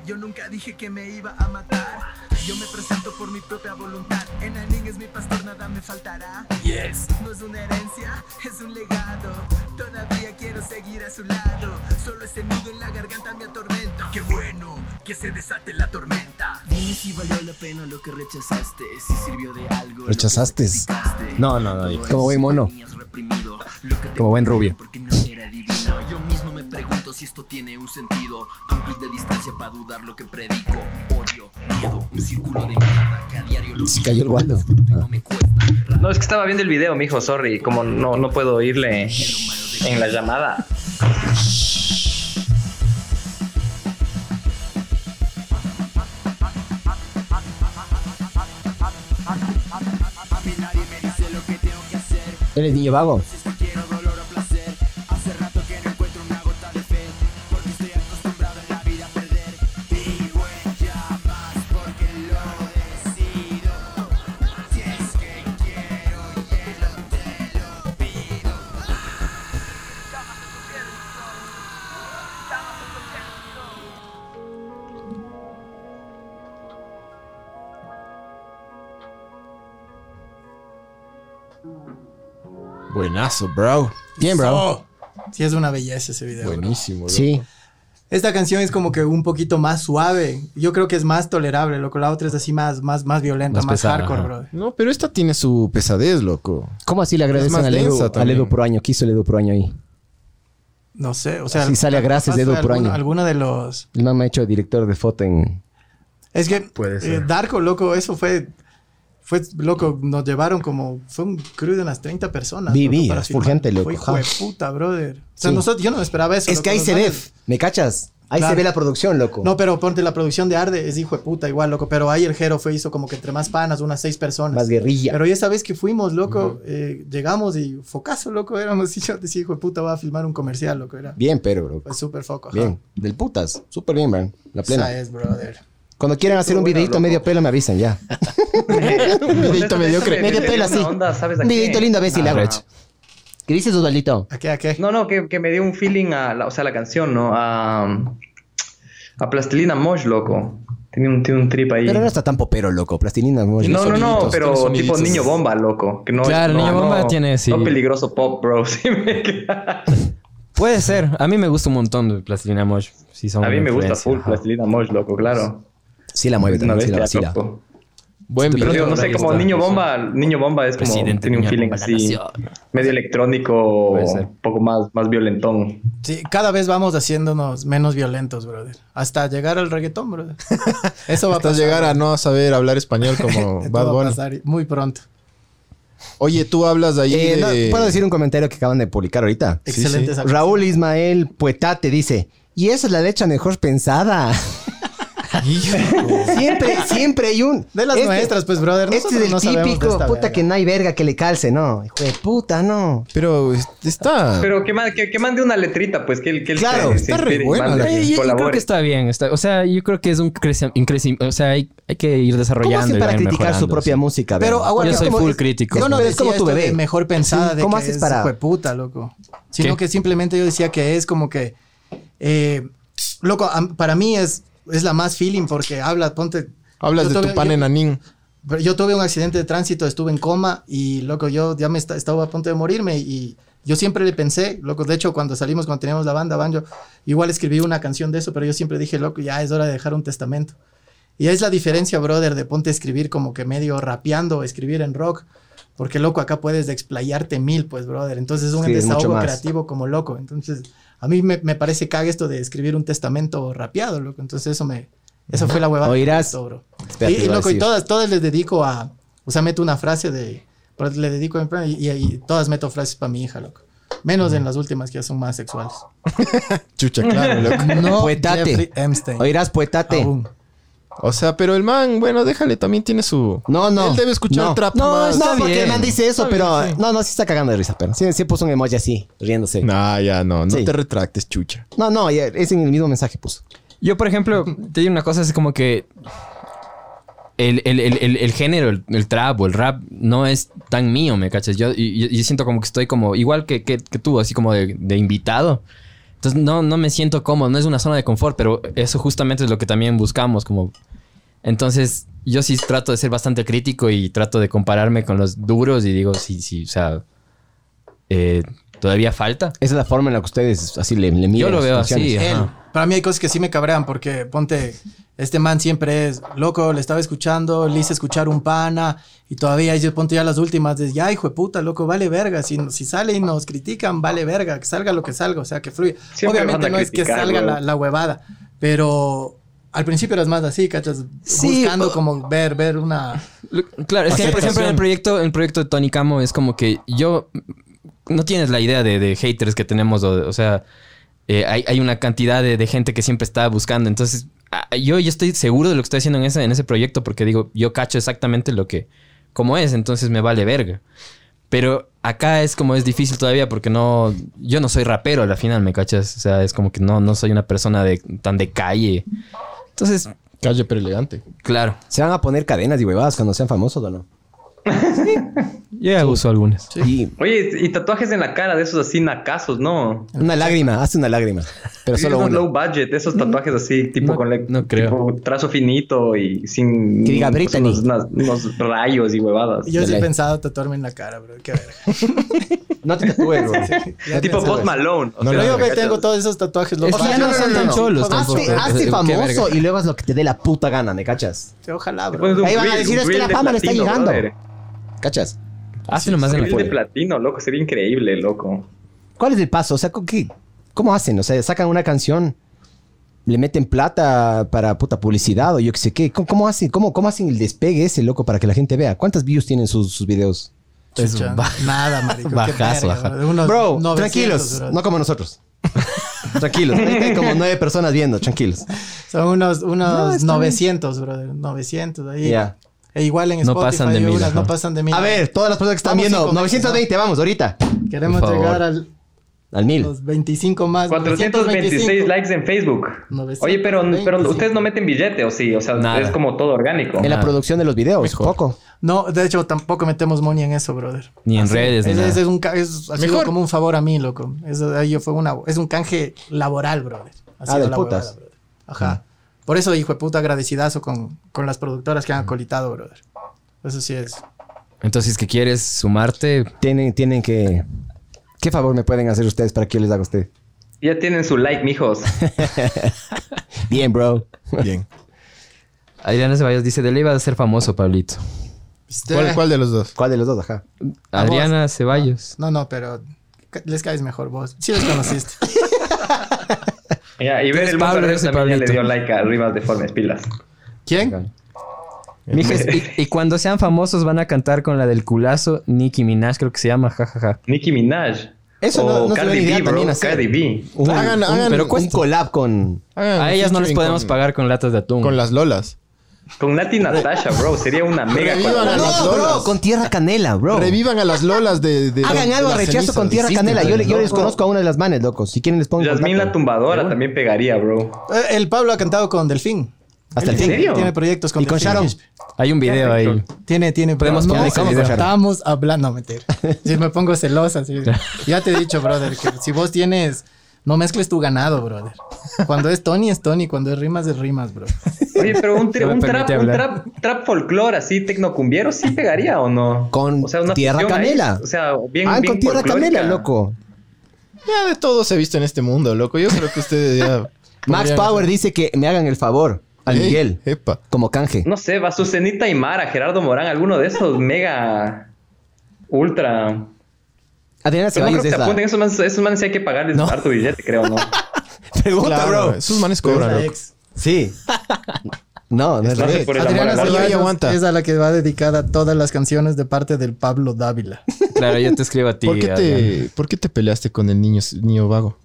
[SPEAKER 9] Yo nunca dije que me iba a matar Yo me presento por mi propia voluntad Enanín es mi pastor, nada me faltará Yes No es una herencia, es un legado Todavía quiero seguir a su lado Solo ese nudo en la garganta me atormenta Qué bueno que se desate la tormenta Dime si valió la pena lo que rechazaste Si sirvió de algo lo que
[SPEAKER 11] ¿Rechazaste?
[SPEAKER 9] sacrificaste.
[SPEAKER 7] No, no, no.
[SPEAKER 2] Como buen mono.
[SPEAKER 7] Como buen rubio.
[SPEAKER 9] Porque no era divino. Yo mismo me pregunto si esto tiene un sentido. Con clic de distancia para dudar lo que predico. Odio, miedo, un círculo de mierda que a diario lo
[SPEAKER 2] Se cayó el Waldo.
[SPEAKER 9] no me cuesta.
[SPEAKER 1] No, es que estaba viendo el video, mijo, sorry. Como no, no puedo oírle en la llamada.
[SPEAKER 9] A mí nadie me dice lo que tengo que hacer.
[SPEAKER 2] Eres niño vago.
[SPEAKER 9] Si es que quiero dolor o placer. Hace rato que no encuentro una gota de fe. Porque estoy acostumbrado en la vida a perder. Vivo en llamas porque lo decido. Si es que quiero hielo, te lo pido.
[SPEAKER 11] Buenazo, bro. Oh.
[SPEAKER 2] Bien, bro.
[SPEAKER 4] Oh. Sí, es una belleza ese video. bro.
[SPEAKER 11] Buenísimo, bro.
[SPEAKER 2] Sí.
[SPEAKER 4] Esta canción es como que un poquito más suave. Yo creo que es más tolerable, loco. La otra es así más, más, más violenta,
[SPEAKER 7] Más
[SPEAKER 4] más,
[SPEAKER 7] pesada,
[SPEAKER 4] hardcore,
[SPEAKER 7] ajá.
[SPEAKER 4] brother.
[SPEAKER 3] No, pero esta tiene su pesadez, loco.
[SPEAKER 2] ¿Cómo así le agradecen
[SPEAKER 3] más
[SPEAKER 2] al
[SPEAKER 3] densa
[SPEAKER 2] Edu, al
[SPEAKER 3] también.
[SPEAKER 2] Edu Proaño? ¿Qué hizo el Edu Proaño ahí?
[SPEAKER 4] No sé, o sea...
[SPEAKER 2] Así sale a gracias de
[SPEAKER 4] capaz
[SPEAKER 2] Edu
[SPEAKER 4] fue
[SPEAKER 2] Proaño.
[SPEAKER 4] alguno- Alguno de los...
[SPEAKER 2] El man me ha hecho director de foto en...
[SPEAKER 4] Es que eh, Darko, loco, eso fue. Fue loco, nos llevaron como. Fue un crew de unas 30 personas.
[SPEAKER 2] Vi, vi,
[SPEAKER 4] loco, para
[SPEAKER 2] es
[SPEAKER 4] filmar.
[SPEAKER 2] full gente, loco,
[SPEAKER 4] Fue hijo
[SPEAKER 2] ajá.
[SPEAKER 4] de puta, brother. O sea,
[SPEAKER 2] Sí.
[SPEAKER 4] nosotros, yo no me esperaba eso.
[SPEAKER 2] Es
[SPEAKER 4] loco,
[SPEAKER 2] que ahí
[SPEAKER 4] los
[SPEAKER 2] se ve.
[SPEAKER 4] manes-
[SPEAKER 2] ¿Me cachas? Ahí
[SPEAKER 4] Claro.
[SPEAKER 2] se ve la producción, loco.
[SPEAKER 4] No, pero ponte la producción de Arde, es hijo de puta igual, loco. Pero ahí el Jero fue, hizo como que entre más panas, unas seis personas.
[SPEAKER 2] Más guerrilla.
[SPEAKER 4] Pero ya esa vez que fuimos, loco, eh, llegamos y focazo, loco, éramos. [laughs] Y yo decía, hijo de puta, va a filmar un comercial, loco. Era
[SPEAKER 2] Bien, pero, bro.
[SPEAKER 4] fue súper foco, Pues, ajá.
[SPEAKER 2] Bien. Del putas. Súper bien, man. La plena.
[SPEAKER 4] Esa es, brother.
[SPEAKER 2] Cuando quieran hacer un
[SPEAKER 1] Bueno,
[SPEAKER 2] videito
[SPEAKER 1] loco.
[SPEAKER 2] medio pelo, me avisan ya.
[SPEAKER 1] [laughs] Un
[SPEAKER 4] [laughs]
[SPEAKER 3] videíto mediocre.
[SPEAKER 2] Medio pelo así. Un videito lindo, a ver si
[SPEAKER 1] Ah,
[SPEAKER 2] le hago. ¿Qué dices, Osvaldito?
[SPEAKER 4] ¿A qué, a qué?
[SPEAKER 1] No, no, que, que me dio un feeling a, la, o sea, a la canción, ¿no? A, a Plastilina Mosh, loco. Tiene un, tiene un trip ahí.
[SPEAKER 2] Pero no está tan popero, loco. Plastilina. No,
[SPEAKER 1] no, no, no,
[SPEAKER 11] soniditos,
[SPEAKER 1] pero
[SPEAKER 11] tiene
[SPEAKER 1] tipo
[SPEAKER 11] soniditos.
[SPEAKER 1] niño bomba, loco. Que no,
[SPEAKER 7] Claro,
[SPEAKER 1] no-
[SPEAKER 7] Niño Bomba
[SPEAKER 1] no-
[SPEAKER 7] tiene, sí.
[SPEAKER 1] No peligroso pop, bro. [laughs] sí me queda.
[SPEAKER 7] Puede ser. A mí me gusta un montón de Plastilina Mosh. Sí son
[SPEAKER 1] A mí
[SPEAKER 7] una
[SPEAKER 1] me gusta
[SPEAKER 7] influencia,
[SPEAKER 1] full
[SPEAKER 7] ajá.
[SPEAKER 1] Plastilina Mosh, loco, claro.
[SPEAKER 2] Sí la mueve
[SPEAKER 1] Es una
[SPEAKER 2] también, sí la
[SPEAKER 1] bestia,
[SPEAKER 2] vacila.
[SPEAKER 1] loco.
[SPEAKER 7] Buen
[SPEAKER 1] Pero digo, no sé, como Niño
[SPEAKER 2] pues,
[SPEAKER 1] Bomba, Niño Bomba es como
[SPEAKER 7] Presidente
[SPEAKER 1] tiene un
[SPEAKER 7] Niño
[SPEAKER 1] feeling
[SPEAKER 7] Bomba, la
[SPEAKER 1] así
[SPEAKER 7] nación.
[SPEAKER 1] medio electrónico,
[SPEAKER 7] Puede ser.
[SPEAKER 1] un poco más más violentón.
[SPEAKER 4] Sí, cada vez vamos haciéndonos menos violentos, brother. Hasta llegar al reggaetón, brother. Eso va a
[SPEAKER 3] Hasta [laughs]
[SPEAKER 4] pasar. [laughs]
[SPEAKER 3] llegar a no saber hablar español como
[SPEAKER 4] Esto
[SPEAKER 3] Bad
[SPEAKER 4] va a
[SPEAKER 3] Bunny.
[SPEAKER 4] pasar muy pronto.
[SPEAKER 3] Oye, tú hablas ahí
[SPEAKER 2] Eh, no,
[SPEAKER 3] de...
[SPEAKER 2] ¿Puedo decir un comentario que acaban de publicar ahorita?
[SPEAKER 3] Sí, Excelente sí. esa cosa.
[SPEAKER 2] Raúl Ismael Puetate dice, y esa es la leche mejor pensada. [laughs] siempre, siempre hay un...
[SPEAKER 12] De las
[SPEAKER 2] Este-
[SPEAKER 12] nuestras, pues, brother.
[SPEAKER 2] Este es
[SPEAKER 12] Nosotros
[SPEAKER 2] el
[SPEAKER 12] no sabemos de
[SPEAKER 2] típico,
[SPEAKER 12] esta
[SPEAKER 2] puta
[SPEAKER 12] verga.
[SPEAKER 2] que no hay verga que le calce, no. Hijo de puta, no.
[SPEAKER 3] Pero está...
[SPEAKER 1] Pero que, ma- que, que mande una letrita, pues que él, que él
[SPEAKER 2] Ah. Claro,
[SPEAKER 1] se- se
[SPEAKER 2] está re
[SPEAKER 1] inspire y
[SPEAKER 2] buena
[SPEAKER 1] mande,
[SPEAKER 2] la-
[SPEAKER 1] que
[SPEAKER 7] Eh, yo, yo creo
[SPEAKER 1] colabore.
[SPEAKER 7] que está bien. está- o sea, yo creo que es un crecimiento. O sea, hay, hay que ir desarrollando.
[SPEAKER 2] ¿Cómo hacen
[SPEAKER 7] y
[SPEAKER 2] para
[SPEAKER 7] van
[SPEAKER 2] criticar su
[SPEAKER 7] mejorando,
[SPEAKER 2] propia música?
[SPEAKER 4] Pero,
[SPEAKER 2] verga?
[SPEAKER 4] aguanta,
[SPEAKER 7] Yo soy
[SPEAKER 4] ¿cómo
[SPEAKER 7] full
[SPEAKER 4] es?
[SPEAKER 7] crítico.
[SPEAKER 4] Yo no
[SPEAKER 2] Pero es
[SPEAKER 4] decía
[SPEAKER 2] como tu
[SPEAKER 4] esto de
[SPEAKER 2] bebé.
[SPEAKER 4] mejor pensada
[SPEAKER 2] Sí,
[SPEAKER 4] de
[SPEAKER 2] ¿cómo
[SPEAKER 4] que
[SPEAKER 2] haces
[SPEAKER 4] es
[SPEAKER 2] para-
[SPEAKER 4] puta, loco. Sino
[SPEAKER 7] ¿Qué?
[SPEAKER 4] que simplemente yo decía que es como que... eh, loco, am- para mí es, es la más feeling porque habla, ponte...
[SPEAKER 3] Hablas
[SPEAKER 4] yo
[SPEAKER 3] de
[SPEAKER 4] tuve-
[SPEAKER 3] tu pan
[SPEAKER 4] yo-
[SPEAKER 3] enanín.
[SPEAKER 4] pero yo tuve un accidente de tránsito, estuve en coma y loco, yo ya me esta- estaba a punto de morirme y yo siempre le pensé, loco, de hecho cuando salimos, cuando teníamos la banda Banjo, igual escribí una canción de eso, pero yo siempre dije, loco, ya es hora de dejar un testamento. Y es la diferencia, brother, de ponte a escribir como que medio rapeando, o escribir en rock, porque loco, acá puedes explayarte mil, pues, brother. Entonces es un
[SPEAKER 2] Sí, mucho
[SPEAKER 4] desahogo
[SPEAKER 2] más.
[SPEAKER 4] creativo como loco. Entonces, a mí me, me parece caga esto de escribir un testamento rapeado, loco. Entonces eso me... Eso fue la huevada. que me
[SPEAKER 2] Oirás-
[SPEAKER 4] gustó, bro.
[SPEAKER 2] Espérate,
[SPEAKER 4] Y-
[SPEAKER 2] iba
[SPEAKER 4] y
[SPEAKER 2] a
[SPEAKER 4] loco, y
[SPEAKER 2] decir.
[SPEAKER 4] todas, todas les dedico a. O sea, meto una frase de. pero Le dedico en plan y, y- y todas meto frases para mi hija, loco. Menos en las últimas que ya son más sexuales.
[SPEAKER 3] Chucha, claro, loco.
[SPEAKER 2] [laughs]
[SPEAKER 4] No,
[SPEAKER 2] Puetate.
[SPEAKER 4] Jeffrey Epstein.
[SPEAKER 2] Oirás, puetate.
[SPEAKER 4] Aún.
[SPEAKER 3] O sea, pero el man, bueno, déjale, también tiene su...
[SPEAKER 2] No, no.
[SPEAKER 3] Él debe escuchar
[SPEAKER 2] no.
[SPEAKER 3] trap
[SPEAKER 2] No,
[SPEAKER 3] más.
[SPEAKER 2] no,
[SPEAKER 7] Está
[SPEAKER 2] porque el
[SPEAKER 7] bien.
[SPEAKER 2] man dice eso, pero... No, no, sí está cagando de risa, pero... Sí, sí puso un emoji así, riéndose. No,
[SPEAKER 3] Nah, ya, no. No
[SPEAKER 2] Sí.
[SPEAKER 3] te retractes, chucha.
[SPEAKER 2] no, ya, es en el mismo mensaje puso.
[SPEAKER 7] Yo, por ejemplo, te digo una cosa, es como que el, el- el- el- el género, el, el trap o el rap, no es tan mío, ¿me cachas? Yo, y- y- y siento como que estoy como, igual que, que- que tú, así como de, de invitado. Entonces, no, no me siento cómodo, no es una zona de confort, pero eso justamente es lo que también buscamos, como... Entonces, yo sí trato de ser bastante crítico y trato de compararme con los duros y digo, sí, sí, o sea, eh, todavía falta.
[SPEAKER 2] Esa es la forma en la que ustedes así le, le miran
[SPEAKER 7] Yo lo
[SPEAKER 2] sus
[SPEAKER 7] veo
[SPEAKER 2] canciones.
[SPEAKER 7] así.
[SPEAKER 4] Él.
[SPEAKER 7] ajá.
[SPEAKER 4] Para mí hay cosas que sí me cabrean porque, ponte, este man siempre es loco, le estaba escuchando, le hice escuchar un pana y todavía yo ponte ya las últimas, de ya hijo de puta, loco, vale verga, si, si sale y nos critican, vale verga, que salga lo que salga, o sea, que fluya.
[SPEAKER 1] Siempre van
[SPEAKER 4] Obviamente
[SPEAKER 1] a
[SPEAKER 4] no es que
[SPEAKER 1] criticar,
[SPEAKER 4] salga la,
[SPEAKER 1] weón.
[SPEAKER 4] la huevada, pero al principio eras más así, cachas,
[SPEAKER 7] Sí,
[SPEAKER 4] buscando
[SPEAKER 7] o-
[SPEAKER 4] como ver, ver una...
[SPEAKER 7] Lo- Claro, es que por ejemplo en el proyecto, en el proyecto de Tony Camo es como que yo no tienes la idea de, de haters que tenemos, o, o sea, eh, hay, hay una cantidad de, de gente que siempre está buscando, entonces a- yo, yo estoy seguro de lo que estoy haciendo en ese, en ese proyecto porque digo, yo cacho exactamente lo que, como es, entonces me vale verga. Pero acá es como es difícil todavía porque no, yo no soy rapero al final, ¿me cachas? O sea, es como que no, no soy una persona de, tan de calle. Entonces,
[SPEAKER 3] Calle, pero elegante.
[SPEAKER 7] claro,
[SPEAKER 2] ¿Se van a poner cadenas y huevadas cuando sean famosos o no?
[SPEAKER 7] yo ya uso algunas.
[SPEAKER 1] Oye, y tatuajes en la cara de esos así nacasos, ¿no?
[SPEAKER 2] Y una lágrima, hace una lágrima. Pero solo
[SPEAKER 1] esos
[SPEAKER 2] una.
[SPEAKER 1] low budget, esos tatuajes así, tipo
[SPEAKER 7] No,
[SPEAKER 1] con le-
[SPEAKER 7] no creo.
[SPEAKER 1] tipo trazo finito y sin
[SPEAKER 2] Que diga
[SPEAKER 1] pues,
[SPEAKER 2] Britney.
[SPEAKER 1] unos, unas- unos rayos y huevadas.
[SPEAKER 4] Yo sí
[SPEAKER 2] Dale.
[SPEAKER 4] he pensado tatuarme en la cara, bro, qué verga.
[SPEAKER 2] No te tatúes, [laughs] bro.
[SPEAKER 4] Ya
[SPEAKER 1] tipo
[SPEAKER 4] pensé,
[SPEAKER 1] Post
[SPEAKER 4] bro.
[SPEAKER 1] Malone. o
[SPEAKER 4] No,
[SPEAKER 1] sea,
[SPEAKER 4] yo me
[SPEAKER 1] ¿cachas?
[SPEAKER 4] tengo todos esos tatuajes,
[SPEAKER 7] Es
[SPEAKER 4] loco.
[SPEAKER 7] que ya no son tan cholos
[SPEAKER 4] Ah,
[SPEAKER 7] tampoco.
[SPEAKER 2] Hazte, hazte
[SPEAKER 7] Qué
[SPEAKER 2] famoso
[SPEAKER 7] verga.
[SPEAKER 2] y luego haz lo que te dé la puta gana, ¿me cachas?
[SPEAKER 4] Ojalá,
[SPEAKER 1] Te
[SPEAKER 4] bro.
[SPEAKER 1] pones un
[SPEAKER 2] Ahí van a
[SPEAKER 1] grill,
[SPEAKER 2] decir,
[SPEAKER 1] un
[SPEAKER 2] "Es que
[SPEAKER 1] grill
[SPEAKER 2] la
[SPEAKER 1] de
[SPEAKER 2] fama le está
[SPEAKER 1] platino,
[SPEAKER 2] llegando".
[SPEAKER 1] brother.
[SPEAKER 2] ¿Cachas?
[SPEAKER 7] Hazlo más en la
[SPEAKER 1] Grill de
[SPEAKER 7] polla.
[SPEAKER 1] platino, loco, sería increíble, loco.
[SPEAKER 2] ¿Cuál es el paso? O sea, ¿con qué- ¿cómo hacen? O sea, sacan una canción, le meten plata para puta publicidad o yo qué sé qué. ¿Cómo, cómo hacen, cómo, cómo hacen el despegue ese, loco, para que la gente vea? ¿Cuántas views tienen sus, sus videos?
[SPEAKER 4] Chucha, [laughs] nada, marico. qué
[SPEAKER 7] bajazo,
[SPEAKER 4] verga,
[SPEAKER 7] ajá.
[SPEAKER 4] bro. Unos
[SPEAKER 2] Bro,
[SPEAKER 4] 900,
[SPEAKER 2] tranquilos,
[SPEAKER 4] bro.
[SPEAKER 2] no como nosotros. [laughs] tranquilos, ahorita hay como nueve personas viendo, tranquilos.
[SPEAKER 4] Son unos,
[SPEAKER 2] No,
[SPEAKER 4] unos
[SPEAKER 2] está
[SPEAKER 4] 900, brother. 900 ahí.
[SPEAKER 2] Ya.
[SPEAKER 4] E igual en
[SPEAKER 7] No
[SPEAKER 4] Spotify
[SPEAKER 7] pasan de
[SPEAKER 4] hay
[SPEAKER 7] mil,
[SPEAKER 4] unas,
[SPEAKER 7] ajá.
[SPEAKER 4] no pasan de mil.
[SPEAKER 2] A ver, todas las personas que están
[SPEAKER 4] Vamos
[SPEAKER 2] viendo,
[SPEAKER 4] cinco meses,
[SPEAKER 2] 920, vamos, ahorita.
[SPEAKER 4] queremos
[SPEAKER 7] por favor.
[SPEAKER 4] llegar al,
[SPEAKER 2] Al
[SPEAKER 4] a
[SPEAKER 2] mil.
[SPEAKER 4] los 25 más.
[SPEAKER 1] 426 likes en Facebook.
[SPEAKER 4] 925.
[SPEAKER 1] Oye, pero, pero ustedes no meten billete, ¿o sí? O sea,
[SPEAKER 7] Nada.
[SPEAKER 1] es como todo orgánico.
[SPEAKER 2] En la producción de los videos, poco.
[SPEAKER 4] No, de hecho, tampoco metemos money en eso, brother.
[SPEAKER 7] Ni en redes, ni
[SPEAKER 4] Es,
[SPEAKER 7] nada.
[SPEAKER 4] es, es un, ca- es, ha sido
[SPEAKER 3] Mejor.
[SPEAKER 4] como un favor a mí, loco. Es, ahí fue una, es un canje laboral, brother.
[SPEAKER 7] Ah,
[SPEAKER 4] Ha sido
[SPEAKER 2] del
[SPEAKER 4] la
[SPEAKER 2] putas.
[SPEAKER 4] huevada, brother. Ajá. Por eso, hijo de puta, agradecidazo con, con las productoras que han acolitado, brother. Eso sí es.
[SPEAKER 7] Entonces, que quieres sumarte,
[SPEAKER 2] Tienen, tienen que... ¿Qué favor me pueden hacer ustedes para que yo les haga a ustedes?
[SPEAKER 1] Ya tienen su
[SPEAKER 7] [laughs]
[SPEAKER 1] like, mijos.
[SPEAKER 2] Bien, bro.
[SPEAKER 3] Bien.
[SPEAKER 7] Adrián Ceballos dice, de ley va a ser famoso, Pablito.
[SPEAKER 4] Este,
[SPEAKER 3] ¿Cuál, cuál de los dos?
[SPEAKER 2] ¿Cuál de los dos? Ajá.
[SPEAKER 7] Adriana Ceballos.
[SPEAKER 4] No, no, pero ca- les caes mejor vos. Sí los conociste. [laughs]
[SPEAKER 1] Ya, y ver
[SPEAKER 7] Entonces,
[SPEAKER 1] el mundo
[SPEAKER 7] Pablo
[SPEAKER 1] al revés
[SPEAKER 7] ese
[SPEAKER 1] también ya le
[SPEAKER 7] Pablito.
[SPEAKER 1] dio like a Rimas Deformes Pilas.
[SPEAKER 4] ¿Quién?
[SPEAKER 3] Ah.
[SPEAKER 7] Mija, y, y cuando sean famosos van a cantar con la del culazo Nicki Minaj, creo que se llama, jajaja.
[SPEAKER 1] Nicki Minaj.
[SPEAKER 2] Eso
[SPEAKER 1] o
[SPEAKER 2] no- no se
[SPEAKER 1] Cardi
[SPEAKER 2] ve ni idea
[SPEAKER 1] B, bro.
[SPEAKER 2] también hacer.
[SPEAKER 1] Cardi B.
[SPEAKER 2] Un,
[SPEAKER 3] Hagan-
[SPEAKER 2] un-
[SPEAKER 3] hagan
[SPEAKER 2] pero
[SPEAKER 3] un
[SPEAKER 2] un collab con...
[SPEAKER 3] Hagan
[SPEAKER 7] A ellas no les
[SPEAKER 3] featuring
[SPEAKER 7] podemos
[SPEAKER 3] con-
[SPEAKER 7] pagar con latas de atún.
[SPEAKER 3] Mm. Con las lolas.
[SPEAKER 1] Con Nati Natasha, bro. Sería una mega
[SPEAKER 3] Revivan
[SPEAKER 1] cuadrada.
[SPEAKER 3] a
[SPEAKER 2] No,
[SPEAKER 3] las
[SPEAKER 2] bro,
[SPEAKER 3] lolas.
[SPEAKER 2] con tierra canela, bro.
[SPEAKER 3] Revivan a las lolas de. de
[SPEAKER 2] Hagan
[SPEAKER 3] de
[SPEAKER 2] algo,
[SPEAKER 3] las
[SPEAKER 2] rechazo
[SPEAKER 3] cenizas.
[SPEAKER 2] con tierra
[SPEAKER 3] Existen,
[SPEAKER 2] canela. Yo, le- yo
[SPEAKER 3] ¿no?
[SPEAKER 2] les conozco a una de las manes, locos. Si quieren les pongo en
[SPEAKER 1] Yasmín la
[SPEAKER 2] contacto.
[SPEAKER 1] tumbadora también pegaría, bro.
[SPEAKER 4] Eh, El Pablo ha cantado con Delfín.
[SPEAKER 2] Hasta el
[SPEAKER 1] ¿En
[SPEAKER 2] fin.
[SPEAKER 1] serio?
[SPEAKER 4] Tiene proyectos con
[SPEAKER 2] Y con
[SPEAKER 4] Delfín.
[SPEAKER 2] Sharon.
[SPEAKER 7] Hay un video ahí.
[SPEAKER 4] Tiene, tiene.
[SPEAKER 7] Podemos
[SPEAKER 4] no,
[SPEAKER 7] poner ese
[SPEAKER 4] ¿cómo?
[SPEAKER 7] video.
[SPEAKER 4] Estamos
[SPEAKER 2] [laughs]
[SPEAKER 4] hablando, meter. Si me pongo celosa. sí. Ya te he dicho, brother, que si vos tienes... No mezcles tu ganado, brother. Cuando es Tony, es Tony. Cuando es rimas, es rimas, bro.
[SPEAKER 1] Oye, pero
[SPEAKER 2] [laughs]
[SPEAKER 1] un, tra-
[SPEAKER 7] No me
[SPEAKER 1] un
[SPEAKER 7] permite
[SPEAKER 1] trap, un
[SPEAKER 7] hablar.
[SPEAKER 1] trap, trap folclore así, tecnocumbiero, sí pegaría o no.
[SPEAKER 2] Con tierra
[SPEAKER 1] fusión ahí,
[SPEAKER 2] canela.
[SPEAKER 1] o sea, bien.
[SPEAKER 2] Ah,
[SPEAKER 1] bien
[SPEAKER 2] con tierra
[SPEAKER 1] folclórica.
[SPEAKER 2] canela, loco.
[SPEAKER 3] Ya de todo se ha visto en este mundo, loco. Yo creo que ustedes ya.
[SPEAKER 2] Max
[SPEAKER 3] podrían-
[SPEAKER 2] Power dice que me hagan el favor [laughs] al
[SPEAKER 3] Ey,
[SPEAKER 2] Miguel.
[SPEAKER 3] Epa.
[SPEAKER 2] Como canje.
[SPEAKER 1] No sé, va Susenita y Mara, Gerardo Morán, alguno de esos mega ultra.
[SPEAKER 2] Adriana
[SPEAKER 1] Pero no
[SPEAKER 2] Ceballos
[SPEAKER 1] creo que
[SPEAKER 2] es
[SPEAKER 1] te
[SPEAKER 2] la...
[SPEAKER 1] apunten, esos manes, esos manes sí hay que pagarles harto billete, creo, ¿no?
[SPEAKER 2] Pregunta,
[SPEAKER 3] Claro,
[SPEAKER 2] bro.
[SPEAKER 3] Esos manes cobran, loco.
[SPEAKER 4] Ex.
[SPEAKER 2] Sí. No, no es
[SPEAKER 1] Entonces,
[SPEAKER 2] la
[SPEAKER 1] por el
[SPEAKER 4] Adriana
[SPEAKER 1] amor al arte.
[SPEAKER 3] Ceballos.
[SPEAKER 4] Ceballos
[SPEAKER 3] aguanta.
[SPEAKER 4] es a la que va dedicada todas las canciones de parte del Pablo Dávila.
[SPEAKER 7] Claro, yo te escribo a ti.
[SPEAKER 3] ¿Por qué,
[SPEAKER 7] Adrián.
[SPEAKER 3] te, ¿Por qué te peleaste con el niño, niño vago?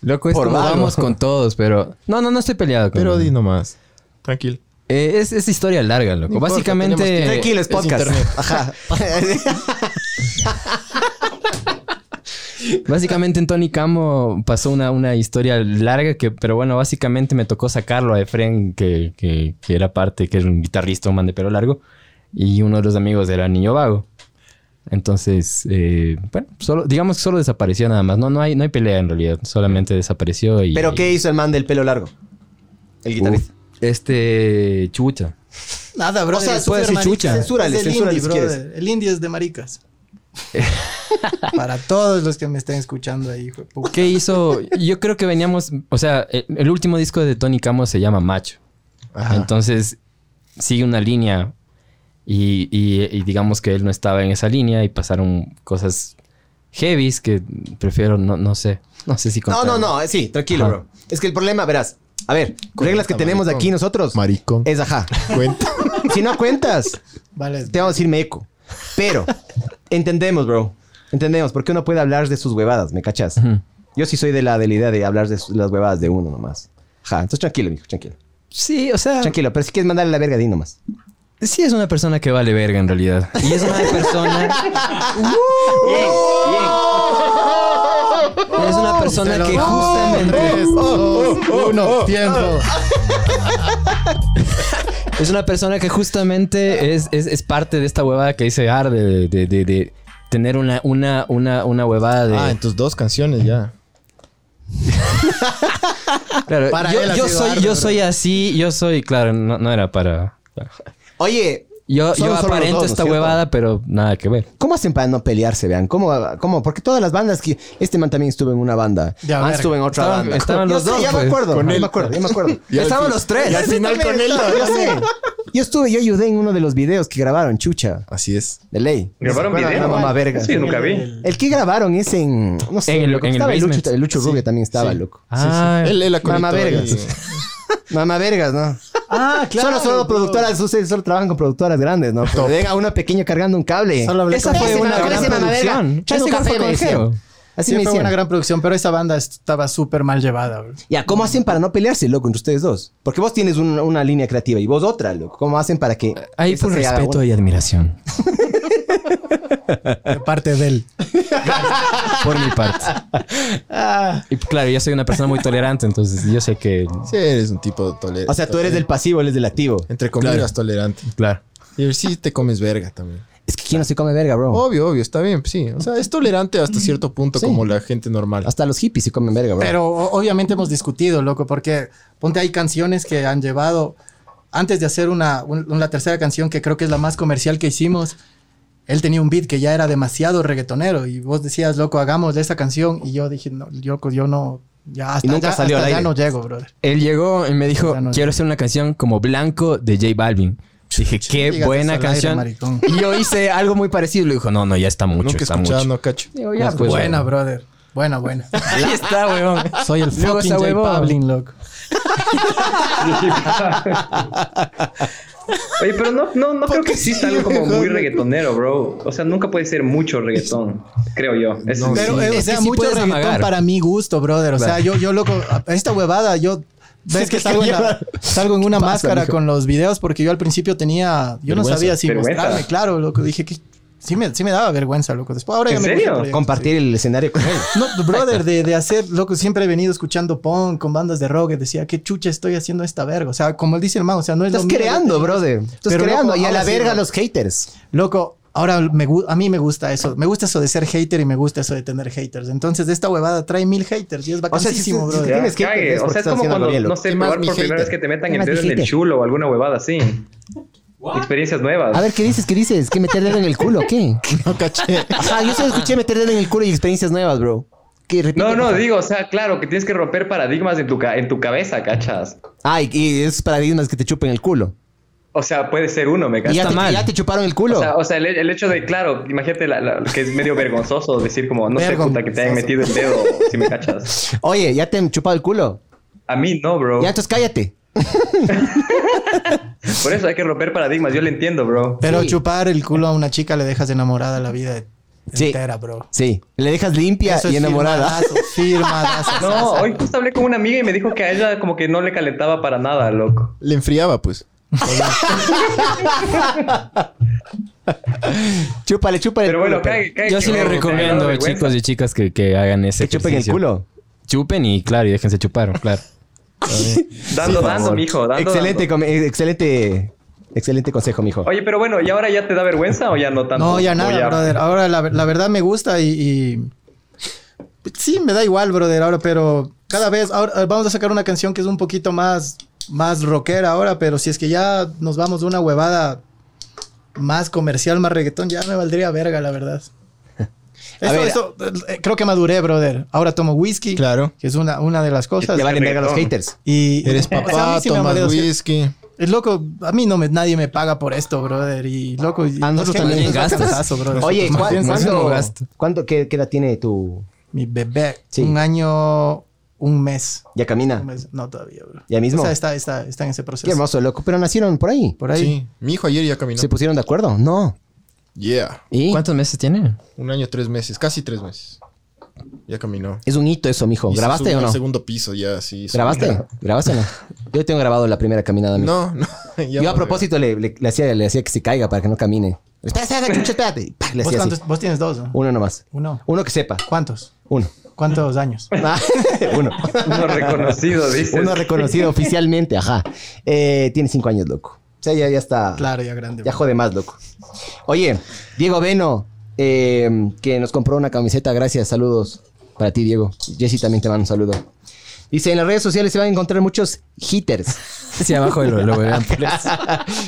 [SPEAKER 7] Loco, es
[SPEAKER 2] Por
[SPEAKER 7] como
[SPEAKER 2] vago.
[SPEAKER 7] vamos con todos, pero... No, no, no estoy peleado con...
[SPEAKER 3] Pero di nomás. Tranquilo.
[SPEAKER 7] Eh, es, es historia larga, loco.
[SPEAKER 3] No importa, tenemos
[SPEAKER 7] Básicamente...
[SPEAKER 3] tiempo.
[SPEAKER 2] Tranquilo, es
[SPEAKER 3] es
[SPEAKER 2] podcast.
[SPEAKER 3] internet.
[SPEAKER 2] [laughs] Ajá.
[SPEAKER 7] Básicamente en Tony Camo pasó una, una historia larga que, pero bueno, básicamente me tocó sacarlo a Efren, que, que- que era parte, que era un guitarrista, un man de pelo largo, y uno de los amigos era Niño Vago. Entonces, eh, bueno, solo, digamos que solo desapareció nada más. No, no hay, no hay pelea en realidad, solamente desapareció y...
[SPEAKER 2] ¿Pero qué hizo el man del pelo largo? El guitarrista.
[SPEAKER 7] Uf, este chucha.
[SPEAKER 4] Nada, bro.
[SPEAKER 2] O sea, puede decir chucha. Censúrale,
[SPEAKER 4] el
[SPEAKER 2] censúrale
[SPEAKER 4] indie,
[SPEAKER 2] si quieres.
[SPEAKER 4] brother. El indie es
[SPEAKER 2] [laughs]
[SPEAKER 4] de maricas. Para todos los que me estén escuchando ahí, hijo de puta.
[SPEAKER 7] ¿Qué hizo? Yo creo que veníamos, o sea, el, el último disco de Tony Camo se llama Macho. Entonces, sigue una línea y, y- y digamos que él no estaba en esa línea y pasaron cosas heavies que prefiero, no, no sé, no sé si
[SPEAKER 2] No,
[SPEAKER 7] contar.
[SPEAKER 2] no, no. eh, Sí, tranquilo,
[SPEAKER 7] Ajá.
[SPEAKER 2] bro. Es que el problema, verás. A ver, reglas que tenemos
[SPEAKER 3] maricón.
[SPEAKER 2] aquí nosotros
[SPEAKER 3] Maricón.
[SPEAKER 2] es ajá.
[SPEAKER 3] Cuenta.
[SPEAKER 2] [laughs] Si no cuentas,
[SPEAKER 4] Vale.
[SPEAKER 2] te vamos a decir meco. Pero entendemos, bro. Entendemos porque uno puede hablar de sus huevadas, ¿me cachas?
[SPEAKER 7] Ujú.
[SPEAKER 2] Yo sí soy de la, de la idea de hablar de su- las huevadas de uno nomás. Ajá, entonces tranquilo, mijo, tranquilo.
[SPEAKER 7] Sí, o sea,
[SPEAKER 2] Tranquilo, pero si quieres mandarle la verga, di nomás.
[SPEAKER 7] sí es una persona que vale verga en realidad. Y es una
[SPEAKER 3] [laughs]
[SPEAKER 7] persona,
[SPEAKER 1] Bien, bien.
[SPEAKER 7] es una persona que
[SPEAKER 2] Oh,
[SPEAKER 7] justamente,
[SPEAKER 3] Tres, dos,
[SPEAKER 4] [laughs]
[SPEAKER 3] uno. Tiempo.
[SPEAKER 2] Ah,
[SPEAKER 7] es una persona que justamente es, es- es parte de esta huevada que dice Arde de, de- de- de tener una, una, una, una huevada de...
[SPEAKER 3] Ah, entonces dos canciones ya.
[SPEAKER 7] Claro,
[SPEAKER 4] Para
[SPEAKER 7] yo,
[SPEAKER 4] él ha
[SPEAKER 7] yo
[SPEAKER 4] sido
[SPEAKER 7] soy,
[SPEAKER 4] arduo,
[SPEAKER 7] yo
[SPEAKER 4] pero-
[SPEAKER 7] soy así, yo soy, claro, no, no era para.
[SPEAKER 2] Oye,
[SPEAKER 7] Yo,
[SPEAKER 2] Solo-
[SPEAKER 7] yo
[SPEAKER 2] solo los
[SPEAKER 7] aparento
[SPEAKER 2] dos, ¿no es
[SPEAKER 7] esta
[SPEAKER 2] cierto?
[SPEAKER 7] huevada, pero nada que ver.
[SPEAKER 2] ¿Cómo hacen para no pelearse, vean? ¿Cómo, cómo? Porque todas las bandas que... Este man también estuvo en una banda.
[SPEAKER 4] Ya,
[SPEAKER 2] Man
[SPEAKER 4] verga.
[SPEAKER 2] estuvo en otra
[SPEAKER 7] Estaban-
[SPEAKER 2] banda.
[SPEAKER 7] estaban
[SPEAKER 2] Yo
[SPEAKER 7] los
[SPEAKER 2] sé,
[SPEAKER 7] dos,
[SPEAKER 2] Ya me
[SPEAKER 7] pues.
[SPEAKER 2] acuerdo.
[SPEAKER 3] Con
[SPEAKER 2] ya
[SPEAKER 3] él.
[SPEAKER 2] me acuerdo, ya me acuerdo.
[SPEAKER 3] [laughs] Y al
[SPEAKER 2] Estaban
[SPEAKER 3] fin-
[SPEAKER 2] los tres.
[SPEAKER 3] y al
[SPEAKER 2] Yo
[SPEAKER 3] final
[SPEAKER 2] también
[SPEAKER 3] con él,
[SPEAKER 2] estaba,
[SPEAKER 3] ¿no?
[SPEAKER 2] Yo sé. Yo estuve, yo ayudé en uno de los videos que grabaron, chucha.
[SPEAKER 3] Así es.
[SPEAKER 2] De ley.
[SPEAKER 1] Grabaron
[SPEAKER 2] ¿Se acuerdan?
[SPEAKER 1] video.
[SPEAKER 2] Una mamá verga.
[SPEAKER 1] Sí, nunca vi.
[SPEAKER 2] El que grabaron es en... No sé,
[SPEAKER 7] En el-
[SPEAKER 2] loco,
[SPEAKER 7] en el
[SPEAKER 2] estaba el Lucho,
[SPEAKER 7] basement.
[SPEAKER 2] el Lucho Rubio también estaba, loco.
[SPEAKER 7] Ah,
[SPEAKER 3] Él, él la
[SPEAKER 2] Mamá
[SPEAKER 3] conectó
[SPEAKER 2] vergas.
[SPEAKER 3] ahí.
[SPEAKER 2] [laughs] Mamá vergas, ¿no?
[SPEAKER 4] Ah, claro.
[SPEAKER 2] solo, solo
[SPEAKER 4] bro.
[SPEAKER 2] productoras, ustedes solo trabajan con productoras grandes, ¿no? Pero venga una pequeña cargando un cable.
[SPEAKER 4] Solo hablé
[SPEAKER 7] esa
[SPEAKER 4] con-
[SPEAKER 7] fue
[SPEAKER 2] Ese
[SPEAKER 7] una
[SPEAKER 2] mamá,
[SPEAKER 7] gran
[SPEAKER 2] ese mamá verga.
[SPEAKER 7] producción.
[SPEAKER 2] Chale un
[SPEAKER 7] Ese
[SPEAKER 2] café,
[SPEAKER 7] fue
[SPEAKER 2] me
[SPEAKER 7] conocido.
[SPEAKER 2] dijeron. Así
[SPEAKER 4] Sí,
[SPEAKER 2] me
[SPEAKER 4] fue una
[SPEAKER 2] hicieron.
[SPEAKER 4] gran producción, pero esa banda estaba súper mal llevada, bro.
[SPEAKER 2] Ya, ¿cómo hacen para no pelearse, loco, entre ustedes dos? Porque vos tienes un- una línea creativa y vos otra, loco. ¿Cómo hacen para que...
[SPEAKER 7] Eh, Ahí
[SPEAKER 2] esa
[SPEAKER 7] fue un
[SPEAKER 2] se haga
[SPEAKER 7] respeto
[SPEAKER 2] una?
[SPEAKER 7] y admiración.
[SPEAKER 4] De parte de él.
[SPEAKER 7] Por mi parte. Y claro, yo soy una persona muy tolerante, entonces yo sé que.
[SPEAKER 3] Sí, eres un tipo tolerante.
[SPEAKER 2] O sea, tú eres del pasivo, él es del activo.
[SPEAKER 3] Entre comillas, tolerante.
[SPEAKER 7] Claro.
[SPEAKER 3] Y sí te comes verga también.
[SPEAKER 2] Es que ¿quién no se come verga, bro?
[SPEAKER 3] Obvio, obvio, está bien, pues sí. O sea, es tolerante hasta cierto punto como la gente normal.
[SPEAKER 2] Hasta los hippies se comen verga, bro.
[SPEAKER 4] Pero o- obviamente hemos discutido, loco, porque ponte hay canciones que han llevado, antes de hacer una, un- la tercera canción, que creo que es la más comercial que hicimos, él tenía un beat que ya era demasiado reggaetonero y vos decías, loco, hagamos esa canción y yo dije, no, loco, yo no, ya hasta,
[SPEAKER 2] Y nunca
[SPEAKER 4] ya,
[SPEAKER 2] salió
[SPEAKER 4] hasta
[SPEAKER 2] al
[SPEAKER 4] ya
[SPEAKER 2] aire.
[SPEAKER 4] no llego, brother.
[SPEAKER 7] Él llegó y me dijo:
[SPEAKER 4] Ya no-
[SPEAKER 7] Quiero hacer una canción como Blanco de J Balvin. Dije, qué
[SPEAKER 4] Digas
[SPEAKER 7] buena
[SPEAKER 4] eso al aire,
[SPEAKER 7] canción.
[SPEAKER 4] maricón.
[SPEAKER 7] y yo hice algo muy parecido. y Le dijo, no, no, ya está mucho,
[SPEAKER 3] Nunca he
[SPEAKER 7] está
[SPEAKER 3] escuchado,
[SPEAKER 7] mucho.
[SPEAKER 2] Ah,
[SPEAKER 3] no cacho.
[SPEAKER 7] Ya, pues, [laughs]
[SPEAKER 4] buena, brother. Buena, buena.
[SPEAKER 11] Ahí está, huevón. Soy el
[SPEAKER 4] Luego
[SPEAKER 11] fucking
[SPEAKER 4] esa
[SPEAKER 11] J
[SPEAKER 4] huevón.
[SPEAKER 11] Balvin.
[SPEAKER 4] loco.
[SPEAKER 1] Oye, pero no, no, no creo que exista algo como muy reggaetonero, bro. O sea, nunca puede ser mucho reggaetón, creo yo. Es-
[SPEAKER 4] Pero, eh, o sea, mucho reggaetón para mi gusto, brother. O sea,
[SPEAKER 1] Claro.
[SPEAKER 4] yo, yo loco, a- esta huevada, yo. Ves que salgo en, la- salgo en una máscara
[SPEAKER 11] mijo.
[SPEAKER 4] con los videos porque yo al principio tenía. Yo
[SPEAKER 11] Vergüenza.
[SPEAKER 4] no sabía si
[SPEAKER 11] Vergüenza.
[SPEAKER 4] mostrarme, claro, loco. Dije que. Sí me, sí me daba vergüenza, loco. Después ahora ya
[SPEAKER 2] ¿En
[SPEAKER 4] me gusta el
[SPEAKER 2] serio?
[SPEAKER 4] proyecto,
[SPEAKER 2] Compartir el escenario con él.
[SPEAKER 4] sí. No, brother, de, de hacer, loco, siempre he venido escuchando punk con bandas de rock. y Decía, qué chucha estoy haciendo esta verga. O sea, como él dice el man, o sea, no es
[SPEAKER 2] Estás
[SPEAKER 4] lo mío,
[SPEAKER 2] creando,
[SPEAKER 4] yo-
[SPEAKER 2] brother. Estás
[SPEAKER 4] Pero,
[SPEAKER 2] creando.
[SPEAKER 4] loco,
[SPEAKER 2] y a la
[SPEAKER 4] ahora sí,
[SPEAKER 2] verga
[SPEAKER 4] loco.
[SPEAKER 2] los haters.
[SPEAKER 4] Loco, ahora me gu- a mí me gusta eso. Me gusta eso de ser hater y me gusta eso de tener haters. Entonces, de esta huevada trae mil haters y es
[SPEAKER 2] O sea,
[SPEAKER 4] bacanísimo,
[SPEAKER 2] si- si- si
[SPEAKER 4] brother.
[SPEAKER 2] tienes
[SPEAKER 1] Cague,
[SPEAKER 2] haters, es
[SPEAKER 1] o
[SPEAKER 2] porque
[SPEAKER 1] sea, es
[SPEAKER 2] estás
[SPEAKER 1] como
[SPEAKER 2] haciendo
[SPEAKER 1] cuando,
[SPEAKER 2] bien, loco.
[SPEAKER 1] no sé,
[SPEAKER 2] ¿Qué más,
[SPEAKER 1] probar
[SPEAKER 2] mi
[SPEAKER 1] por primera
[SPEAKER 2] hater?
[SPEAKER 1] vez que te metan
[SPEAKER 2] ¿Qué
[SPEAKER 1] el
[SPEAKER 2] más,
[SPEAKER 1] dedo
[SPEAKER 2] mi
[SPEAKER 1] en el
[SPEAKER 2] hater?
[SPEAKER 1] chulo o alguna huevada así. Experiencias nuevas.
[SPEAKER 2] A ver, ¿qué dices? ¿Qué dices? ¿Qué meter dedo en el culo? ¿Qué? [laughs] No caché. Ajá, yo solo escuché meter dedo en el culo y experiencias nuevas, bro. ¿Qué, repite,
[SPEAKER 1] no,
[SPEAKER 2] por
[SPEAKER 1] no,
[SPEAKER 2] favor.
[SPEAKER 1] digo, o sea, claro, que tienes que romper paradigmas en tu, ca- en tu cabeza, cachas.
[SPEAKER 2] Ah, y, y esos paradigmas que te chupen el culo.
[SPEAKER 1] O sea, puede ser uno, me
[SPEAKER 2] Y ya
[SPEAKER 1] cachas.
[SPEAKER 2] te, ya te chuparon el
[SPEAKER 1] O
[SPEAKER 2] culo.
[SPEAKER 1] sea, o sea, el, el hecho de, claro, imagínate la- la- que es medio vergonzoso decir como, no sé, puta, que te hayan metido el dedo, si me cachas.
[SPEAKER 2] Oye, ya te han chupado el culo.
[SPEAKER 1] A mí no, bro.
[SPEAKER 2] Ya, entonces cállate.
[SPEAKER 1] Por eso hay que romper paradigmas, yo lo entiendo, bro.
[SPEAKER 4] Pero
[SPEAKER 2] Sí.
[SPEAKER 4] chupar el culo a una chica le dejas enamorada la vida
[SPEAKER 2] Sí.
[SPEAKER 4] entera, bro.
[SPEAKER 2] Sí. Le dejas limpia
[SPEAKER 4] Eso
[SPEAKER 2] y
[SPEAKER 4] es
[SPEAKER 2] enamorada.
[SPEAKER 4] firmadazo, firmadazo,
[SPEAKER 1] No, hoy justo hablé con una amiga y me dijo que a ella como que no le calentaba para nada, loco.
[SPEAKER 3] Le enfriaba, pues.
[SPEAKER 2] [laughs] Chúpale, chúpale.
[SPEAKER 1] Pero
[SPEAKER 2] el culo,
[SPEAKER 1] bueno, cae, cae.
[SPEAKER 5] Yo sí les
[SPEAKER 1] bro,
[SPEAKER 5] recomiendo,
[SPEAKER 1] me da vergüenza.
[SPEAKER 5] chicos y chicas, que, que hagan ese
[SPEAKER 2] Que chupen el
[SPEAKER 5] ejercicio.
[SPEAKER 2] culo.
[SPEAKER 5] Chupen y, claro, y déjense chupar, claro.
[SPEAKER 1] Dando, dando, mijo, dando.
[SPEAKER 2] Excelente, com-
[SPEAKER 1] dando.
[SPEAKER 2] eh, excelente, excelente consejo, mijo.
[SPEAKER 1] Oye, pero bueno, ¿y ahora ya te da vergüenza o ya no tanto?
[SPEAKER 4] No, ya
[SPEAKER 1] O
[SPEAKER 4] nada, brother. Ahora la, la verdad me gusta y, y- Sí, me da igual, brother, ahora, pero cada vez... Ahora, eh, vamos a sacar una canción que es un poquito más, más rockera ahora, pero si es que ya nos vamos de una huevada más comercial, más reggaetón, ya me valdría verga, la verdad. Eso,
[SPEAKER 2] ver.
[SPEAKER 4] eso, eh, creo que maduré, brother. Ahora tomo whisky,
[SPEAKER 11] Claro.
[SPEAKER 4] que es una, una de las cosas.
[SPEAKER 2] Te valen verga los
[SPEAKER 1] reggaetón.
[SPEAKER 2] haters.
[SPEAKER 4] Y
[SPEAKER 3] Eres
[SPEAKER 4] o sea, [laughs] a mí
[SPEAKER 3] papá,
[SPEAKER 4] sí me
[SPEAKER 3] tomas
[SPEAKER 4] vale, o sea,
[SPEAKER 3] whisky.
[SPEAKER 4] Es loco, a mí no me, nadie me paga por esto, brother. Y loco, y-
[SPEAKER 2] A nosotros
[SPEAKER 4] es que
[SPEAKER 2] Ah, también
[SPEAKER 4] me- es
[SPEAKER 5] gastas.
[SPEAKER 4] bacanazo, brother.
[SPEAKER 2] Oye, ¿cuá-
[SPEAKER 11] bien, más bien lo
[SPEAKER 2] ¿cuándo,
[SPEAKER 11] gasto.
[SPEAKER 2] ¿cuándo- qué, qué edad tiene tu...?
[SPEAKER 4] Mi bebé,
[SPEAKER 2] Sí.
[SPEAKER 4] un año, un mes.
[SPEAKER 2] Ya
[SPEAKER 4] Un
[SPEAKER 2] camina.
[SPEAKER 4] mes. No, todavía, bro.
[SPEAKER 2] ¿Ya mismo?
[SPEAKER 4] O sea, está, está, está en ese
[SPEAKER 2] Qué
[SPEAKER 4] proceso.
[SPEAKER 2] hermoso, loco. Pero nacieron por ahí.
[SPEAKER 4] Por ahí.
[SPEAKER 3] Sí. Mi hijo ayer ya caminó.
[SPEAKER 2] ¿Se pusieron de acuerdo? No.
[SPEAKER 3] Yeah.
[SPEAKER 2] [laughs] ¿Y?
[SPEAKER 5] ¿Cuántos meses tiene?
[SPEAKER 3] Un año, tres meses. Casi tres meses. Ya caminó.
[SPEAKER 2] Es un hito eso, mijo.
[SPEAKER 3] Y se
[SPEAKER 2] ¿Grabaste
[SPEAKER 3] sube
[SPEAKER 2] o no?
[SPEAKER 3] Al segundo piso, ya, sí. sube.
[SPEAKER 2] ¿Grabaste? ¿Grabaste o no? Yo tengo grabado la primera caminada, mijo.
[SPEAKER 3] No, [laughs] no. ya
[SPEAKER 2] Yo a
[SPEAKER 3] no,
[SPEAKER 2] propósito le, le- le hacía, le hacía que se caiga para que no camine. Espera, espera, chucha, espérate. Y ¡pah! Le
[SPEAKER 4] ¿Vos,
[SPEAKER 2] hacía así.
[SPEAKER 4] cuántos- vos tienes dos, ¿no?
[SPEAKER 2] Uno nomás.
[SPEAKER 4] Uno.
[SPEAKER 2] Uno que sepa.
[SPEAKER 4] ¿Cuántos?
[SPEAKER 2] Uno. [laughs]
[SPEAKER 4] ¿Cuántos años?
[SPEAKER 2] Ah, uno.
[SPEAKER 1] Uno reconocido, dices.
[SPEAKER 2] Uno reconocido oficialmente, ajá. Eh, tiene cinco años, loco. O sea, ya, ya está.
[SPEAKER 4] Claro, ya grande.
[SPEAKER 2] Ya
[SPEAKER 4] bro.
[SPEAKER 2] jode más, loco. Oye, Diego Veno, eh, que nos compró una camiseta, gracias, saludos para ti, Diego. Jessy también te manda un saludo. Dice, en las redes sociales se van a encontrar muchos hitters,
[SPEAKER 5] Sí, abajo lo, lo
[SPEAKER 7] [laughs]
[SPEAKER 5] verán.
[SPEAKER 2] [laughs]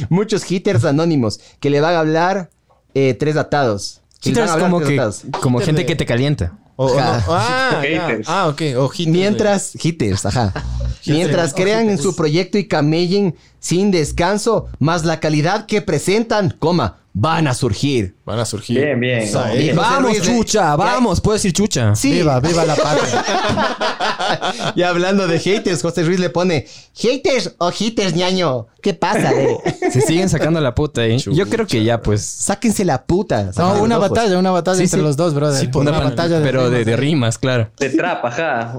[SPEAKER 2] muchos hitters anónimos, que le van a hablar eh, tres atados. Que les van
[SPEAKER 5] Haters
[SPEAKER 2] a hablar
[SPEAKER 5] como
[SPEAKER 2] tres
[SPEAKER 5] que,
[SPEAKER 2] atados.
[SPEAKER 5] como gente que te calienta.
[SPEAKER 3] O- o no.
[SPEAKER 2] Ajá.
[SPEAKER 3] Ah, ya.
[SPEAKER 1] Haters.
[SPEAKER 3] ah, ok. Ojitos,
[SPEAKER 2] Mientras, hitters,
[SPEAKER 4] [laughs]
[SPEAKER 2] ajá. Mientras crean en su proyecto y camellen sin descanso, más la calidad que presentan, coma, van a surgir.
[SPEAKER 3] güey. Van a surgir.
[SPEAKER 1] Bien, bien.
[SPEAKER 3] Sa-
[SPEAKER 2] bien.
[SPEAKER 3] eh.
[SPEAKER 5] Vamos, chucha, vamos, puedes decir
[SPEAKER 4] eh,
[SPEAKER 5] chucha.
[SPEAKER 2] Sí.
[SPEAKER 4] Viva, viva
[SPEAKER 2] [laughs]
[SPEAKER 4] la patria.
[SPEAKER 2] Y hablando de haters, José Ruiz le pone, haters o haters, ñaño, ¿qué pasa? eh?
[SPEAKER 5] Se siguen sacando la puta, ¿eh? Yo creo que ya, pues.
[SPEAKER 2] [laughs] Sáquense la puta.
[SPEAKER 4] No,
[SPEAKER 2] sáquense
[SPEAKER 4] una
[SPEAKER 2] los ojos.
[SPEAKER 4] batalla, una batalla
[SPEAKER 5] Sí,
[SPEAKER 4] entre
[SPEAKER 5] sí.
[SPEAKER 4] los dos, brother. una batalla de [laughs]
[SPEAKER 5] pero de, de rimas, claro.
[SPEAKER 1] Te trapa, ajá.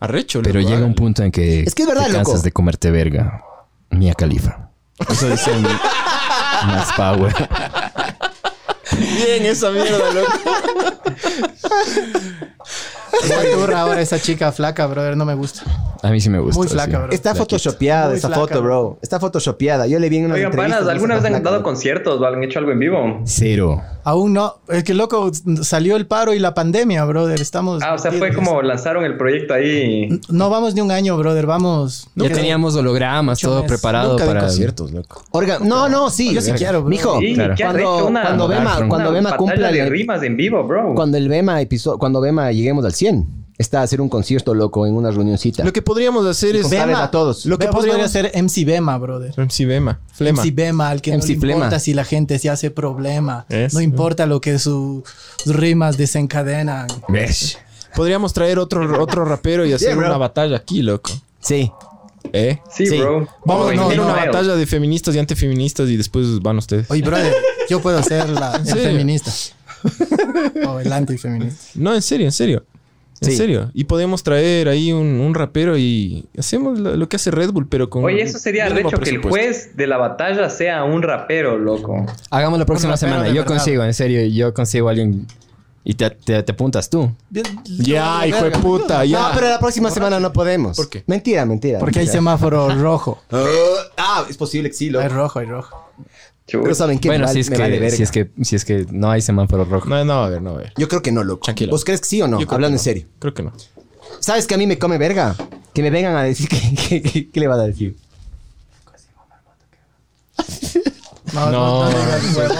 [SPEAKER 3] Arrecho,
[SPEAKER 5] Pero
[SPEAKER 3] loco,
[SPEAKER 5] llega un
[SPEAKER 3] dale.
[SPEAKER 5] punto en que,
[SPEAKER 2] Es que es verdad,
[SPEAKER 5] te
[SPEAKER 2] loco.
[SPEAKER 5] cansas de comerte verga. Mía Califa. Eso dice el- más power.
[SPEAKER 3] Bien, esa mierda, loco.
[SPEAKER 4] Está turra ahora esa chica flaca, brother. No me gusta.
[SPEAKER 5] A mí sí me gusta.
[SPEAKER 4] Muy
[SPEAKER 5] sí.
[SPEAKER 4] flaca, bro.
[SPEAKER 2] Está
[SPEAKER 5] Flaquito.
[SPEAKER 2] photoshopeada
[SPEAKER 4] Muy
[SPEAKER 2] esa
[SPEAKER 4] flaca,
[SPEAKER 2] foto, bro. Está photoshopeada. Yo le vi en una
[SPEAKER 1] Oigan, panas, ¿alguna vez han dado conciertos o han hecho algo en vivo?
[SPEAKER 5] Cero.
[SPEAKER 4] Aún no. Es que loco, salió el paro y la pandemia, brother. Estamos.
[SPEAKER 1] Ah, o sea, fue como lanzaron el proyecto ahí.
[SPEAKER 4] No vamos ni un año, brother. Vamos.
[SPEAKER 5] Ya teníamos hologramas, todo
[SPEAKER 4] meses.
[SPEAKER 5] preparado
[SPEAKER 3] Nunca vi
[SPEAKER 5] para.
[SPEAKER 3] conciertos, loco.
[SPEAKER 2] No, no, sí.
[SPEAKER 4] Yo sí quiero, bro.
[SPEAKER 2] Mijo,
[SPEAKER 1] Sí,
[SPEAKER 5] claro.
[SPEAKER 1] ¿qué has
[SPEAKER 2] Cuando-
[SPEAKER 1] hecho? Una,
[SPEAKER 2] cuando Bema-
[SPEAKER 1] una
[SPEAKER 2] cuando Bema
[SPEAKER 1] batalla
[SPEAKER 2] cumpla
[SPEAKER 1] de
[SPEAKER 2] el-
[SPEAKER 1] rimas en vivo, bro.
[SPEAKER 2] cuando el Bema episo- cuando Bema lleguemos al 100, está hacer un concierto loco en una reunioncita.
[SPEAKER 3] Lo que podríamos hacer
[SPEAKER 2] Y
[SPEAKER 3] es.
[SPEAKER 2] contarles a todos.
[SPEAKER 3] Lo que
[SPEAKER 4] Vemos, podría
[SPEAKER 3] podríamos
[SPEAKER 4] ser MC Bema, brother.
[SPEAKER 3] MC Bema. Flema.
[SPEAKER 4] MC Bema, al que no
[SPEAKER 2] MC
[SPEAKER 4] le importa
[SPEAKER 2] Flema.
[SPEAKER 4] si la gente se hace problema.
[SPEAKER 3] Es,
[SPEAKER 4] no importa lo que su- sus rimas desencadenan.
[SPEAKER 2] ¿Ves?
[SPEAKER 3] Podríamos traer otro, otro rapero y hacer
[SPEAKER 2] Yeah, bro.
[SPEAKER 3] una batalla aquí, loco.
[SPEAKER 2] Sí.
[SPEAKER 3] ¿Eh?
[SPEAKER 1] Sí, bro.
[SPEAKER 3] Vamos
[SPEAKER 1] Oh,
[SPEAKER 3] a tener
[SPEAKER 1] no,
[SPEAKER 3] una
[SPEAKER 1] no.
[SPEAKER 3] batalla de feministas y antifeministas y después van ustedes.
[SPEAKER 4] Oye, brother, yo puedo ser la, el
[SPEAKER 3] serio?
[SPEAKER 4] feminista. o el antifeminista.
[SPEAKER 3] No, en serio, en serio. En
[SPEAKER 2] Sí.
[SPEAKER 3] serio. Y podemos traer ahí un, un rapero y hacemos lo, lo que hace Red Bull, pero con.
[SPEAKER 1] Oye, eso sería
[SPEAKER 3] mínimo
[SPEAKER 1] recho que el
[SPEAKER 3] presupuesto.
[SPEAKER 1] juez de la batalla sea un rapero, loco.
[SPEAKER 7] Hagamos la próxima
[SPEAKER 4] rapero
[SPEAKER 7] semana.
[SPEAKER 4] de
[SPEAKER 7] Yo
[SPEAKER 4] verdad.
[SPEAKER 7] consigo, en serio. Yo consigo a alguien y te, te, te apuntas tú.
[SPEAKER 3] Ya, hijo de puta, ya.
[SPEAKER 2] No, pero la próxima semana no podemos.
[SPEAKER 3] ¿Por qué?
[SPEAKER 2] Mentira, mentira.
[SPEAKER 4] Porque hay
[SPEAKER 2] mentira.
[SPEAKER 4] semáforo rojo.
[SPEAKER 2] Ah, ah, es posible que sí,
[SPEAKER 4] Hay
[SPEAKER 2] loco.
[SPEAKER 4] rojo, hay rojo.
[SPEAKER 1] Chuta.
[SPEAKER 2] Pero saben qué?
[SPEAKER 7] bueno,
[SPEAKER 2] Me
[SPEAKER 7] si
[SPEAKER 2] vale-
[SPEAKER 7] es,
[SPEAKER 2] me vale
[SPEAKER 7] que,
[SPEAKER 2] verga.
[SPEAKER 7] si, es que, si es que no hay semáforo rojo.
[SPEAKER 3] No, no, a ver, no, a ver.
[SPEAKER 2] Yo creo que no, loco.
[SPEAKER 3] Tranquilo.
[SPEAKER 2] ¿Vos crees que sí o no?
[SPEAKER 3] Yo creo
[SPEAKER 2] Hablando
[SPEAKER 3] que
[SPEAKER 2] en
[SPEAKER 3] no.
[SPEAKER 2] serio.
[SPEAKER 3] Creo que no.
[SPEAKER 2] ¿Sabes que a mí me come verga? Que me vengan a decir [laughs] que, que- que- ¿qué le vas a decir.
[SPEAKER 4] No, no, no, digas huevón.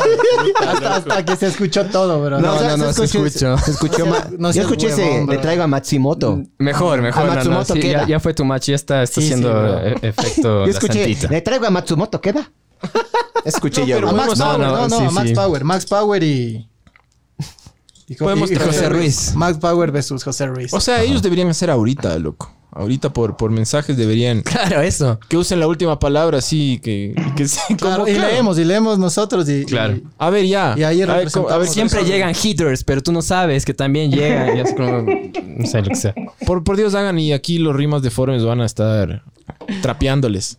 [SPEAKER 4] hasta, hasta que se escuchó todo, bro.
[SPEAKER 2] o
[SPEAKER 7] no,
[SPEAKER 2] sea,
[SPEAKER 7] no, se escuchó.
[SPEAKER 2] [laughs] Se Mm. escuchó
[SPEAKER 4] No
[SPEAKER 2] ma-
[SPEAKER 4] seas- no
[SPEAKER 2] Yo
[SPEAKER 4] seas
[SPEAKER 2] escuché ese,
[SPEAKER 4] huevón,
[SPEAKER 2] le
[SPEAKER 4] bro.
[SPEAKER 2] traigo a Matsumoto.
[SPEAKER 7] Mejor, mejor.
[SPEAKER 2] A
[SPEAKER 7] no, no,
[SPEAKER 2] Matsumoto
[SPEAKER 7] sí,
[SPEAKER 2] queda.
[SPEAKER 7] ya, ya fue tu match. Ya está, está
[SPEAKER 4] Sí, sí,
[SPEAKER 7] haciendo
[SPEAKER 4] bro.
[SPEAKER 7] e- [laughs] efecto
[SPEAKER 2] Yo
[SPEAKER 7] la
[SPEAKER 2] escuché,
[SPEAKER 7] santita.
[SPEAKER 2] le traigo a Matsumoto, ¿queda? [laughs] Escuché yo.
[SPEAKER 4] A
[SPEAKER 2] bro.
[SPEAKER 4] Max
[SPEAKER 7] No,
[SPEAKER 4] Power, no,
[SPEAKER 7] no,
[SPEAKER 4] no,
[SPEAKER 7] sí,
[SPEAKER 4] a Max
[SPEAKER 7] sí.
[SPEAKER 4] Power, Max Power y. y-
[SPEAKER 3] Podemos
[SPEAKER 4] y- y
[SPEAKER 3] traer- José
[SPEAKER 7] Ruiz.
[SPEAKER 4] Max Power versus José Ruiz.
[SPEAKER 3] O sea, ellos deberían hacer ahorita, loco. Ahorita por, por mensajes deberían.
[SPEAKER 7] Claro, eso.
[SPEAKER 3] Que usen la última palabra así, que, que se-
[SPEAKER 4] Claro,
[SPEAKER 3] como-
[SPEAKER 4] y
[SPEAKER 3] claro.
[SPEAKER 4] leemos, y leemos nosotros y.
[SPEAKER 7] Claro.
[SPEAKER 4] y-
[SPEAKER 3] A ver, ya.
[SPEAKER 4] Y ahí
[SPEAKER 3] a ver,
[SPEAKER 4] representamos.
[SPEAKER 3] a ver,
[SPEAKER 7] Siempre llegan hitters, pero tú no sabes que también llegan. Y es como, no sé lo que sea.
[SPEAKER 3] Por, por Dios, hagan y aquí los rimas deformes van a estar trapeándoles.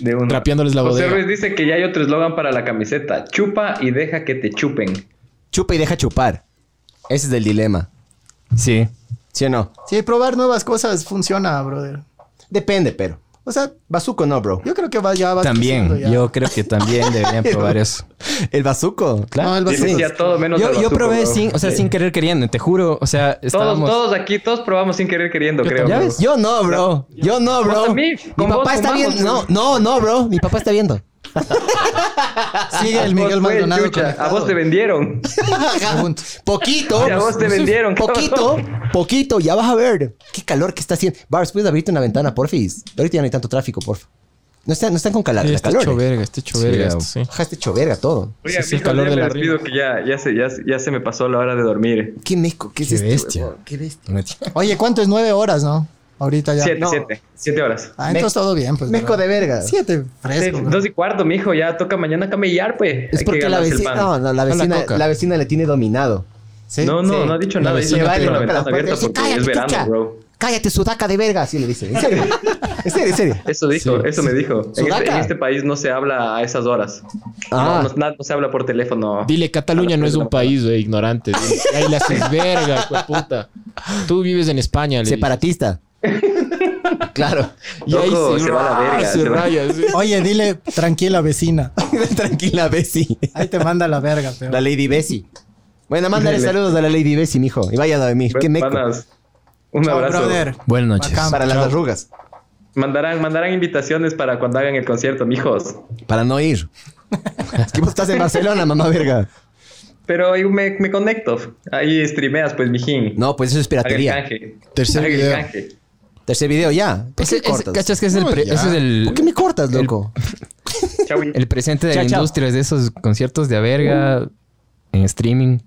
[SPEAKER 1] De una.
[SPEAKER 3] Trapeándoles la
[SPEAKER 1] José
[SPEAKER 3] bodega.
[SPEAKER 1] Ruiz dice que ya hay otro eslogan para la camiseta. Chupa y deja que te chupen.
[SPEAKER 2] Chupa y deja chupar. Ese es el dilema.
[SPEAKER 7] Sí.
[SPEAKER 2] ¿Sí o no?
[SPEAKER 4] Sí, probar nuevas cosas funciona, brother.
[SPEAKER 2] Depende, pero.
[SPEAKER 4] O sea,
[SPEAKER 2] Bazuco no, bro.
[SPEAKER 4] yo creo que va, ya va. creciendo
[SPEAKER 7] También.
[SPEAKER 4] ya.
[SPEAKER 7] Yo creo que también [laughs] deberían probar eso.
[SPEAKER 2] [laughs] El bazuco.
[SPEAKER 4] No, el
[SPEAKER 1] Dice
[SPEAKER 4] vacío.
[SPEAKER 1] sí a todo menos al
[SPEAKER 7] Yo, yo
[SPEAKER 1] bazuco,
[SPEAKER 7] probé
[SPEAKER 1] bro.
[SPEAKER 7] sin, o sea, sin querer queriendo, te juro. O sea,
[SPEAKER 1] Todos,
[SPEAKER 7] estábamos.
[SPEAKER 1] todos aquí, todos probamos sin querer queriendo, creo.
[SPEAKER 7] también.
[SPEAKER 1] bro.
[SPEAKER 7] ¿Ya ves?
[SPEAKER 2] Yo no, bro. Yo no,
[SPEAKER 1] Vos
[SPEAKER 2] bro. Mi
[SPEAKER 1] también. Con vos
[SPEAKER 2] papá está
[SPEAKER 1] fumamos,
[SPEAKER 2] viendo. No,
[SPEAKER 1] bro.
[SPEAKER 2] no, no, bro. Mi papá está viendo.
[SPEAKER 4] Sigue el
[SPEAKER 1] Vos,
[SPEAKER 4] Miguel
[SPEAKER 1] güey,
[SPEAKER 4] Maldonado.
[SPEAKER 1] chucha, a
[SPEAKER 4] conectado.
[SPEAKER 1] vos te vendieron.
[SPEAKER 4] Pregunto.
[SPEAKER 2] Poquito.
[SPEAKER 1] Ya vos te
[SPEAKER 2] Sí,
[SPEAKER 1] vendieron,
[SPEAKER 2] Poquito, poquito. Ya vas a ver. Qué calor que está haciendo. Bars, ¿puedes abrirte una ventana, porfis? Ahorita ya no hay tanto tráfico, porfa. No están, no están con calor.
[SPEAKER 3] Sí,
[SPEAKER 2] la
[SPEAKER 3] está
[SPEAKER 2] calor.
[SPEAKER 3] hecho
[SPEAKER 2] eh.
[SPEAKER 3] verga, está hecho verga
[SPEAKER 7] Sí,
[SPEAKER 3] esto, sí.
[SPEAKER 2] Ajá, está hecho verga todo.
[SPEAKER 1] Oye,
[SPEAKER 3] Ese es el
[SPEAKER 1] amigos,
[SPEAKER 3] calor
[SPEAKER 1] ya
[SPEAKER 3] de
[SPEAKER 1] me
[SPEAKER 3] la
[SPEAKER 1] despido que ya, ya, se, ya, ya se me pasó la hora de dormir.
[SPEAKER 2] Qué meco, qué es
[SPEAKER 7] Qué
[SPEAKER 2] esto,
[SPEAKER 7] bestia.
[SPEAKER 2] huevón? Qué bestia.
[SPEAKER 4] Oye, ¿cuánto es nueve horas, no? Ahorita ya.
[SPEAKER 1] siete,
[SPEAKER 2] no.
[SPEAKER 1] siete, siete horas.
[SPEAKER 4] Ah, entonces todo bien, pues.
[SPEAKER 2] Meco
[SPEAKER 4] brother.
[SPEAKER 2] de verga.
[SPEAKER 4] Siete,
[SPEAKER 1] Sí,
[SPEAKER 4] fresco. bro.
[SPEAKER 1] dos y cuarto, mijo, ya toca mañana camellar, pues.
[SPEAKER 2] Es
[SPEAKER 1] Hay que
[SPEAKER 2] porque la
[SPEAKER 1] ganarse el
[SPEAKER 2] vecina,
[SPEAKER 1] pan.
[SPEAKER 2] no, no, la vecina,
[SPEAKER 3] coca.
[SPEAKER 2] la vecina le tiene dominado.
[SPEAKER 4] Sí,
[SPEAKER 1] No,
[SPEAKER 4] sí.
[SPEAKER 1] no, no ha dicho nada. Dice
[SPEAKER 2] Le
[SPEAKER 1] que
[SPEAKER 2] va y le
[SPEAKER 1] tiene la
[SPEAKER 2] toca la
[SPEAKER 1] ventana
[SPEAKER 2] puerta y
[SPEAKER 1] abierta
[SPEAKER 2] dice,
[SPEAKER 1] porque es
[SPEAKER 2] "Cállate,
[SPEAKER 1] verano,
[SPEAKER 2] chucha".
[SPEAKER 1] bro.
[SPEAKER 2] Cállate, sudaca de verga, así le
[SPEAKER 1] [laughs]
[SPEAKER 2] dice. En serio, en serio, en serio.
[SPEAKER 1] Eso dijo, eso me dijo. En este,
[SPEAKER 2] Sudaca.
[SPEAKER 1] en este país no se habla a esas horas.
[SPEAKER 2] Ah.
[SPEAKER 1] No, no, na- no se habla por teléfono.
[SPEAKER 3] Dile, Cataluña no es un país, güey, ignorante. dile. Ahí la haces verga, hijo de puta. Tú vives en España, le
[SPEAKER 1] [laughs]
[SPEAKER 2] Separatista. claro.
[SPEAKER 3] dices. Y ahí
[SPEAKER 1] Loco,
[SPEAKER 3] se,
[SPEAKER 1] se va a la verga,
[SPEAKER 3] se
[SPEAKER 1] se va.
[SPEAKER 13] [laughs]
[SPEAKER 3] raya, sí.
[SPEAKER 4] Oye, dile tranquila, vecina.
[SPEAKER 2] [laughs] Tranquila, Bessie.
[SPEAKER 4] Ahí te manda la verga, pero.
[SPEAKER 2] La Lady Bessie. Bueno, mándale saludos a la Lady Bessie, mijo. Y vaya a dormir. Qué meco.
[SPEAKER 1] Pues, Panas, Un
[SPEAKER 4] Chao,
[SPEAKER 1] abrazo.
[SPEAKER 4] brother.
[SPEAKER 7] Buenas noches.
[SPEAKER 4] Bacán.
[SPEAKER 2] Para las
[SPEAKER 4] Chao.
[SPEAKER 2] arrugas.
[SPEAKER 1] Mandarán, mandarán invitaciones para cuando hagan el concierto, mijos.
[SPEAKER 2] Para no ir. es que vos estás en Barcelona, mamá verga.
[SPEAKER 1] Pero ahí me, me conecto. Ahí streameas, pues, mijín.
[SPEAKER 2] No, pues eso es
[SPEAKER 1] Haga el
[SPEAKER 2] piratería.
[SPEAKER 1] canje.
[SPEAKER 3] Tercer
[SPEAKER 1] Haga el
[SPEAKER 3] video.
[SPEAKER 1] canje.
[SPEAKER 2] Tercer video ya. ¿Por qué
[SPEAKER 7] Ese,
[SPEAKER 2] me
[SPEAKER 7] ese-
[SPEAKER 2] cortas?
[SPEAKER 7] ¿Cachas que es el, pre-
[SPEAKER 3] ya.
[SPEAKER 7] ese es el,
[SPEAKER 2] ¿Por qué me cortas, loco?
[SPEAKER 3] [laughs]
[SPEAKER 1] Chau.
[SPEAKER 7] el presente de
[SPEAKER 2] Chao,
[SPEAKER 7] la
[SPEAKER 2] chao.
[SPEAKER 7] industria? Es de esos conciertos de a
[SPEAKER 13] Uh.
[SPEAKER 7] verga en streaming.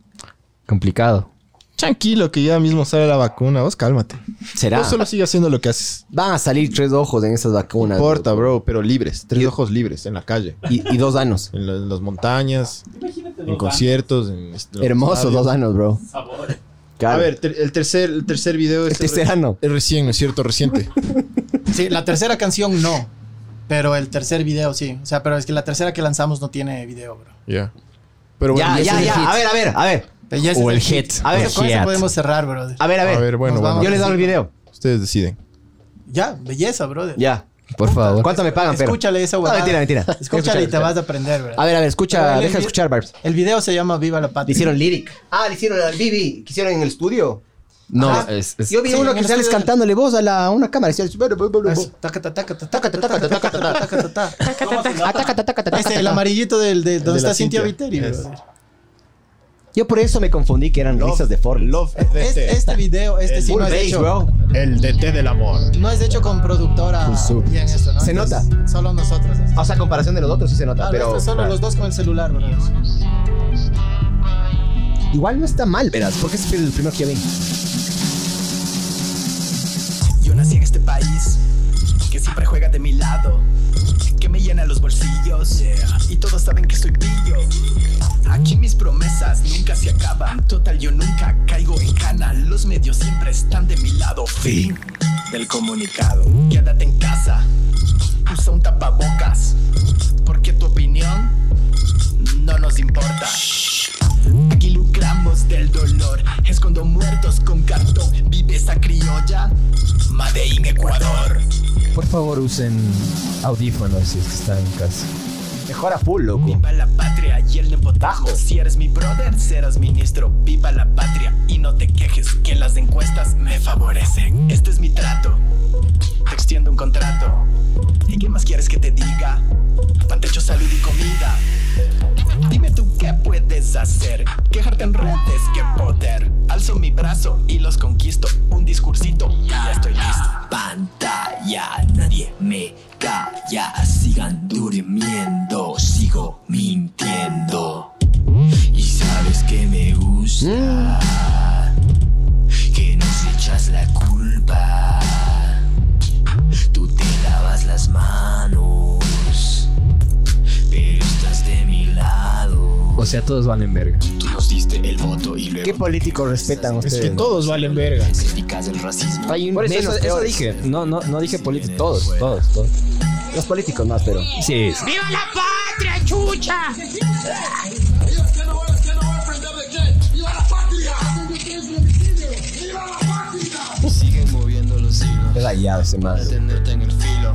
[SPEAKER 7] Complicado.
[SPEAKER 3] Tranquilo, que ya mismo sale la vacuna. Vos cálmate.
[SPEAKER 2] Será.
[SPEAKER 3] Vos solo sigue haciendo lo que haces.
[SPEAKER 2] Van a salir tres ojos en esas
[SPEAKER 3] No
[SPEAKER 2] vacunas.
[SPEAKER 3] importa, bro, pero libres. Tres ojos libres en la calle.
[SPEAKER 2] Y, y dos años.
[SPEAKER 3] En, la- en las montañas,
[SPEAKER 8] Imagínate
[SPEAKER 3] en
[SPEAKER 8] dos
[SPEAKER 3] conciertos. En est- en
[SPEAKER 2] Hermoso,
[SPEAKER 3] estadios.
[SPEAKER 2] dos años, bro.
[SPEAKER 8] bandas, Sabor.
[SPEAKER 2] Claro.
[SPEAKER 3] A ver, ter- el, tercer, el tercer video es,
[SPEAKER 2] El tercer
[SPEAKER 3] re-
[SPEAKER 2] ano.
[SPEAKER 3] es recién, ¿no es cierto? Reciente.
[SPEAKER 4] Sí, la tercera canción no. Pero el tercer video sí. O sea, pero es que la tercera que lanzamos no tiene video, bro.
[SPEAKER 3] Ya. Pero bueno,
[SPEAKER 2] ya,
[SPEAKER 3] ese
[SPEAKER 2] ya,
[SPEAKER 3] es el
[SPEAKER 2] ya.
[SPEAKER 3] hit.
[SPEAKER 2] A ver, a ver, a ver.
[SPEAKER 4] Pero ya ese
[SPEAKER 7] O
[SPEAKER 4] es
[SPEAKER 7] el hit.
[SPEAKER 4] A ver, con
[SPEAKER 7] El
[SPEAKER 4] eso
[SPEAKER 7] hit.
[SPEAKER 4] podemos cerrar, brother.
[SPEAKER 2] A ver, a ver.
[SPEAKER 3] A ver, bueno,
[SPEAKER 4] Nos
[SPEAKER 3] bueno.
[SPEAKER 4] vamos.
[SPEAKER 2] Yo les doy el video.
[SPEAKER 3] Ustedes deciden.
[SPEAKER 4] Ya, belleza, brother.
[SPEAKER 2] Ya.
[SPEAKER 7] Por favor.
[SPEAKER 2] ¿Cuánto me pagan, pero?
[SPEAKER 4] Escúchale esa
[SPEAKER 2] No,
[SPEAKER 4] huevada.
[SPEAKER 2] mentira, mentira.
[SPEAKER 4] [laughs] Escúchale y te vas a aprender, bro.
[SPEAKER 2] A ver, a ver, escucha.
[SPEAKER 4] Pero el-
[SPEAKER 2] Deja escuchar, Barbs.
[SPEAKER 4] El video se llama Viva la Patria.
[SPEAKER 2] Le hicieron lyric. Ah, le hicieron al Bibi. ¿Qué hicieron en el estudio?
[SPEAKER 7] No,
[SPEAKER 2] Ah,
[SPEAKER 7] es, es-
[SPEAKER 2] Yo vi
[SPEAKER 4] Sí,
[SPEAKER 2] uno
[SPEAKER 4] en
[SPEAKER 2] que
[SPEAKER 4] el
[SPEAKER 2] sales
[SPEAKER 4] estudio.
[SPEAKER 2] cantándole voz a la, a una cámara. y sales- [laughs]
[SPEAKER 4] Es- taca, ta, taca, ta, taca, ta, taca, ta, taca, ta, taca, ta, ta. Ahí está Este, el amarillito del, de donde
[SPEAKER 3] de la
[SPEAKER 4] está Cintia
[SPEAKER 3] Cintia.
[SPEAKER 4] Viteri,
[SPEAKER 3] Es.
[SPEAKER 4] brother.
[SPEAKER 2] Yo por eso me confundí que eran
[SPEAKER 14] Love-
[SPEAKER 2] risas de Fortnite.
[SPEAKER 14] Love es de
[SPEAKER 2] Este-
[SPEAKER 14] té.
[SPEAKER 2] este video, este
[SPEAKER 14] El
[SPEAKER 2] sí lo has
[SPEAKER 14] base,
[SPEAKER 2] hecho.
[SPEAKER 14] bro. El de té del amor.
[SPEAKER 4] No es hecho con productora
[SPEAKER 2] Full sub.
[SPEAKER 4] bien eso, ¿no?
[SPEAKER 2] Se
[SPEAKER 4] Entonces,
[SPEAKER 2] nota.
[SPEAKER 4] Solo nosotros. así.
[SPEAKER 2] O sea, a comparación de los otros sí se nota,
[SPEAKER 4] Claro,
[SPEAKER 2] pero...
[SPEAKER 4] esto es solo
[SPEAKER 2] Claro.
[SPEAKER 4] los dos con el celular, bro.
[SPEAKER 2] Igual no está mal, verás, porque es el primero que ven.
[SPEAKER 9] Yo nací en este país que siempre juega de mi lado, que me llena los bolsillos y todos saben que soy pillo. Aquí mis promesas nunca se acaban. Total, yo nunca caigo en cana. Los medios siempre están de mi lado. Fin del comunicado. Quédate en casa, usa un tapabocas, porque tu opinión no nos importa. Aquí lucramos del dolor, escondo muertos con cartón. Vive esa criolla, Made in Ecuador.
[SPEAKER 13] Por favor, usen audífonos si es que están en casa.
[SPEAKER 2] Mejora full, loco.
[SPEAKER 9] Viva la patria y el nepotismo. Si eres mi brother, serás ministro. Viva la patria y no te quejes que las encuestas me favorecen. Este es mi trato. Te extiendo un contrato. ¿Y qué más quieres que te diga? Pan, techo, salud y comida. Dime tú qué puedes hacer. Quejarte en redes, qué poder. Alzo mi brazo y los conquisto. Un discursito y ya estoy listo. Pantalla, nadie me calla. Sigan durmiendo, sigo mintiendo. Y sabes que me gusta. Que nos echas la culpa. Tú te lavas las manos. Pero estás de mi lado.
[SPEAKER 13] O sea, todos van en verga.
[SPEAKER 9] Tú nos diste el voto y luego.
[SPEAKER 2] ¿Qué políticos respetan
[SPEAKER 14] Es
[SPEAKER 2] ustedes?
[SPEAKER 14] que todos valen verga.
[SPEAKER 9] Criticas el racismo.
[SPEAKER 2] Hay un
[SPEAKER 13] Por eso,
[SPEAKER 2] menos
[SPEAKER 13] eso, eso
[SPEAKER 2] peores.
[SPEAKER 13] dije. No, no, no dije políticos. Todos, todos, todos.
[SPEAKER 2] Los políticos más, pero...
[SPEAKER 13] Sí, sí.
[SPEAKER 9] ¡Viva la patria, chucha! Siguen moviendo los hilos.
[SPEAKER 2] Es rayado ese más.
[SPEAKER 9] Tenerte en el filo,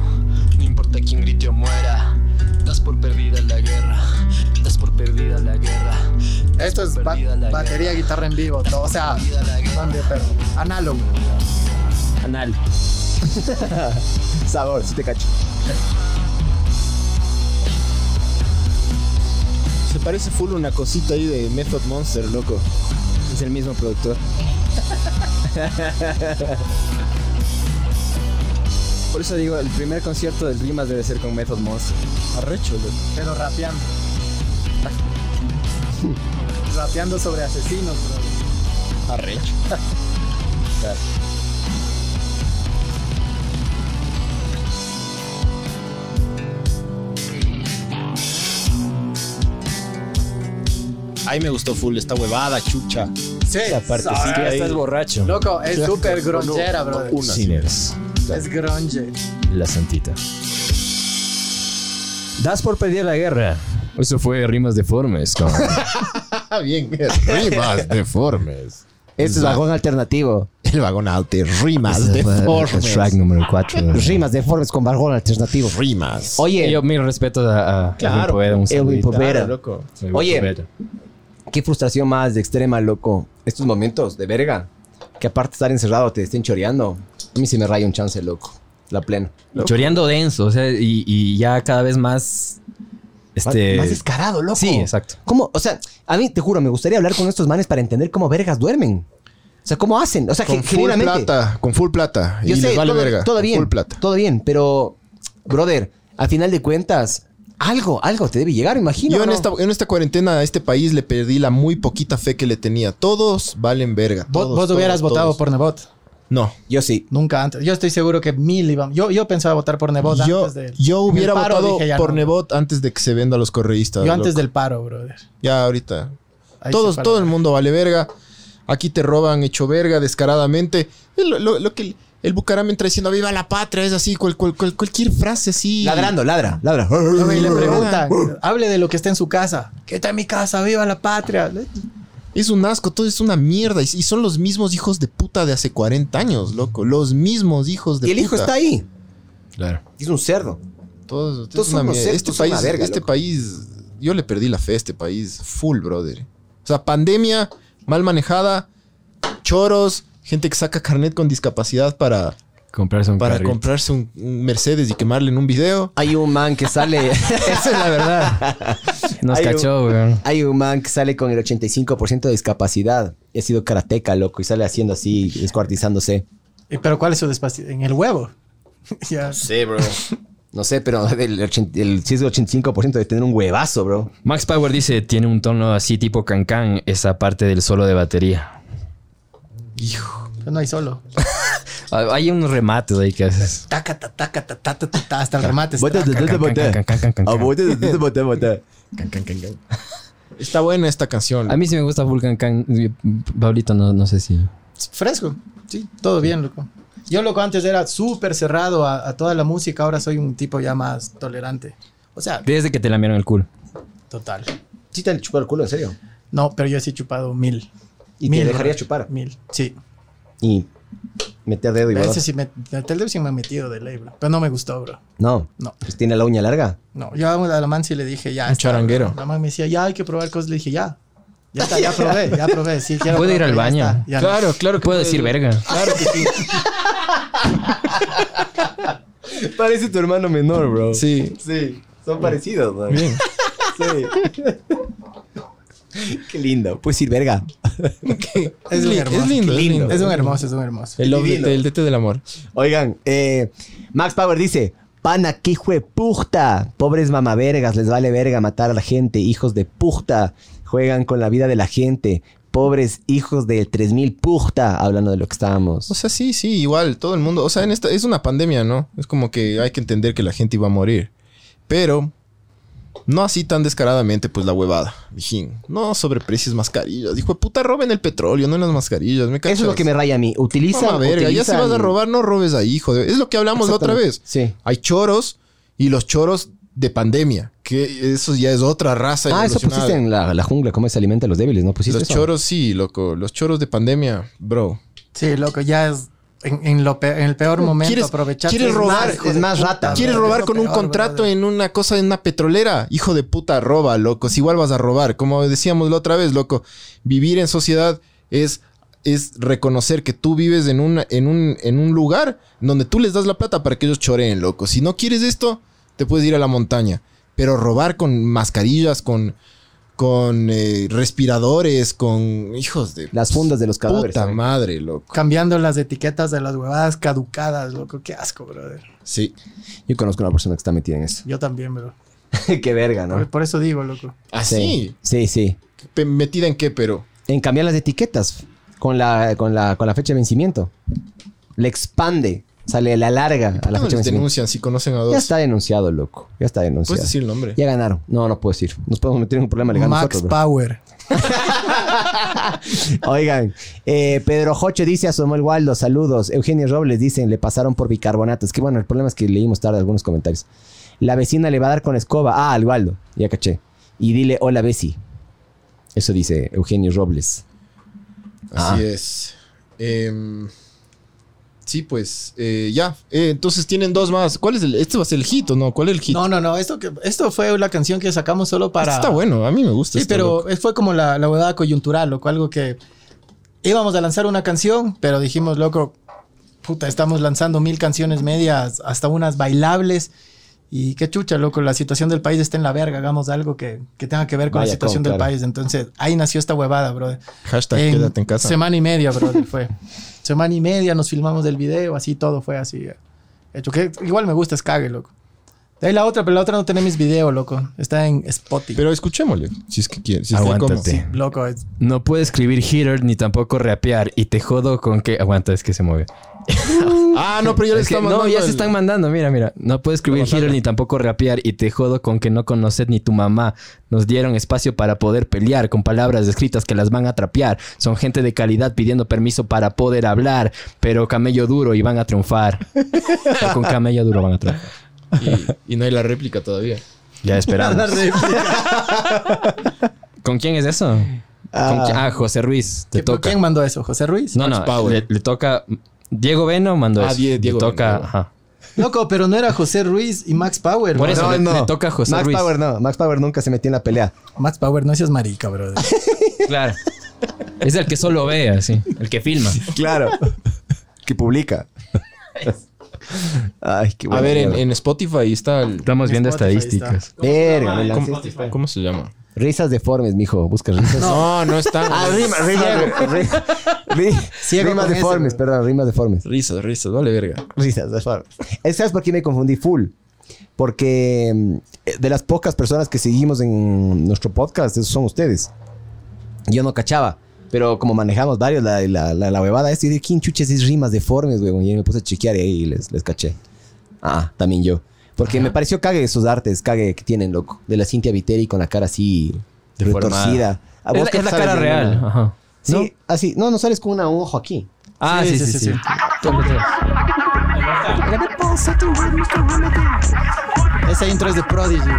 [SPEAKER 9] no importa quién grite o muera. Das por perdida la guerra, das por perdida la guerra.
[SPEAKER 4] Esto es ba-
[SPEAKER 9] Perdida la
[SPEAKER 4] batería, guitarra en vivo, todo. O sea,
[SPEAKER 9] Perdida la guerra.
[SPEAKER 4] ¿dónde, pero? Análogo.
[SPEAKER 13] Anal.
[SPEAKER 2] Sabor, sí te cacho.
[SPEAKER 15] Se parece full una cosita ahí de Method Monster, loco.
[SPEAKER 13] Es el mismo productor.
[SPEAKER 7] Por eso digo, el primer concierto del Rimas debe ser con Method Monster.
[SPEAKER 15] Arrecho, loco. [laughs]
[SPEAKER 4] Pero rapeando. rapeando sobre asesinos, bro. [laughs]
[SPEAKER 15] Arrecho. Ay, me gustó full esta huevada, chucha.
[SPEAKER 4] Sí, Ah,
[SPEAKER 15] La partecita ahí.
[SPEAKER 13] Estás borracho.
[SPEAKER 4] loco, es
[SPEAKER 15] Claro,
[SPEAKER 4] súper
[SPEAKER 15] con un-
[SPEAKER 4] gronchera,
[SPEAKER 15] con
[SPEAKER 4] bro.
[SPEAKER 15] una.
[SPEAKER 7] Sinners.
[SPEAKER 4] Es grunge.
[SPEAKER 7] La Santita.
[SPEAKER 13] Das por perdida la guerra.
[SPEAKER 7] Eso fue Rimas
[SPEAKER 15] [laughs]
[SPEAKER 7] Deformes. Con...
[SPEAKER 15] Ah, bien. Rimas deformes.
[SPEAKER 2] Este es vagón alternativo.
[SPEAKER 15] El vagón alto. Rimas deformes.
[SPEAKER 7] Track número 4.
[SPEAKER 2] Rimas deformes con vagón alternativo.
[SPEAKER 15] Rimas.
[SPEAKER 2] Oye,
[SPEAKER 7] Yo mi respeto a, a
[SPEAKER 15] Claro,
[SPEAKER 7] Elvin Poveda, un
[SPEAKER 2] Elwin
[SPEAKER 7] saludito.
[SPEAKER 2] Poveda.
[SPEAKER 15] loco.
[SPEAKER 7] Elvin
[SPEAKER 2] Oye.
[SPEAKER 7] Poveda.
[SPEAKER 2] qué frustración más de extrema, loco. Estos momentos de verga. Que aparte de estar encerrado te estén choreando. A mí sí me raya un chance, loco. La plena.
[SPEAKER 7] Choreando denso, o sea, y, y ya cada vez más. Este.
[SPEAKER 2] Más descarado, loco.
[SPEAKER 7] sí, exacto.
[SPEAKER 2] ¿Cómo? O sea, a mí te juro, me gustaría hablar con estos manes para entender cómo vergas duermen. O sea, cómo hacen. O sea,
[SPEAKER 15] Con
[SPEAKER 2] que
[SPEAKER 15] full
[SPEAKER 2] generalmente.
[SPEAKER 15] plata. Con full plata.
[SPEAKER 2] Yo
[SPEAKER 15] y
[SPEAKER 2] sé,
[SPEAKER 15] les vale
[SPEAKER 2] todo,
[SPEAKER 15] verga.
[SPEAKER 2] todo
[SPEAKER 15] con
[SPEAKER 2] bien.
[SPEAKER 15] Full plata.
[SPEAKER 2] Todo bien, pero, brother, al final de cuentas, algo, algo te debe llegar, me imagino.
[SPEAKER 15] Yo en
[SPEAKER 2] ¿no?
[SPEAKER 15] esta, en esta cuarentena a este país le perdí la muy poquita fe que le tenía. Todos valen verga.
[SPEAKER 4] Vos,
[SPEAKER 15] todos,
[SPEAKER 4] vos
[SPEAKER 15] todos,
[SPEAKER 4] hubieras votado
[SPEAKER 15] todos.
[SPEAKER 4] por Nebot.
[SPEAKER 15] No.
[SPEAKER 2] Yo sí.
[SPEAKER 4] Nunca antes. Yo estoy seguro que mil iban. Yo, yo pensaba votar por Nebot
[SPEAKER 15] Yo,
[SPEAKER 4] antes del.
[SPEAKER 15] yo
[SPEAKER 4] en el
[SPEAKER 15] hubiera
[SPEAKER 4] paro
[SPEAKER 15] votado
[SPEAKER 4] dije, ya
[SPEAKER 15] por
[SPEAKER 4] no.
[SPEAKER 15] Nebot antes de que se venda a los correístas.
[SPEAKER 4] Yo antes
[SPEAKER 15] loco.
[SPEAKER 4] del paro, brother.
[SPEAKER 15] Ya ahorita.
[SPEAKER 4] Ahí
[SPEAKER 15] Todos,
[SPEAKER 4] se para.
[SPEAKER 15] todo el mundo vale verga. Aquí te roban hecho verga descaradamente. Lo, lo- lo que el, el Bucaram entra diciendo viva la patria es así, cual- cual- cual- cualquier frase así.
[SPEAKER 2] Ladrando, ladra, ladra. [laughs]
[SPEAKER 4] Luego ahí le
[SPEAKER 15] [laughs]
[SPEAKER 4] preguntan,
[SPEAKER 15] Uh.
[SPEAKER 4] hable de lo que está en su casa. ¿Qué está en mi casa? ¡Viva la patria!
[SPEAKER 15] Es un asco, todo es una mierda. Y, y son los mismos hijos de puta de hace 40 años, loco. Los mismos hijos de
[SPEAKER 2] Y el
[SPEAKER 15] puta.
[SPEAKER 2] hijo está ahí.
[SPEAKER 15] Claro.
[SPEAKER 2] Es un cerdo.
[SPEAKER 15] Todos, esto
[SPEAKER 2] Todos
[SPEAKER 15] es una
[SPEAKER 2] son unos
[SPEAKER 15] mierda.
[SPEAKER 2] cerdos,
[SPEAKER 15] este
[SPEAKER 2] son una
[SPEAKER 15] país,
[SPEAKER 2] verga,
[SPEAKER 15] este
[SPEAKER 2] loco.
[SPEAKER 15] país, yo le perdí la fe a este país, full, brother. O sea, pandemia, mal manejada, choros, gente que saca carnet con discapacidad para
[SPEAKER 7] Comprarse un
[SPEAKER 15] para
[SPEAKER 7] carrito.
[SPEAKER 15] comprarse un, un Mercedes y quemarle en un video.
[SPEAKER 2] Hay un man que
[SPEAKER 15] [laughs]
[SPEAKER 2] sale. Esa es la verdad.
[SPEAKER 7] Nos
[SPEAKER 2] Hay un-
[SPEAKER 7] cachó, weón.
[SPEAKER 2] Hay un man que sale con el 85% de discapacidad. Y ha sido karateca, loco. Y sale haciendo así, descuartizándose.
[SPEAKER 4] Eh, ¿Pero cuál es su despacio? En el huevo. [laughs] ya.
[SPEAKER 16] Sí, bro.
[SPEAKER 2] [laughs] No sé, pero el, 80 el, si es el 85% de tener un huevazo, bro.
[SPEAKER 7] Max Power dice, tiene un tono así tipo cancán esa parte del solo de batería.
[SPEAKER 4] Pero no hay solo.
[SPEAKER 7] Ah, Hay unos remates ahí que haces.
[SPEAKER 4] Taca, ta, taca, ta, ta, ta, ta, ta, hasta el remate.
[SPEAKER 2] Botas de-
[SPEAKER 4] taca.
[SPEAKER 2] botas de- botas. Ah, botas de- botas de- botas de- botas.
[SPEAKER 15] Está buena esta canción.
[SPEAKER 7] A mí sí me gusta full cancán. Pablito, no, no sé si...
[SPEAKER 4] Fresco. Sí, todo bien, loco. Yo, loco, antes era súper cerrado a, a toda la música. Ahora soy un tipo ya más tolerante. O sea,
[SPEAKER 7] Desde que te lamieron el culo.
[SPEAKER 4] total.
[SPEAKER 2] Sí te han chupado el culo, en serio.
[SPEAKER 4] No, pero yo sí he chupado mil.
[SPEAKER 2] Y
[SPEAKER 4] Mil,
[SPEAKER 2] te dejaría
[SPEAKER 4] bro.
[SPEAKER 2] chupar.
[SPEAKER 4] Mil, sí.
[SPEAKER 2] Y meter dedo y
[SPEAKER 4] A
[SPEAKER 2] bolas.
[SPEAKER 4] veces sí me, el dedo sí me ha metido de ley, bro. Pero no me gustó, bro.
[SPEAKER 2] No.
[SPEAKER 4] No.
[SPEAKER 2] Pues tiene la uña larga.
[SPEAKER 4] No, yo a la, a la man sí le dije ya.
[SPEAKER 15] Un
[SPEAKER 4] está,
[SPEAKER 15] charanguero.
[SPEAKER 4] La man me decía, ya hay que probar cosas. Le dije, ya. Ya, está, ya probé, ya probé. Sí, quiero
[SPEAKER 7] Puede ir
[SPEAKER 4] probar,
[SPEAKER 7] al
[SPEAKER 4] ya
[SPEAKER 7] baño.
[SPEAKER 4] está, ya no.
[SPEAKER 15] Claro, claro que
[SPEAKER 7] Puedo decir verga.
[SPEAKER 15] Claro que sí.
[SPEAKER 2] Parece tu hermano menor, bro.
[SPEAKER 15] Sí.
[SPEAKER 2] Sí. Son parecidos, bro.
[SPEAKER 15] Bien.
[SPEAKER 2] Sí. [laughs] Qué lindo. Pues ir verga.
[SPEAKER 4] Es,
[SPEAKER 15] Es
[SPEAKER 4] un
[SPEAKER 15] li-
[SPEAKER 4] hermoso.
[SPEAKER 15] es lindo, es lindo.
[SPEAKER 4] Es un hermoso, es un hermoso.
[SPEAKER 15] El, love
[SPEAKER 2] Divino.
[SPEAKER 15] DT, el DT del amor.
[SPEAKER 2] Oigan, eh, Max Power dice: Pana, qué hijo de puta. Pobres mamavergas, les vale verga matar a la gente. Hijos de puta. Juegan con la vida de la gente. Pobres hijos del 3000 puta. Hablando de lo que estábamos.
[SPEAKER 15] O sea, sí, sí, igual, todo el mundo. O sea, en esta, es una pandemia, ¿no? Es como que hay que entender que la gente iba a morir. Pero, no así tan descaradamente, pues la huevada. Dijín, no sobreprecies mascarillas. Dijo, puta, roben el petróleo, no las mascarillas. ¿me
[SPEAKER 2] Eso es lo que me raya a mí. Utilizan.
[SPEAKER 15] Toma, verga, ya si
[SPEAKER 2] utilizan-
[SPEAKER 15] vas a robar, no robes ahí, hijo de... Es lo que hablamos la otra vez.
[SPEAKER 2] Sí.
[SPEAKER 15] Hay choros y los choros de pandemia, que eso ya es otra raza.
[SPEAKER 2] Ah, eso
[SPEAKER 15] evolucionada.
[SPEAKER 2] pusiste en la, la jungla, cómo se alimenta a los débiles, ¿no pusiste
[SPEAKER 15] Los
[SPEAKER 2] eso?
[SPEAKER 15] choros, sí, loco. Los choros de pandemia, bro.
[SPEAKER 4] Sí, loco, ya es en, en lo pe- en el peor momento
[SPEAKER 15] ¿Quieres-
[SPEAKER 4] aprovechar.
[SPEAKER 15] quieres robar?
[SPEAKER 2] Es más rata.
[SPEAKER 15] ¿Quieres robar con un contrato en una cosa, en una petrolera? Hijo de puta, roba, loco. Si igual vas a robar. Como decíamos la otra vez, loco. Vivir en sociedad es, es reconocer que tú vives en, una, en, un, en un lugar donde tú les das la plata para que ellos choreen, loco. Si no quieres esto, te puedes ir a la montaña. Pero robar con mascarillas, con, con eh, respiradores, con hijos de
[SPEAKER 2] Las fundas de los cadáveres.
[SPEAKER 15] puta
[SPEAKER 2] ¿sabes?
[SPEAKER 15] madre, loco.
[SPEAKER 4] Cambiando las etiquetas de las huevadas caducadas, loco. Qué asco, brother.
[SPEAKER 15] Sí.
[SPEAKER 2] Yo conozco una persona que está metida en eso.
[SPEAKER 4] Yo también, bro.
[SPEAKER 2] [laughs] Qué verga,
[SPEAKER 4] Por,
[SPEAKER 2] ¿no?
[SPEAKER 4] por eso digo, loco.
[SPEAKER 15] Así.
[SPEAKER 2] Sí, sí.
[SPEAKER 15] Pe- ¿Metida en qué, pero?
[SPEAKER 2] En cambiar las etiquetas con la, con la, con la fecha de vencimiento. Le expande, sale la larga a
[SPEAKER 15] ¿Por qué no
[SPEAKER 2] la fecha de
[SPEAKER 15] les
[SPEAKER 2] vencimiento.
[SPEAKER 15] denuncian Pues, si conocen a dos?
[SPEAKER 2] Ya está denunciado, loco. Ya está denunciado.
[SPEAKER 15] ¿Puedes decir el nombre?
[SPEAKER 2] Ya ganaron. No, no puedo decir. Nos podemos meter en un problema legal
[SPEAKER 4] Max
[SPEAKER 2] nosotros, bro.
[SPEAKER 4] Power.
[SPEAKER 2] Oigan, eh, Pedro Jocho dice a Samuel Waldo, saludos. Eugenio Robles dicen, le pasaron por bicarbonato. Es que bueno, el problema es que leímos tarde algunos comentarios. La vecina le va a dar con escoba. Ah, al Waldo, ya caché. Y dile, hola, Besi. Eso dice Eugenio Robles.
[SPEAKER 15] Así es. Em, sí, pues, eh, ya. Eh, entonces tienen dos más. ¿Cuál es el? Este va a ser el hit, ¿o no? ¿Cuál es el hit?
[SPEAKER 4] No, no, no. Esto, que, esto fue la canción que sacamos solo para.
[SPEAKER 15] Este está bueno. A mí me gusta.
[SPEAKER 4] Sí,
[SPEAKER 15] este,
[SPEAKER 4] pero
[SPEAKER 15] loco.
[SPEAKER 4] fue como la, la huevada coyuntural, loco, algo que íbamos a lanzar una canción, pero dijimos, loco, puta, estamos lanzando mil canciones medias, hasta unas bailables. Y qué chucha, loco, la situación del país está en la verga, hagamos algo que, que tenga que ver con
[SPEAKER 2] Vaya,
[SPEAKER 4] la situación
[SPEAKER 2] con,
[SPEAKER 4] del
[SPEAKER 2] claro.
[SPEAKER 4] país. Entonces, ahí nació esta huevada, brother.
[SPEAKER 15] Hashtag
[SPEAKER 4] En
[SPEAKER 15] quédate en casa.
[SPEAKER 4] Semana y media, brother, fue. [laughs] semana y media nos filmamos del video, así todo fue así. eh, Hecho que igual me gusta, es cague, loco. De ahí la otra, pero la otra no tiene mis videos, loco. Está en Spotify.
[SPEAKER 15] Pero escuchémosle, si es que quieres. Si es que
[SPEAKER 7] Aguántate.
[SPEAKER 4] Loco, es- [laughs]
[SPEAKER 7] No puedo escribir hitter ni tampoco rapear y te jodo con que... Aguanta, es que se [laughs] mueve.
[SPEAKER 15] como. Ah, no, pero ya le
[SPEAKER 7] Es que-
[SPEAKER 15] está mandando.
[SPEAKER 7] no, ya se
[SPEAKER 15] el-
[SPEAKER 7] están mandando. Mira, mira. No puedo escribir hitter ni tampoco rapear y te jodo con que no conoces ni tu mamá. Nos dieron espacio para poder pelear con palabras escritas que las van a trapear. Son gente de calidad pidiendo permiso para poder hablar, pero camello duro y van a triunfar. [laughs] O con camello duro van a triunfar.
[SPEAKER 15] Y, y no hay la réplica todavía.
[SPEAKER 7] Ya [laughs] esperamos. ¿Con quién es eso? ¿Con qui- Ah, José Ruiz. Te
[SPEAKER 4] ¿Qui- pero
[SPEAKER 7] toca.
[SPEAKER 4] ¿Quién mandó eso? ¿José Ruiz?
[SPEAKER 7] No, no,
[SPEAKER 15] Power.
[SPEAKER 7] le, le toca. Diego Beno mandó
[SPEAKER 15] Ah,
[SPEAKER 7] eso.
[SPEAKER 15] Die- Diego
[SPEAKER 7] le toca.
[SPEAKER 15] Beno.
[SPEAKER 7] ajá.
[SPEAKER 4] Loco, pero no era José Ruiz y Max Power.
[SPEAKER 7] Por
[SPEAKER 4] ¿no?
[SPEAKER 7] eso
[SPEAKER 4] No,
[SPEAKER 7] le, le toca a José
[SPEAKER 2] Max
[SPEAKER 7] Ruiz.
[SPEAKER 2] Power no. Max Power nunca se metió en la pelea.
[SPEAKER 4] Max Power, no seas
[SPEAKER 7] [laughs]
[SPEAKER 4] marica, brother.
[SPEAKER 7] Claro. Es el que solo ve, así. El que filma.
[SPEAKER 2] Claro. que publica. Ay, qué
[SPEAKER 3] A
[SPEAKER 2] buena
[SPEAKER 3] ver, en,
[SPEAKER 2] mierda.
[SPEAKER 3] en Spotify está el...
[SPEAKER 7] Estamos viendo
[SPEAKER 3] Spotify
[SPEAKER 7] estadísticas.
[SPEAKER 3] está.
[SPEAKER 2] Verga, me
[SPEAKER 3] ¿Cómo,
[SPEAKER 2] lancé.
[SPEAKER 3] cómo- cómo se llama?
[SPEAKER 2] Risas deformes, mijo. Busca risas.
[SPEAKER 3] No,
[SPEAKER 2] [laughs]
[SPEAKER 3] no está.
[SPEAKER 2] Ah, rima, rima, rima, rima,
[SPEAKER 3] Ciego
[SPEAKER 2] rimas
[SPEAKER 3] con ese,
[SPEAKER 2] deformes,
[SPEAKER 3] bro.
[SPEAKER 2] perdón, rimas deformes.
[SPEAKER 3] Risas, risas, vale verga.
[SPEAKER 2] Risas deformes. Eh, ¿Sabes por qué me confundí full? Porque mm, eh, de las pocas personas que seguimos en nuestro podcast, esos son ustedes. Yo no cachaba. Pero como manejamos varios, la, la, la, la huevada es decir, ¿quién chuches es rimas deformes, weón? Y ahí me puse a chequear y ahí les, les caché. Ah, también yo. Porque me pareció cague esos artes, cague que tienen, loco. De la Cintia Viteri con la cara así
[SPEAKER 7] Deformada.
[SPEAKER 2] retorcida. Ah, vos
[SPEAKER 7] Es la-
[SPEAKER 2] que
[SPEAKER 7] es la
[SPEAKER 2] sabes
[SPEAKER 7] cara
[SPEAKER 2] de
[SPEAKER 7] real,
[SPEAKER 2] nada.
[SPEAKER 7] ajá.
[SPEAKER 2] Sí, así. No, no sales con una- un ojo aquí.
[SPEAKER 7] Ah, sí, sí, sí. sí.
[SPEAKER 4] Esa intro es de Prodigy. güey.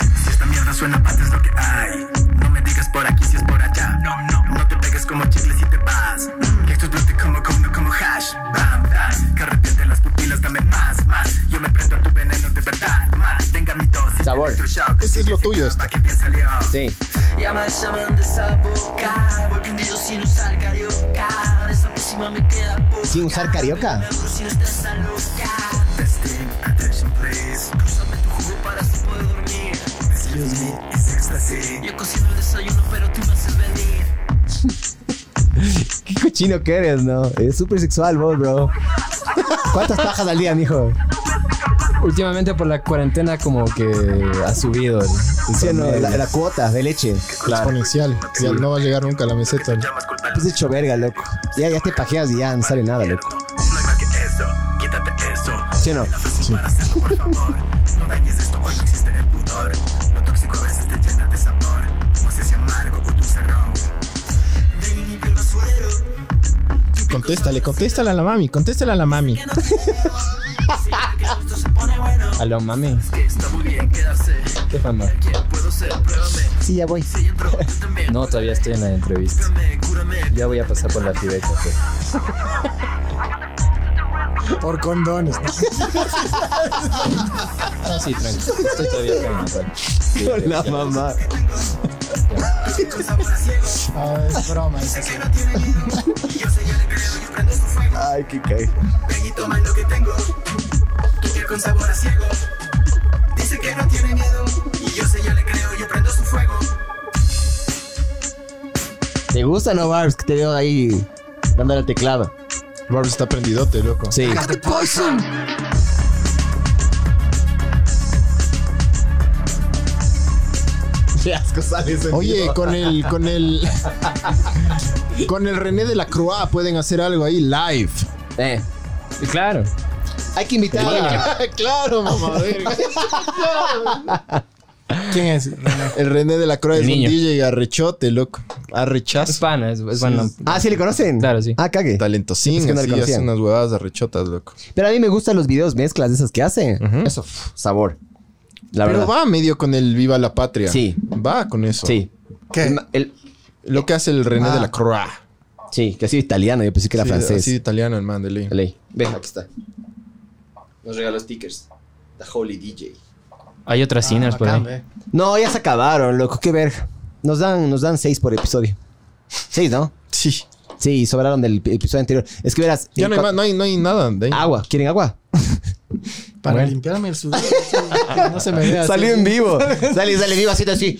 [SPEAKER 9] Si esta mierda suena pata es lo que hay. No me digas por aquí si es por allá. No, no, no te pegues como chicle si te vas. Mm, Esto es blote como, como, como hash. Bam, bam. Que arrepiente las pupilas, dame más, más. Yo me prendo a tu veneno de verdad. Más, tenga mi dosis. Sabor.
[SPEAKER 3] Ese es lo tuyo. este.
[SPEAKER 2] Sí.
[SPEAKER 17] Ya me llaman de saboca, voy prendido sin usar carioca. De esa próxima me queda poca.
[SPEAKER 2] Sin usar carioca. [laughs]
[SPEAKER 17] Si no estás a loca,
[SPEAKER 9] Testing, attention please.
[SPEAKER 17] cruzame tu jugo para si puedo dormir.
[SPEAKER 9] Excuse me, it's ecstasy.
[SPEAKER 17] Yo cocino el desayuno, pero tú me haces venir.
[SPEAKER 2] Qué cochino que eres, ¿no? Es súper sexual vos, bro. ¿Cuántas pajas al día, mijo?
[SPEAKER 7] Últimamente por la cuarentena como que ha subido el, el
[SPEAKER 2] Sí, no,
[SPEAKER 7] promedio.
[SPEAKER 2] la, la cuota de leche.
[SPEAKER 3] Exponencial. Ya no va a llegar nunca a la meseta.
[SPEAKER 2] Pues hecho verga, loco. Ya, ya te pajeas y ya no sale nada, loco.
[SPEAKER 9] No hay más que eso, quítate eso.
[SPEAKER 2] ¿Sí o no?
[SPEAKER 9] Sí. Para hacerlo, por favor. No dañes esto cuando existe el pudor. Lo tóxico a veces te llena de sabor. No sé si amargo o dulce ron. Ven y limpia el basurero.
[SPEAKER 3] Contéstale, contéstale a la mami, contéstale a la mami.
[SPEAKER 17] Esto se pone bueno.
[SPEAKER 7] Aló, mami.
[SPEAKER 17] Que está muy bien quedarse.
[SPEAKER 7] ¿Qué fama?
[SPEAKER 17] ¿Quién puedo ser? Pruébame.
[SPEAKER 2] Sí, ya voy.
[SPEAKER 17] Si entro, tú también.
[SPEAKER 7] No, todavía estoy en la entrevista.
[SPEAKER 17] Cúrame, cúrame.
[SPEAKER 7] Ya voy a pasar por la tibeca. pues. [laughs]
[SPEAKER 4] Por condones.
[SPEAKER 7] Ah, sí, tranquilo. Estoy todavía acá en la cual. Sí,
[SPEAKER 2] Con la
[SPEAKER 7] ya.
[SPEAKER 2] mamá.
[SPEAKER 4] Ah, es broma.
[SPEAKER 9] Sé que no tiene nido. Y yo sé que le creo y prendo su fuego.
[SPEAKER 2] Ay, qué cae.
[SPEAKER 9] Ven y toma lo que tengo. Tu piel con sabor a ciego. Dice que no tiene miedo. Y yo sé, yo le creo, yo prendo su fuego.
[SPEAKER 2] ¿Te gusta, no, Barbs? Que te veo ahí dándole al teclado.
[SPEAKER 3] Barbs está prendidote, loco.
[SPEAKER 2] Sí. Qué asco sale ese
[SPEAKER 3] Oye,
[SPEAKER 2] tío.
[SPEAKER 3] con el, con el, con el René de la Croa pueden hacer algo
[SPEAKER 2] [laughs]
[SPEAKER 3] ahí live.
[SPEAKER 2] Eh,
[SPEAKER 7] Y Claro.
[SPEAKER 2] hay que invitar a...
[SPEAKER 3] claro, mamá.
[SPEAKER 4] ¿Quién es? René?
[SPEAKER 3] El René de la Croa es
[SPEAKER 7] El niño.
[SPEAKER 3] un DJ arrechote, loco.
[SPEAKER 7] Es
[SPEAKER 3] Arrechazo.
[SPEAKER 7] pana, es, es bueno.
[SPEAKER 2] Ah, ¿sí le conocen?
[SPEAKER 7] Claro, sí.
[SPEAKER 2] Ah, cague.
[SPEAKER 3] Talentosín,
[SPEAKER 2] Es que no le
[SPEAKER 3] así
[SPEAKER 2] conocía.
[SPEAKER 3] hace unas huevadas arrechotas, loco.
[SPEAKER 2] Pero a mí me gustan los videos mezclas de esas que hace.
[SPEAKER 3] Ujú.
[SPEAKER 2] Eso, pff, sabor. La
[SPEAKER 3] Pero
[SPEAKER 2] verdad.
[SPEAKER 3] va medio con el Viva la Patria.
[SPEAKER 2] Sí.
[SPEAKER 3] Va con eso.
[SPEAKER 2] Sí.
[SPEAKER 4] ¿Qué?
[SPEAKER 2] El-
[SPEAKER 3] Lo que hace el René
[SPEAKER 4] Ah.
[SPEAKER 3] de la Croa.
[SPEAKER 2] sí, que ha sido italiano. Yo pensé que era
[SPEAKER 3] Sí,
[SPEAKER 2] francés.
[SPEAKER 3] así italiano el man de ley.
[SPEAKER 2] Ley. pues. Ve, aquí está. Nos regaló stickers. The Holy DJ.
[SPEAKER 7] Hay
[SPEAKER 3] Ah,
[SPEAKER 7] otras sinners por
[SPEAKER 3] ¿eh?
[SPEAKER 7] ahí.
[SPEAKER 2] No, ya se acabaron, loco. Qué verga. Nos dan, nos dan seis por episodio. Seis, ¿no?
[SPEAKER 3] Sí.
[SPEAKER 2] Sí, sobraron del ep- episodio anterior. Es que verás. el
[SPEAKER 3] Ya
[SPEAKER 2] Ah,
[SPEAKER 3] no hay,
[SPEAKER 2] cua-
[SPEAKER 3] más, no hay, no hay nada. de ahí.
[SPEAKER 2] Agua. ¿Quieren agua?
[SPEAKER 4] Para limpiarme el
[SPEAKER 7] [laughs]
[SPEAKER 4] sudor. que No se me vea. así.
[SPEAKER 2] vivo. sale, sale vivo así, así.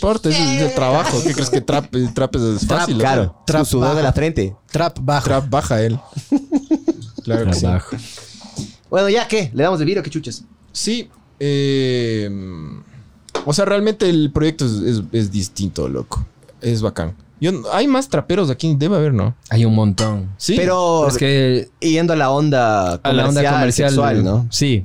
[SPEAKER 3] Porte, eso es de trabajo. ¿Qué crees que trap, trap es
[SPEAKER 2] Trap,
[SPEAKER 3] fácil?
[SPEAKER 2] claro.
[SPEAKER 3] loco?
[SPEAKER 2] Trap sudor
[SPEAKER 4] baja.
[SPEAKER 2] de la frente.
[SPEAKER 4] Trap bajo.
[SPEAKER 3] Trap baja
[SPEAKER 2] [laughs]
[SPEAKER 3] él. Claro que sí.
[SPEAKER 7] Trabajo.
[SPEAKER 2] Bueno, ¿ya qué? ¿Le damos de vino? ¿Qué chuches?
[SPEAKER 3] Sí. eh, o sea, realmente el proyecto es, es- es distinto, loco. Es bacán. Yo, no- hay más traperos aquí, debe haber, ¿no?
[SPEAKER 7] Hay un montón.
[SPEAKER 3] Sí.
[SPEAKER 2] Pero
[SPEAKER 7] Es que
[SPEAKER 2] yendo a la onda
[SPEAKER 7] a la onda comercial.
[SPEAKER 2] sexual, ¿no?
[SPEAKER 7] Sí.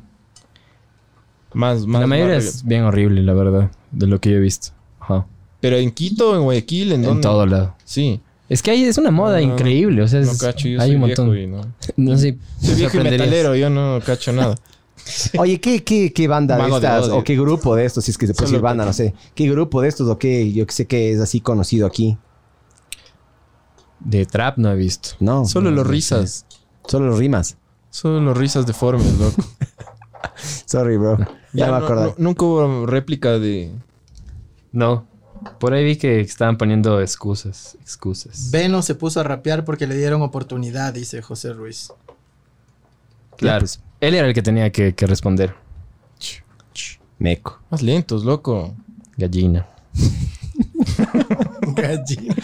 [SPEAKER 3] más, más.
[SPEAKER 7] La mayoría
[SPEAKER 3] más-
[SPEAKER 7] es bien horrible, la verdad. De lo que yo he visto. Ajá.
[SPEAKER 3] Pero en Quito, en Guayaquil, en,
[SPEAKER 7] En
[SPEAKER 3] dónde?
[SPEAKER 7] todo lado.
[SPEAKER 3] Sí.
[SPEAKER 7] Es que hay, es una moda
[SPEAKER 3] No, no,
[SPEAKER 7] increíble. O sea,
[SPEAKER 3] No
[SPEAKER 7] es-
[SPEAKER 3] cacho, yo
[SPEAKER 7] hay
[SPEAKER 3] soy
[SPEAKER 7] un montón.
[SPEAKER 3] viejo
[SPEAKER 7] [laughs]
[SPEAKER 3] y no.
[SPEAKER 7] No sé.
[SPEAKER 3] Soy viejo y
[SPEAKER 7] sorprenderías.
[SPEAKER 3] metalero, yo no cacho nada.
[SPEAKER 2] Oye, ¿qué, qué, qué banda
[SPEAKER 3] Mago
[SPEAKER 2] de
[SPEAKER 3] de
[SPEAKER 2] estas?
[SPEAKER 3] Oz,
[SPEAKER 2] ¿O qué grupo de estos? Si es que se puede
[SPEAKER 3] Solo
[SPEAKER 2] decir banda, no sé. ¿Qué grupo de estos o qué? Yo que sé que es así conocido aquí.
[SPEAKER 7] De trap no he visto.
[SPEAKER 2] No.
[SPEAKER 3] Solo
[SPEAKER 2] no,
[SPEAKER 3] los
[SPEAKER 2] no
[SPEAKER 3] risas.
[SPEAKER 2] sé. Solo los rimas.
[SPEAKER 3] Solo los risas deformes, loco.
[SPEAKER 2] Sorry, bro. Ya, me
[SPEAKER 3] no-
[SPEAKER 2] acordé.
[SPEAKER 3] no- nunca hubo réplica de.
[SPEAKER 7] No. Por ahí vi que estaban poniendo excusas, excusas.
[SPEAKER 4] Veno se puso a rapear porque le dieron oportunidad, dice José [laughs] Ruiz.
[SPEAKER 7] Claro, él era el que tenía que, que responder.
[SPEAKER 2] Meco.
[SPEAKER 3] Más lentos, loco.
[SPEAKER 7] Gallina.
[SPEAKER 4] Gallina.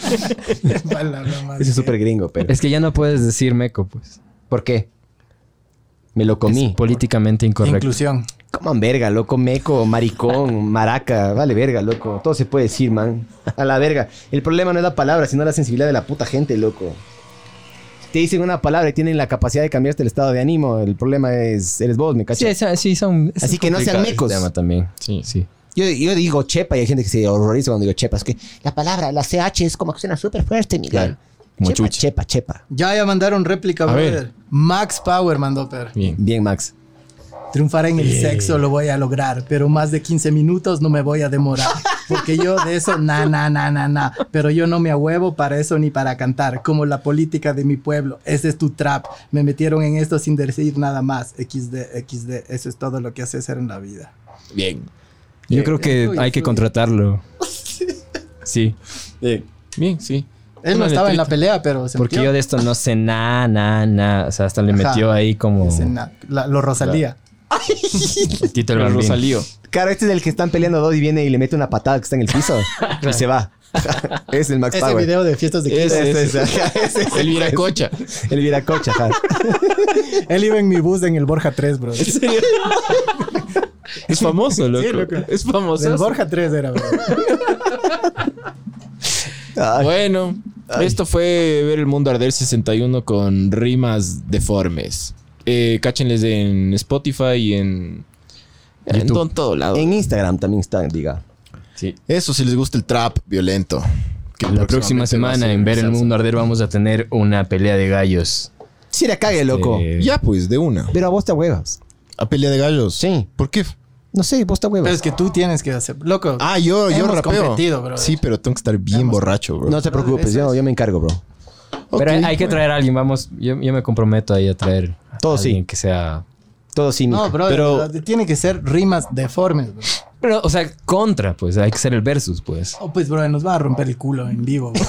[SPEAKER 4] [laughs] Palabra más
[SPEAKER 2] Es súper gringo, pero.
[SPEAKER 7] Es que ya no puedes decir meco, pues.
[SPEAKER 2] ¿Por qué? Me lo comí.
[SPEAKER 7] Es políticamente incorrecto.
[SPEAKER 4] Inclusión.
[SPEAKER 2] Coman verga, loco, meco,
[SPEAKER 3] [laughs]
[SPEAKER 2] maricón, maraca, vale verga, loco. Todo se puede decir, man. A la verga. El problema no es la palabra, sino la sensibilidad de la puta gente, loco. Te dicen una palabra y tienen la capacidad de cambiarte el estado de ánimo. El problema es, eres vos, me
[SPEAKER 7] Sí,
[SPEAKER 2] cachas.
[SPEAKER 7] esa- sí, son.
[SPEAKER 2] Así que no sean
[SPEAKER 7] complicado el
[SPEAKER 2] mecos.
[SPEAKER 7] tema también. Sí, sí.
[SPEAKER 2] Yo, yo digo chepa y hay gente que se horroriza cuando digo chepa. Es que la palabra, la CH es como que suena súper fuerte, Miguel.
[SPEAKER 7] Como
[SPEAKER 2] Chepa,
[SPEAKER 7] chucha.
[SPEAKER 2] chepa, chepa.
[SPEAKER 4] Ya, ya mandaron réplica,
[SPEAKER 3] A ver.
[SPEAKER 4] brother. Max Power mandó, pero.
[SPEAKER 7] Bien.
[SPEAKER 2] Bien, Max.
[SPEAKER 4] Triunfar en el sexo lo voy a lograr, pero más de 15 minutos no me voy a demorar. [laughs] Porque yo de eso, na, na, na, na, na. Pero yo no me ahuevo para eso ni para cantar, como la política de mi pueblo. Ese es tu trap. Me metieron en esto sin decir nada más. XD, XD. Eso es todo lo que hace ser en la vida.
[SPEAKER 3] Bien.
[SPEAKER 7] Yo creo que hay que
[SPEAKER 2] [laughs]
[SPEAKER 7] contratarlo. Sí.
[SPEAKER 3] Bien. Bien, sí.
[SPEAKER 4] Él no
[SPEAKER 3] Una
[SPEAKER 4] estaba en la
[SPEAKER 3] letrita.
[SPEAKER 4] pelea, pero se
[SPEAKER 7] Porque yo
[SPEAKER 4] metió.
[SPEAKER 7] de esto no sé nada, nada, nada. O sea, hasta le
[SPEAKER 4] Ajá.
[SPEAKER 7] metió ahí como
[SPEAKER 4] Ese
[SPEAKER 3] Oh.
[SPEAKER 4] na- la- lo Rosalía.
[SPEAKER 7] el título
[SPEAKER 3] El
[SPEAKER 7] al
[SPEAKER 3] Rosalío.
[SPEAKER 2] Claro, este es el que están peleando dos y viene y le mete una patada que está en el piso [laughs] y se va. es el Max
[SPEAKER 4] Ese
[SPEAKER 2] Power.
[SPEAKER 4] video de fiestas de 15.
[SPEAKER 3] Ese,
[SPEAKER 2] Ese,
[SPEAKER 3] ese.
[SPEAKER 2] ese, ese, ese.
[SPEAKER 3] El viracocha.
[SPEAKER 2] El viracocha, ajá.
[SPEAKER 4] Él iba en mi bus en el Borja 3, bro.
[SPEAKER 3] [laughs] Es famoso, loco.
[SPEAKER 4] loco.
[SPEAKER 3] Es famoso.
[SPEAKER 4] Del Borja 3
[SPEAKER 3] [laughs]
[SPEAKER 4] era, bro.
[SPEAKER 2] Ay.
[SPEAKER 3] Bueno, esto fue Ver el Mundo Arder 61 con rimas deformes. Eh, cáchenles en Spotify y en... En todo, en todo lado.
[SPEAKER 2] En Instagram también está, diga.
[SPEAKER 3] Eso si les gusta el trap violento. Que
[SPEAKER 7] La próxima
[SPEAKER 3] próximamente va a
[SPEAKER 7] semana
[SPEAKER 3] ser
[SPEAKER 7] en Ver el
[SPEAKER 3] salsa.
[SPEAKER 7] Mundo Arder vamos a tener una pelea de gallos.
[SPEAKER 2] Si la cague, loco.
[SPEAKER 7] Eh,
[SPEAKER 3] Ya pues, de una.
[SPEAKER 2] Pero a vos te huevas.
[SPEAKER 3] A pelea de gallos.
[SPEAKER 2] Sí.
[SPEAKER 3] ¿Por qué?
[SPEAKER 2] No sé, vos te
[SPEAKER 4] Pero
[SPEAKER 2] huevas.
[SPEAKER 4] es que tú tienes que hacer. Loco.
[SPEAKER 3] Ah, yo, yo
[SPEAKER 4] Hemos
[SPEAKER 3] rapeo.
[SPEAKER 4] competido, bro.
[SPEAKER 3] Sí, pero tengo que estar bien borracho, bro.
[SPEAKER 2] No te preocupes, yo, yo me encargo, bro.
[SPEAKER 7] Pero hay
[SPEAKER 3] Ok,
[SPEAKER 7] que traer a alguien, vamos. Yo, yo me comprometo ahí a traer.
[SPEAKER 2] Todo
[SPEAKER 7] a
[SPEAKER 2] sí.
[SPEAKER 7] alguien que sea.
[SPEAKER 2] Todo sí,
[SPEAKER 4] No,
[SPEAKER 2] mijo.
[SPEAKER 4] bro,
[SPEAKER 3] Pero-
[SPEAKER 4] tiene que ser rimas deformes, bro.
[SPEAKER 7] Pero, o sea, contra, pues. Hay que ser el versus, pues.
[SPEAKER 4] Oh, pues, bro, nos va a romper el culo en vivo.
[SPEAKER 3] [laughs]
[SPEAKER 4] bro.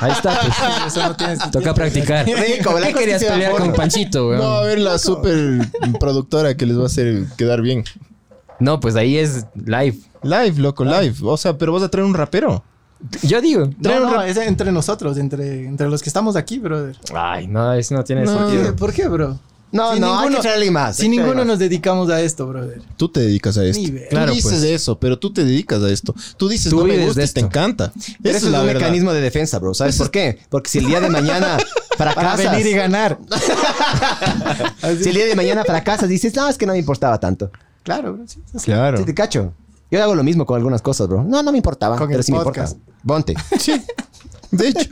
[SPEAKER 7] Ahí está, pues.
[SPEAKER 4] Eso no tienes que-
[SPEAKER 2] [laughs]
[SPEAKER 7] Toca practicar.
[SPEAKER 2] Rico, ¿verdad?
[SPEAKER 7] ¿Qué querías pelear con Panchito,
[SPEAKER 3] No, a
[SPEAKER 7] weón?
[SPEAKER 3] ver la super productora que les va a hacer quedar bien.
[SPEAKER 7] No, pues ahí es live.
[SPEAKER 3] Live, loco, live. O sea, pero vas a traer un rapero.
[SPEAKER 7] Yo digo.
[SPEAKER 4] No, no, es entre nosotros, entre, entre los que estamos aquí, brother.
[SPEAKER 7] Ay, no, eso no tiene
[SPEAKER 4] ¿Por qué,
[SPEAKER 7] sentido.
[SPEAKER 4] ¿Por qué, bro?
[SPEAKER 2] No,
[SPEAKER 4] Si
[SPEAKER 2] no, hay
[SPEAKER 4] ninguno-
[SPEAKER 2] que traer a alguien más.
[SPEAKER 4] Si ninguno nos dedicamos a esto, brother.
[SPEAKER 3] Tú te dedicas a esto.
[SPEAKER 4] Ni ver.
[SPEAKER 7] Claro,
[SPEAKER 3] tú dices
[SPEAKER 7] pues.
[SPEAKER 3] eso, pero tú te dedicas a esto. Tú dices
[SPEAKER 7] Tú
[SPEAKER 3] no me
[SPEAKER 7] vives
[SPEAKER 3] gusta
[SPEAKER 7] de
[SPEAKER 3] y te
[SPEAKER 7] esto.
[SPEAKER 3] encanta.
[SPEAKER 2] Pero
[SPEAKER 3] Esa
[SPEAKER 2] eso
[SPEAKER 3] es
[SPEAKER 2] es
[SPEAKER 3] la
[SPEAKER 2] un
[SPEAKER 3] verdad.
[SPEAKER 2] mecanismo de defensa, bro. ¿Sabes por qué? Porque si el día de [laughs] mañana
[SPEAKER 4] Para
[SPEAKER 2] fracasas,
[SPEAKER 4] venir y ganar.
[SPEAKER 2] si el día de mañana fracasas, dices, no, es que no me importaba tanto.
[SPEAKER 4] Claro, bro. sí, sí, sí.
[SPEAKER 3] Claro.
[SPEAKER 2] Sí, te cacho. Yo hago lo mismo con algunas cosas, bro. No, no me importaba,
[SPEAKER 4] Con
[SPEAKER 2] pero
[SPEAKER 4] el
[SPEAKER 2] sí me importa.
[SPEAKER 4] podcast.
[SPEAKER 2] Ponte.
[SPEAKER 3] De hecho.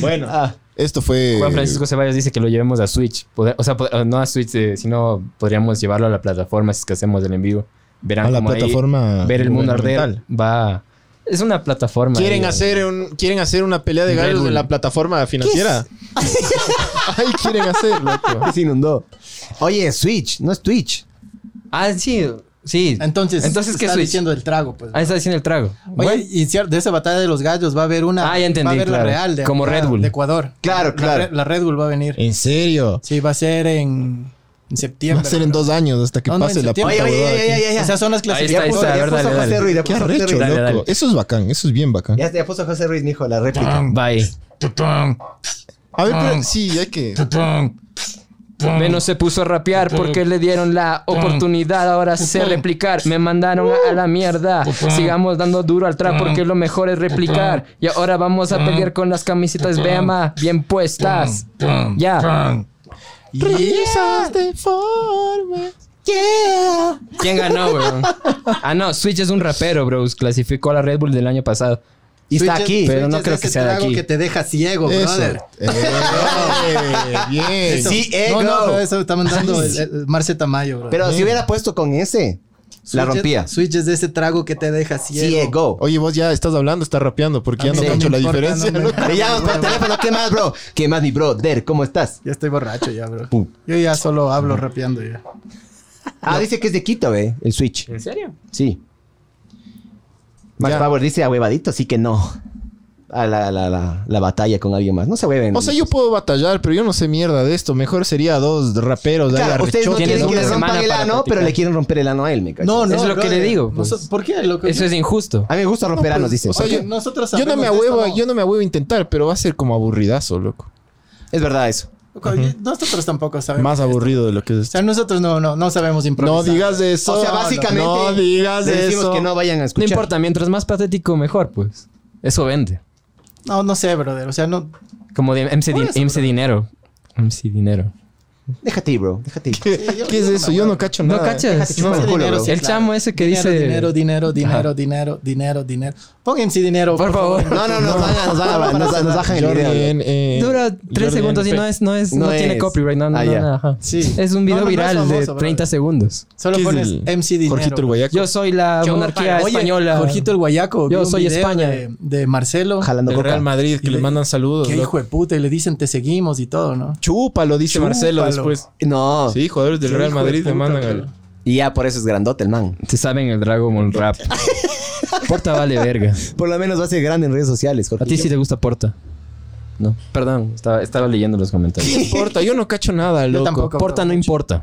[SPEAKER 3] bueno,
[SPEAKER 2] Ah,
[SPEAKER 3] esto fue.
[SPEAKER 4] pues,
[SPEAKER 7] Juan Francisco Ceballos dice que lo llevemos a Switch. Poder- o sea, pod- no a Switch, eh, sino podríamos llevarlo a la plataforma si es que hacemos el en vivo. Verán
[SPEAKER 3] A la
[SPEAKER 7] cómo ahí
[SPEAKER 3] plataforma
[SPEAKER 7] ver el mundo arder
[SPEAKER 3] gubernamental.
[SPEAKER 7] va. Es una plataforma.
[SPEAKER 3] ¿Quieren
[SPEAKER 7] ahí,
[SPEAKER 3] hacer, un, ¿Quieren hacer una pelea de
[SPEAKER 7] Red
[SPEAKER 3] gallos en
[SPEAKER 7] Bull.
[SPEAKER 3] la plataforma financiera? [laughs] Ay, quieren hacer, loco.
[SPEAKER 2] Se inundó. Oye, Switch, no es Twitch.
[SPEAKER 7] Ah, sí, sí.
[SPEAKER 4] Entonces,
[SPEAKER 7] entonces ¿qué
[SPEAKER 4] está
[SPEAKER 7] Switch?
[SPEAKER 4] diciendo el trago, pues.
[SPEAKER 7] Ah, está diciendo el trago.
[SPEAKER 4] Oye, y cierto, de esa batalla de los gallos va a haber una.
[SPEAKER 7] Ah, ya entendí,
[SPEAKER 4] Va a haber
[SPEAKER 7] claro.
[SPEAKER 4] la real de,
[SPEAKER 7] Como
[SPEAKER 4] acá,
[SPEAKER 7] Red Bull.
[SPEAKER 4] de Ecuador.
[SPEAKER 2] Claro,
[SPEAKER 4] La-
[SPEAKER 2] claro.
[SPEAKER 4] La, Re- la Red Bull va a venir.
[SPEAKER 3] ¿En serio?
[SPEAKER 4] Sí, va a ser en, en
[SPEAKER 3] Va
[SPEAKER 4] septiembre.
[SPEAKER 3] a ser en
[SPEAKER 4] bro.
[SPEAKER 3] dos años hasta que
[SPEAKER 4] No, no, en
[SPEAKER 3] pase la puta
[SPEAKER 4] septiembre. Oye, oye,
[SPEAKER 3] huevada
[SPEAKER 4] oye,
[SPEAKER 3] aquí.
[SPEAKER 4] oye, Esas son las clases.
[SPEAKER 7] Ahí está, ahí está. A ver, dale,
[SPEAKER 2] puso a
[SPEAKER 7] dale,
[SPEAKER 2] José Ruiz, ya puso
[SPEAKER 3] Qué
[SPEAKER 2] a José
[SPEAKER 3] arrecho,
[SPEAKER 2] Ruiz.
[SPEAKER 7] Dale,
[SPEAKER 3] loco.
[SPEAKER 7] dale.
[SPEAKER 3] Eso es bacán, eso es bien bacán.
[SPEAKER 2] Ya, ya puso a José Ruiz, mijo, la
[SPEAKER 4] Ah,
[SPEAKER 2] réplica.
[SPEAKER 7] Bye.
[SPEAKER 3] A ver,
[SPEAKER 7] Ah.
[SPEAKER 3] pero sí, hay que.
[SPEAKER 7] Menos se puso a rapear porque le dieron la oportunidad. Ahora sé replicar. Me mandaron a la mierda. Sigamos dando duro al trap porque lo mejor es replicar. Y ahora vamos a pelear con las camisetas Bema bien puestas. Ya.
[SPEAKER 3] Risas deformes.
[SPEAKER 7] ¿Quién ganó, weón? Ah, no, Switch es un rapero, bros. Clasificó a la Red Bull del año pasado.
[SPEAKER 2] Y está
[SPEAKER 4] Switches-
[SPEAKER 2] aquí.
[SPEAKER 7] pero no
[SPEAKER 4] switches
[SPEAKER 7] creo
[SPEAKER 4] es
[SPEAKER 7] que
[SPEAKER 4] ese
[SPEAKER 7] sea de
[SPEAKER 4] trago
[SPEAKER 7] aquí.
[SPEAKER 4] que te deja ciego,
[SPEAKER 3] Eso.
[SPEAKER 4] brother. eh,
[SPEAKER 3] Eh, bien.
[SPEAKER 4] Eso.
[SPEAKER 2] Sí, ego.
[SPEAKER 4] No, no, pero eso está mandando el- el Marce Tamayo, bro.
[SPEAKER 2] Pero si hubiera puesto con ese, la rompía.
[SPEAKER 4] Switch es de ese trago que te deja ciego.
[SPEAKER 3] eh,
[SPEAKER 2] Ciego.
[SPEAKER 3] Oye, vos ya estás hablando, estás rapeando, porque ya no
[SPEAKER 4] Sí,
[SPEAKER 3] cacho
[SPEAKER 4] no
[SPEAKER 3] la
[SPEAKER 4] importa,
[SPEAKER 3] diferencia.
[SPEAKER 4] no me-
[SPEAKER 3] loco.
[SPEAKER 2] Me llamas por teléfono, ¿qué más, bro? ¿Qué más, mi brother? ¿Cómo estás?
[SPEAKER 4] Ya estoy borracho ya, bro. Yo ya solo hablo rapeando ya.
[SPEAKER 2] Ah, dice que es de Quito, eh, el Switch.
[SPEAKER 7] ¿En serio?
[SPEAKER 2] Sí. Max Power dice a huevadito, así que no. A la, la, la, la batalla con alguien más. No se hueven.
[SPEAKER 3] O sea, yo puedo batallar, pero yo no sé mierda de esto. Mejor sería dos raperos. de ahí
[SPEAKER 2] Claro, ustedes no
[SPEAKER 3] arrechotes,
[SPEAKER 2] quieren que
[SPEAKER 3] ¿no?
[SPEAKER 2] le rompan el ano, pero le quieren romper el ano a él, me cachas.
[SPEAKER 4] No, no.
[SPEAKER 7] es lo que
[SPEAKER 4] brother.
[SPEAKER 7] le digo, pues.
[SPEAKER 4] Noso- ¿Por qué, loco?
[SPEAKER 7] Eso es injusto.
[SPEAKER 2] A mí me gusta romper
[SPEAKER 4] pues,
[SPEAKER 2] anos, dice.
[SPEAKER 4] o sea,
[SPEAKER 2] Porque
[SPEAKER 4] yo- nosotros
[SPEAKER 3] Yo no
[SPEAKER 4] sabemos
[SPEAKER 3] me
[SPEAKER 4] de esto,
[SPEAKER 3] ahuevo,
[SPEAKER 4] no.
[SPEAKER 3] yo no me ahuevo a intentar, pero va a ser como aburridazo, loco.
[SPEAKER 2] Es verdad eso.
[SPEAKER 4] Loco, Nosotros tampoco sabemos.
[SPEAKER 3] Más aburrido de lo que es
[SPEAKER 4] O
[SPEAKER 3] esto.
[SPEAKER 4] sea, nosotros no, no, no sabemos
[SPEAKER 3] No
[SPEAKER 4] improvisar.
[SPEAKER 3] digas eso.
[SPEAKER 2] O sea, básicamente
[SPEAKER 3] No digas
[SPEAKER 2] le decimos
[SPEAKER 3] eso.
[SPEAKER 2] que no vayan a
[SPEAKER 7] No
[SPEAKER 2] escuchar.
[SPEAKER 7] importa, mientras más patético, mejor, pues. Eso vende.
[SPEAKER 4] No, no sé, brother. O sea, no.
[SPEAKER 7] Como de MC, Din- MC Dinero. MC Dinero.
[SPEAKER 2] Déjate ir, bro. Déjate ir.
[SPEAKER 3] [laughs] ¿Qué, qué es eso? Yo no cacho
[SPEAKER 7] No
[SPEAKER 3] nada.
[SPEAKER 7] cachas.
[SPEAKER 2] chupar el
[SPEAKER 7] No.
[SPEAKER 2] culo,
[SPEAKER 7] el
[SPEAKER 2] bro.
[SPEAKER 4] sí, claro.
[SPEAKER 7] chamo ese que
[SPEAKER 4] Dinero,
[SPEAKER 7] dice.
[SPEAKER 4] dinero, dinero, dinero, dinero, dinero, dinero. Pónganse dinero, por, favor.
[SPEAKER 2] No, no, no. Nos, van a- nos, van a- nos- nos bajan el
[SPEAKER 3] Jordi
[SPEAKER 2] video.
[SPEAKER 3] en- en-
[SPEAKER 7] eh, Dura tres
[SPEAKER 3] Jordi
[SPEAKER 7] segundos y
[SPEAKER 3] NP.
[SPEAKER 7] no es, no es,
[SPEAKER 2] No
[SPEAKER 7] no, tiene
[SPEAKER 2] es.
[SPEAKER 7] copyright, no, no,
[SPEAKER 2] Ah,
[SPEAKER 7] no,
[SPEAKER 2] ya.
[SPEAKER 7] no, ajá.
[SPEAKER 4] Sí.
[SPEAKER 7] Es un
[SPEAKER 4] No,
[SPEAKER 7] video
[SPEAKER 4] no, no es
[SPEAKER 7] viral de
[SPEAKER 4] famoso,
[SPEAKER 7] 30 segundos.
[SPEAKER 4] Solo
[SPEAKER 3] ¿Qué es
[SPEAKER 4] pones
[SPEAKER 3] el
[SPEAKER 4] MC dinero.
[SPEAKER 3] Jorgito el Guayaco.
[SPEAKER 7] Yo soy la monarquía
[SPEAKER 4] Oye,
[SPEAKER 7] española.
[SPEAKER 4] Jorgito el Guayaco.
[SPEAKER 7] Yo
[SPEAKER 4] vi un
[SPEAKER 7] soy
[SPEAKER 4] video
[SPEAKER 7] España.
[SPEAKER 4] De, de Marcelo.
[SPEAKER 2] Jalando
[SPEAKER 3] Del
[SPEAKER 2] coca.
[SPEAKER 3] Real Madrid, que
[SPEAKER 4] Y
[SPEAKER 3] le
[SPEAKER 4] le-
[SPEAKER 3] mandan saludos.
[SPEAKER 4] Qué
[SPEAKER 3] loco.
[SPEAKER 4] hijo de puta. Y le dicen, te seguimos y todo, ¿no?
[SPEAKER 3] Chúpalo, dice
[SPEAKER 4] Chúpalo.
[SPEAKER 3] Marcelo después.
[SPEAKER 2] No.
[SPEAKER 3] Sí, jugadores del
[SPEAKER 4] Qué
[SPEAKER 3] Real
[SPEAKER 4] hijo de
[SPEAKER 3] Madrid le
[SPEAKER 4] puta,
[SPEAKER 3] mandan al.
[SPEAKER 4] claro.
[SPEAKER 2] Y ya por eso es grandote el man.
[SPEAKER 7] Se saben el Dragon Ball [laughs] Rap. Porta vale verga.
[SPEAKER 2] Por lo menos va a ser grande en redes sociales, Jorge.
[SPEAKER 7] A ti sí te gusta Porta. No, perdón, estaba, estaba leyendo los comentarios.
[SPEAKER 3] No importa, yo no cacho nada, loco.
[SPEAKER 7] [laughs]
[SPEAKER 4] tampoco.
[SPEAKER 7] Porta no importa.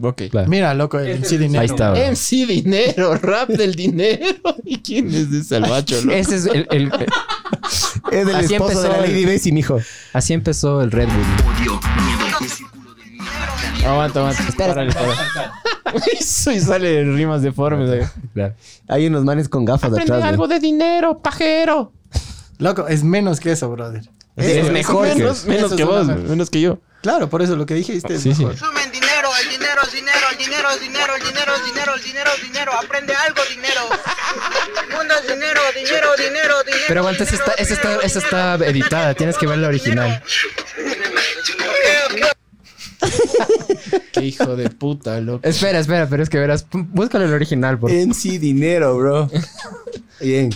[SPEAKER 3] Ok.
[SPEAKER 7] Claro.
[SPEAKER 4] Mira, loco, el MC dinero.
[SPEAKER 7] Ahí está. bro.
[SPEAKER 3] MC Dinero, [laughs] rap del dinero. [laughs] ¿Y quién es de salvacho, loco?
[SPEAKER 7] Ese es el, el- el-
[SPEAKER 2] Es del
[SPEAKER 7] Así
[SPEAKER 2] esposo de la
[SPEAKER 7] empezó el-
[SPEAKER 2] Lady Bessie, mijo.
[SPEAKER 7] así empezó el Red [laughs] Bull.
[SPEAKER 3] Aguanta, aguanta. Párale, párale. Eso y sale rimas deformes.
[SPEAKER 7] [laughs]
[SPEAKER 3] ahí.
[SPEAKER 2] Hay unos manes con gafas
[SPEAKER 3] Aprende
[SPEAKER 2] atrás.
[SPEAKER 3] algo
[SPEAKER 2] güey.
[SPEAKER 3] de dinero, pajero.
[SPEAKER 4] Loco, es menos que eso, brother.
[SPEAKER 7] Es
[SPEAKER 4] Eso,
[SPEAKER 7] mejor
[SPEAKER 4] eso
[SPEAKER 7] que-
[SPEAKER 4] menos-
[SPEAKER 3] Menos
[SPEAKER 4] eso
[SPEAKER 3] que
[SPEAKER 4] es
[SPEAKER 3] vos,
[SPEAKER 4] una-
[SPEAKER 3] menos que yo.
[SPEAKER 4] Claro, por eso lo que dijiste es mejor.
[SPEAKER 9] Sumen dinero, el dinero, el dinero, el dinero, el dinero, el dinero, el dinero, el dinero, el dinero, aprende algo, dinero. Mundo es dinero, dinero, dinero, dinero.
[SPEAKER 7] Pero aguanta, esa está, esa está, esa está editada. Tienes que ver la original.
[SPEAKER 3] Qué hijo de puta, loco.
[SPEAKER 7] Espera, espera, pero es que verás. p- Búscale el original, por
[SPEAKER 2] MC Dinero, bro.
[SPEAKER 7] [laughs]
[SPEAKER 2] Bien.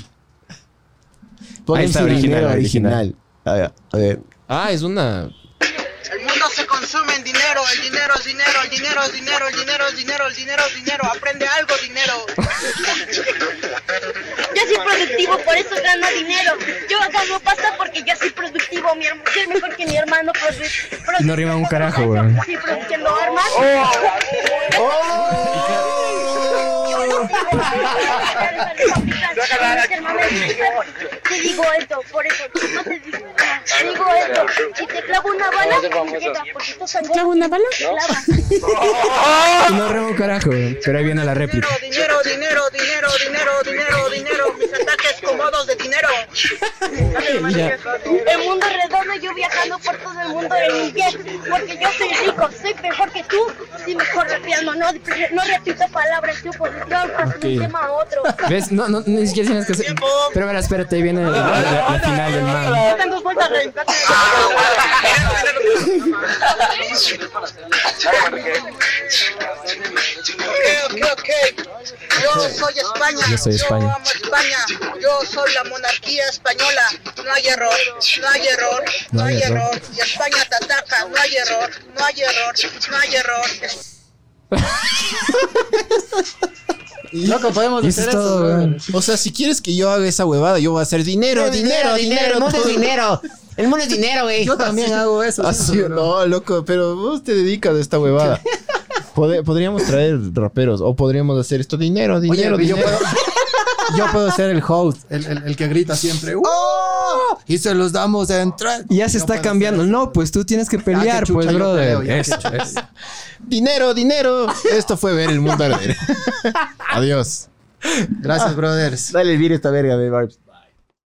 [SPEAKER 2] Pon
[SPEAKER 7] Ahí está,
[SPEAKER 2] MC
[SPEAKER 7] original,
[SPEAKER 2] Dinero
[SPEAKER 7] original.
[SPEAKER 2] original. A ver, a ver.
[SPEAKER 3] Ah, es una.
[SPEAKER 9] El mundo se consume en dinero, el dinero, el dinero, el dinero, el dinero, el dinero, el dinero, el dinero, el dinero, aprende algo, dinero.
[SPEAKER 6] Yo soy productivo, por eso gano dinero. Yo gano pasta porque yo soy productivo. Mi hermano soy mejor que mi hermano. pues, produ- produ-
[SPEAKER 7] No rima un carajo, weón.
[SPEAKER 6] pues, Sí, produciendo armas.
[SPEAKER 9] Oh.
[SPEAKER 6] Te digo esto, por eso tú no te dices nada. Te digo esto, si te clavo una bala, te llega, porque tú sangre. ¿Clavo una bala? Clava.
[SPEAKER 7] No rima un carajo, weón. Pero ahí viene la réplica.
[SPEAKER 9] Dinero, dinero, dinero, dinero, dinero, dinero, mis ataques cómodos de dinero.
[SPEAKER 6] El mundo redondo, yo viajando por todo el mundo en mi jet, porque yo soy rico, soy mejor que tú, sí mejor rapeando, no, no repito palabras, yo posición, paso de un tema a otro.
[SPEAKER 7] ¿Ves? No, no, ni siquiera tienes que hacer. Pero verás, espérate, ahí viene la, la- la final del man.
[SPEAKER 6] Yo tengo vueltas de
[SPEAKER 9] Ok, ok, ok. Yo soy España.
[SPEAKER 7] Yo soy España.
[SPEAKER 9] amo España. Yo soy la monarquía española. No hay error, no hay error, no, hay error. Y España te ataca. No hay error, no hay error, no hay error.
[SPEAKER 4] Loco, podemos
[SPEAKER 7] Y eso
[SPEAKER 4] hacer
[SPEAKER 7] es
[SPEAKER 4] eso.
[SPEAKER 7] todo,
[SPEAKER 4] brother.
[SPEAKER 7] weón.
[SPEAKER 3] O sea, si quieres que yo haga esa huevada, yo voy a hacer dinero, dinero, dinero. todo.
[SPEAKER 2] dinero. El mundo es dinero, güey.
[SPEAKER 4] Yo también hago eso.
[SPEAKER 3] Así,
[SPEAKER 7] [laughs]
[SPEAKER 4] bro.
[SPEAKER 3] Ah, no, loco, pero vos te dedicas a esta [laughs] huevada. Pod- podríamos traer raperos o podríamos hacer esto dinero, dinero,
[SPEAKER 4] Oye, yo
[SPEAKER 3] dinero.
[SPEAKER 4] puedo, yo puedo ser el host, el, el- el que grita
[SPEAKER 7] [laughs]
[SPEAKER 4] siempre. ¡Oh! Y se los damos a entrar.
[SPEAKER 7] Ya se está cambiando. No, pues tú tienes que pelear,
[SPEAKER 4] qué
[SPEAKER 7] pues,
[SPEAKER 4] chucha, yo
[SPEAKER 7] brother.
[SPEAKER 4] peleo, ya,
[SPEAKER 7] Eso, eso.
[SPEAKER 3] Dinero, dinero. Esto fue ver el mundo arder. Adiós.
[SPEAKER 4] Gracias, brothers.
[SPEAKER 2] Dale el virus esta verga, de Barbs.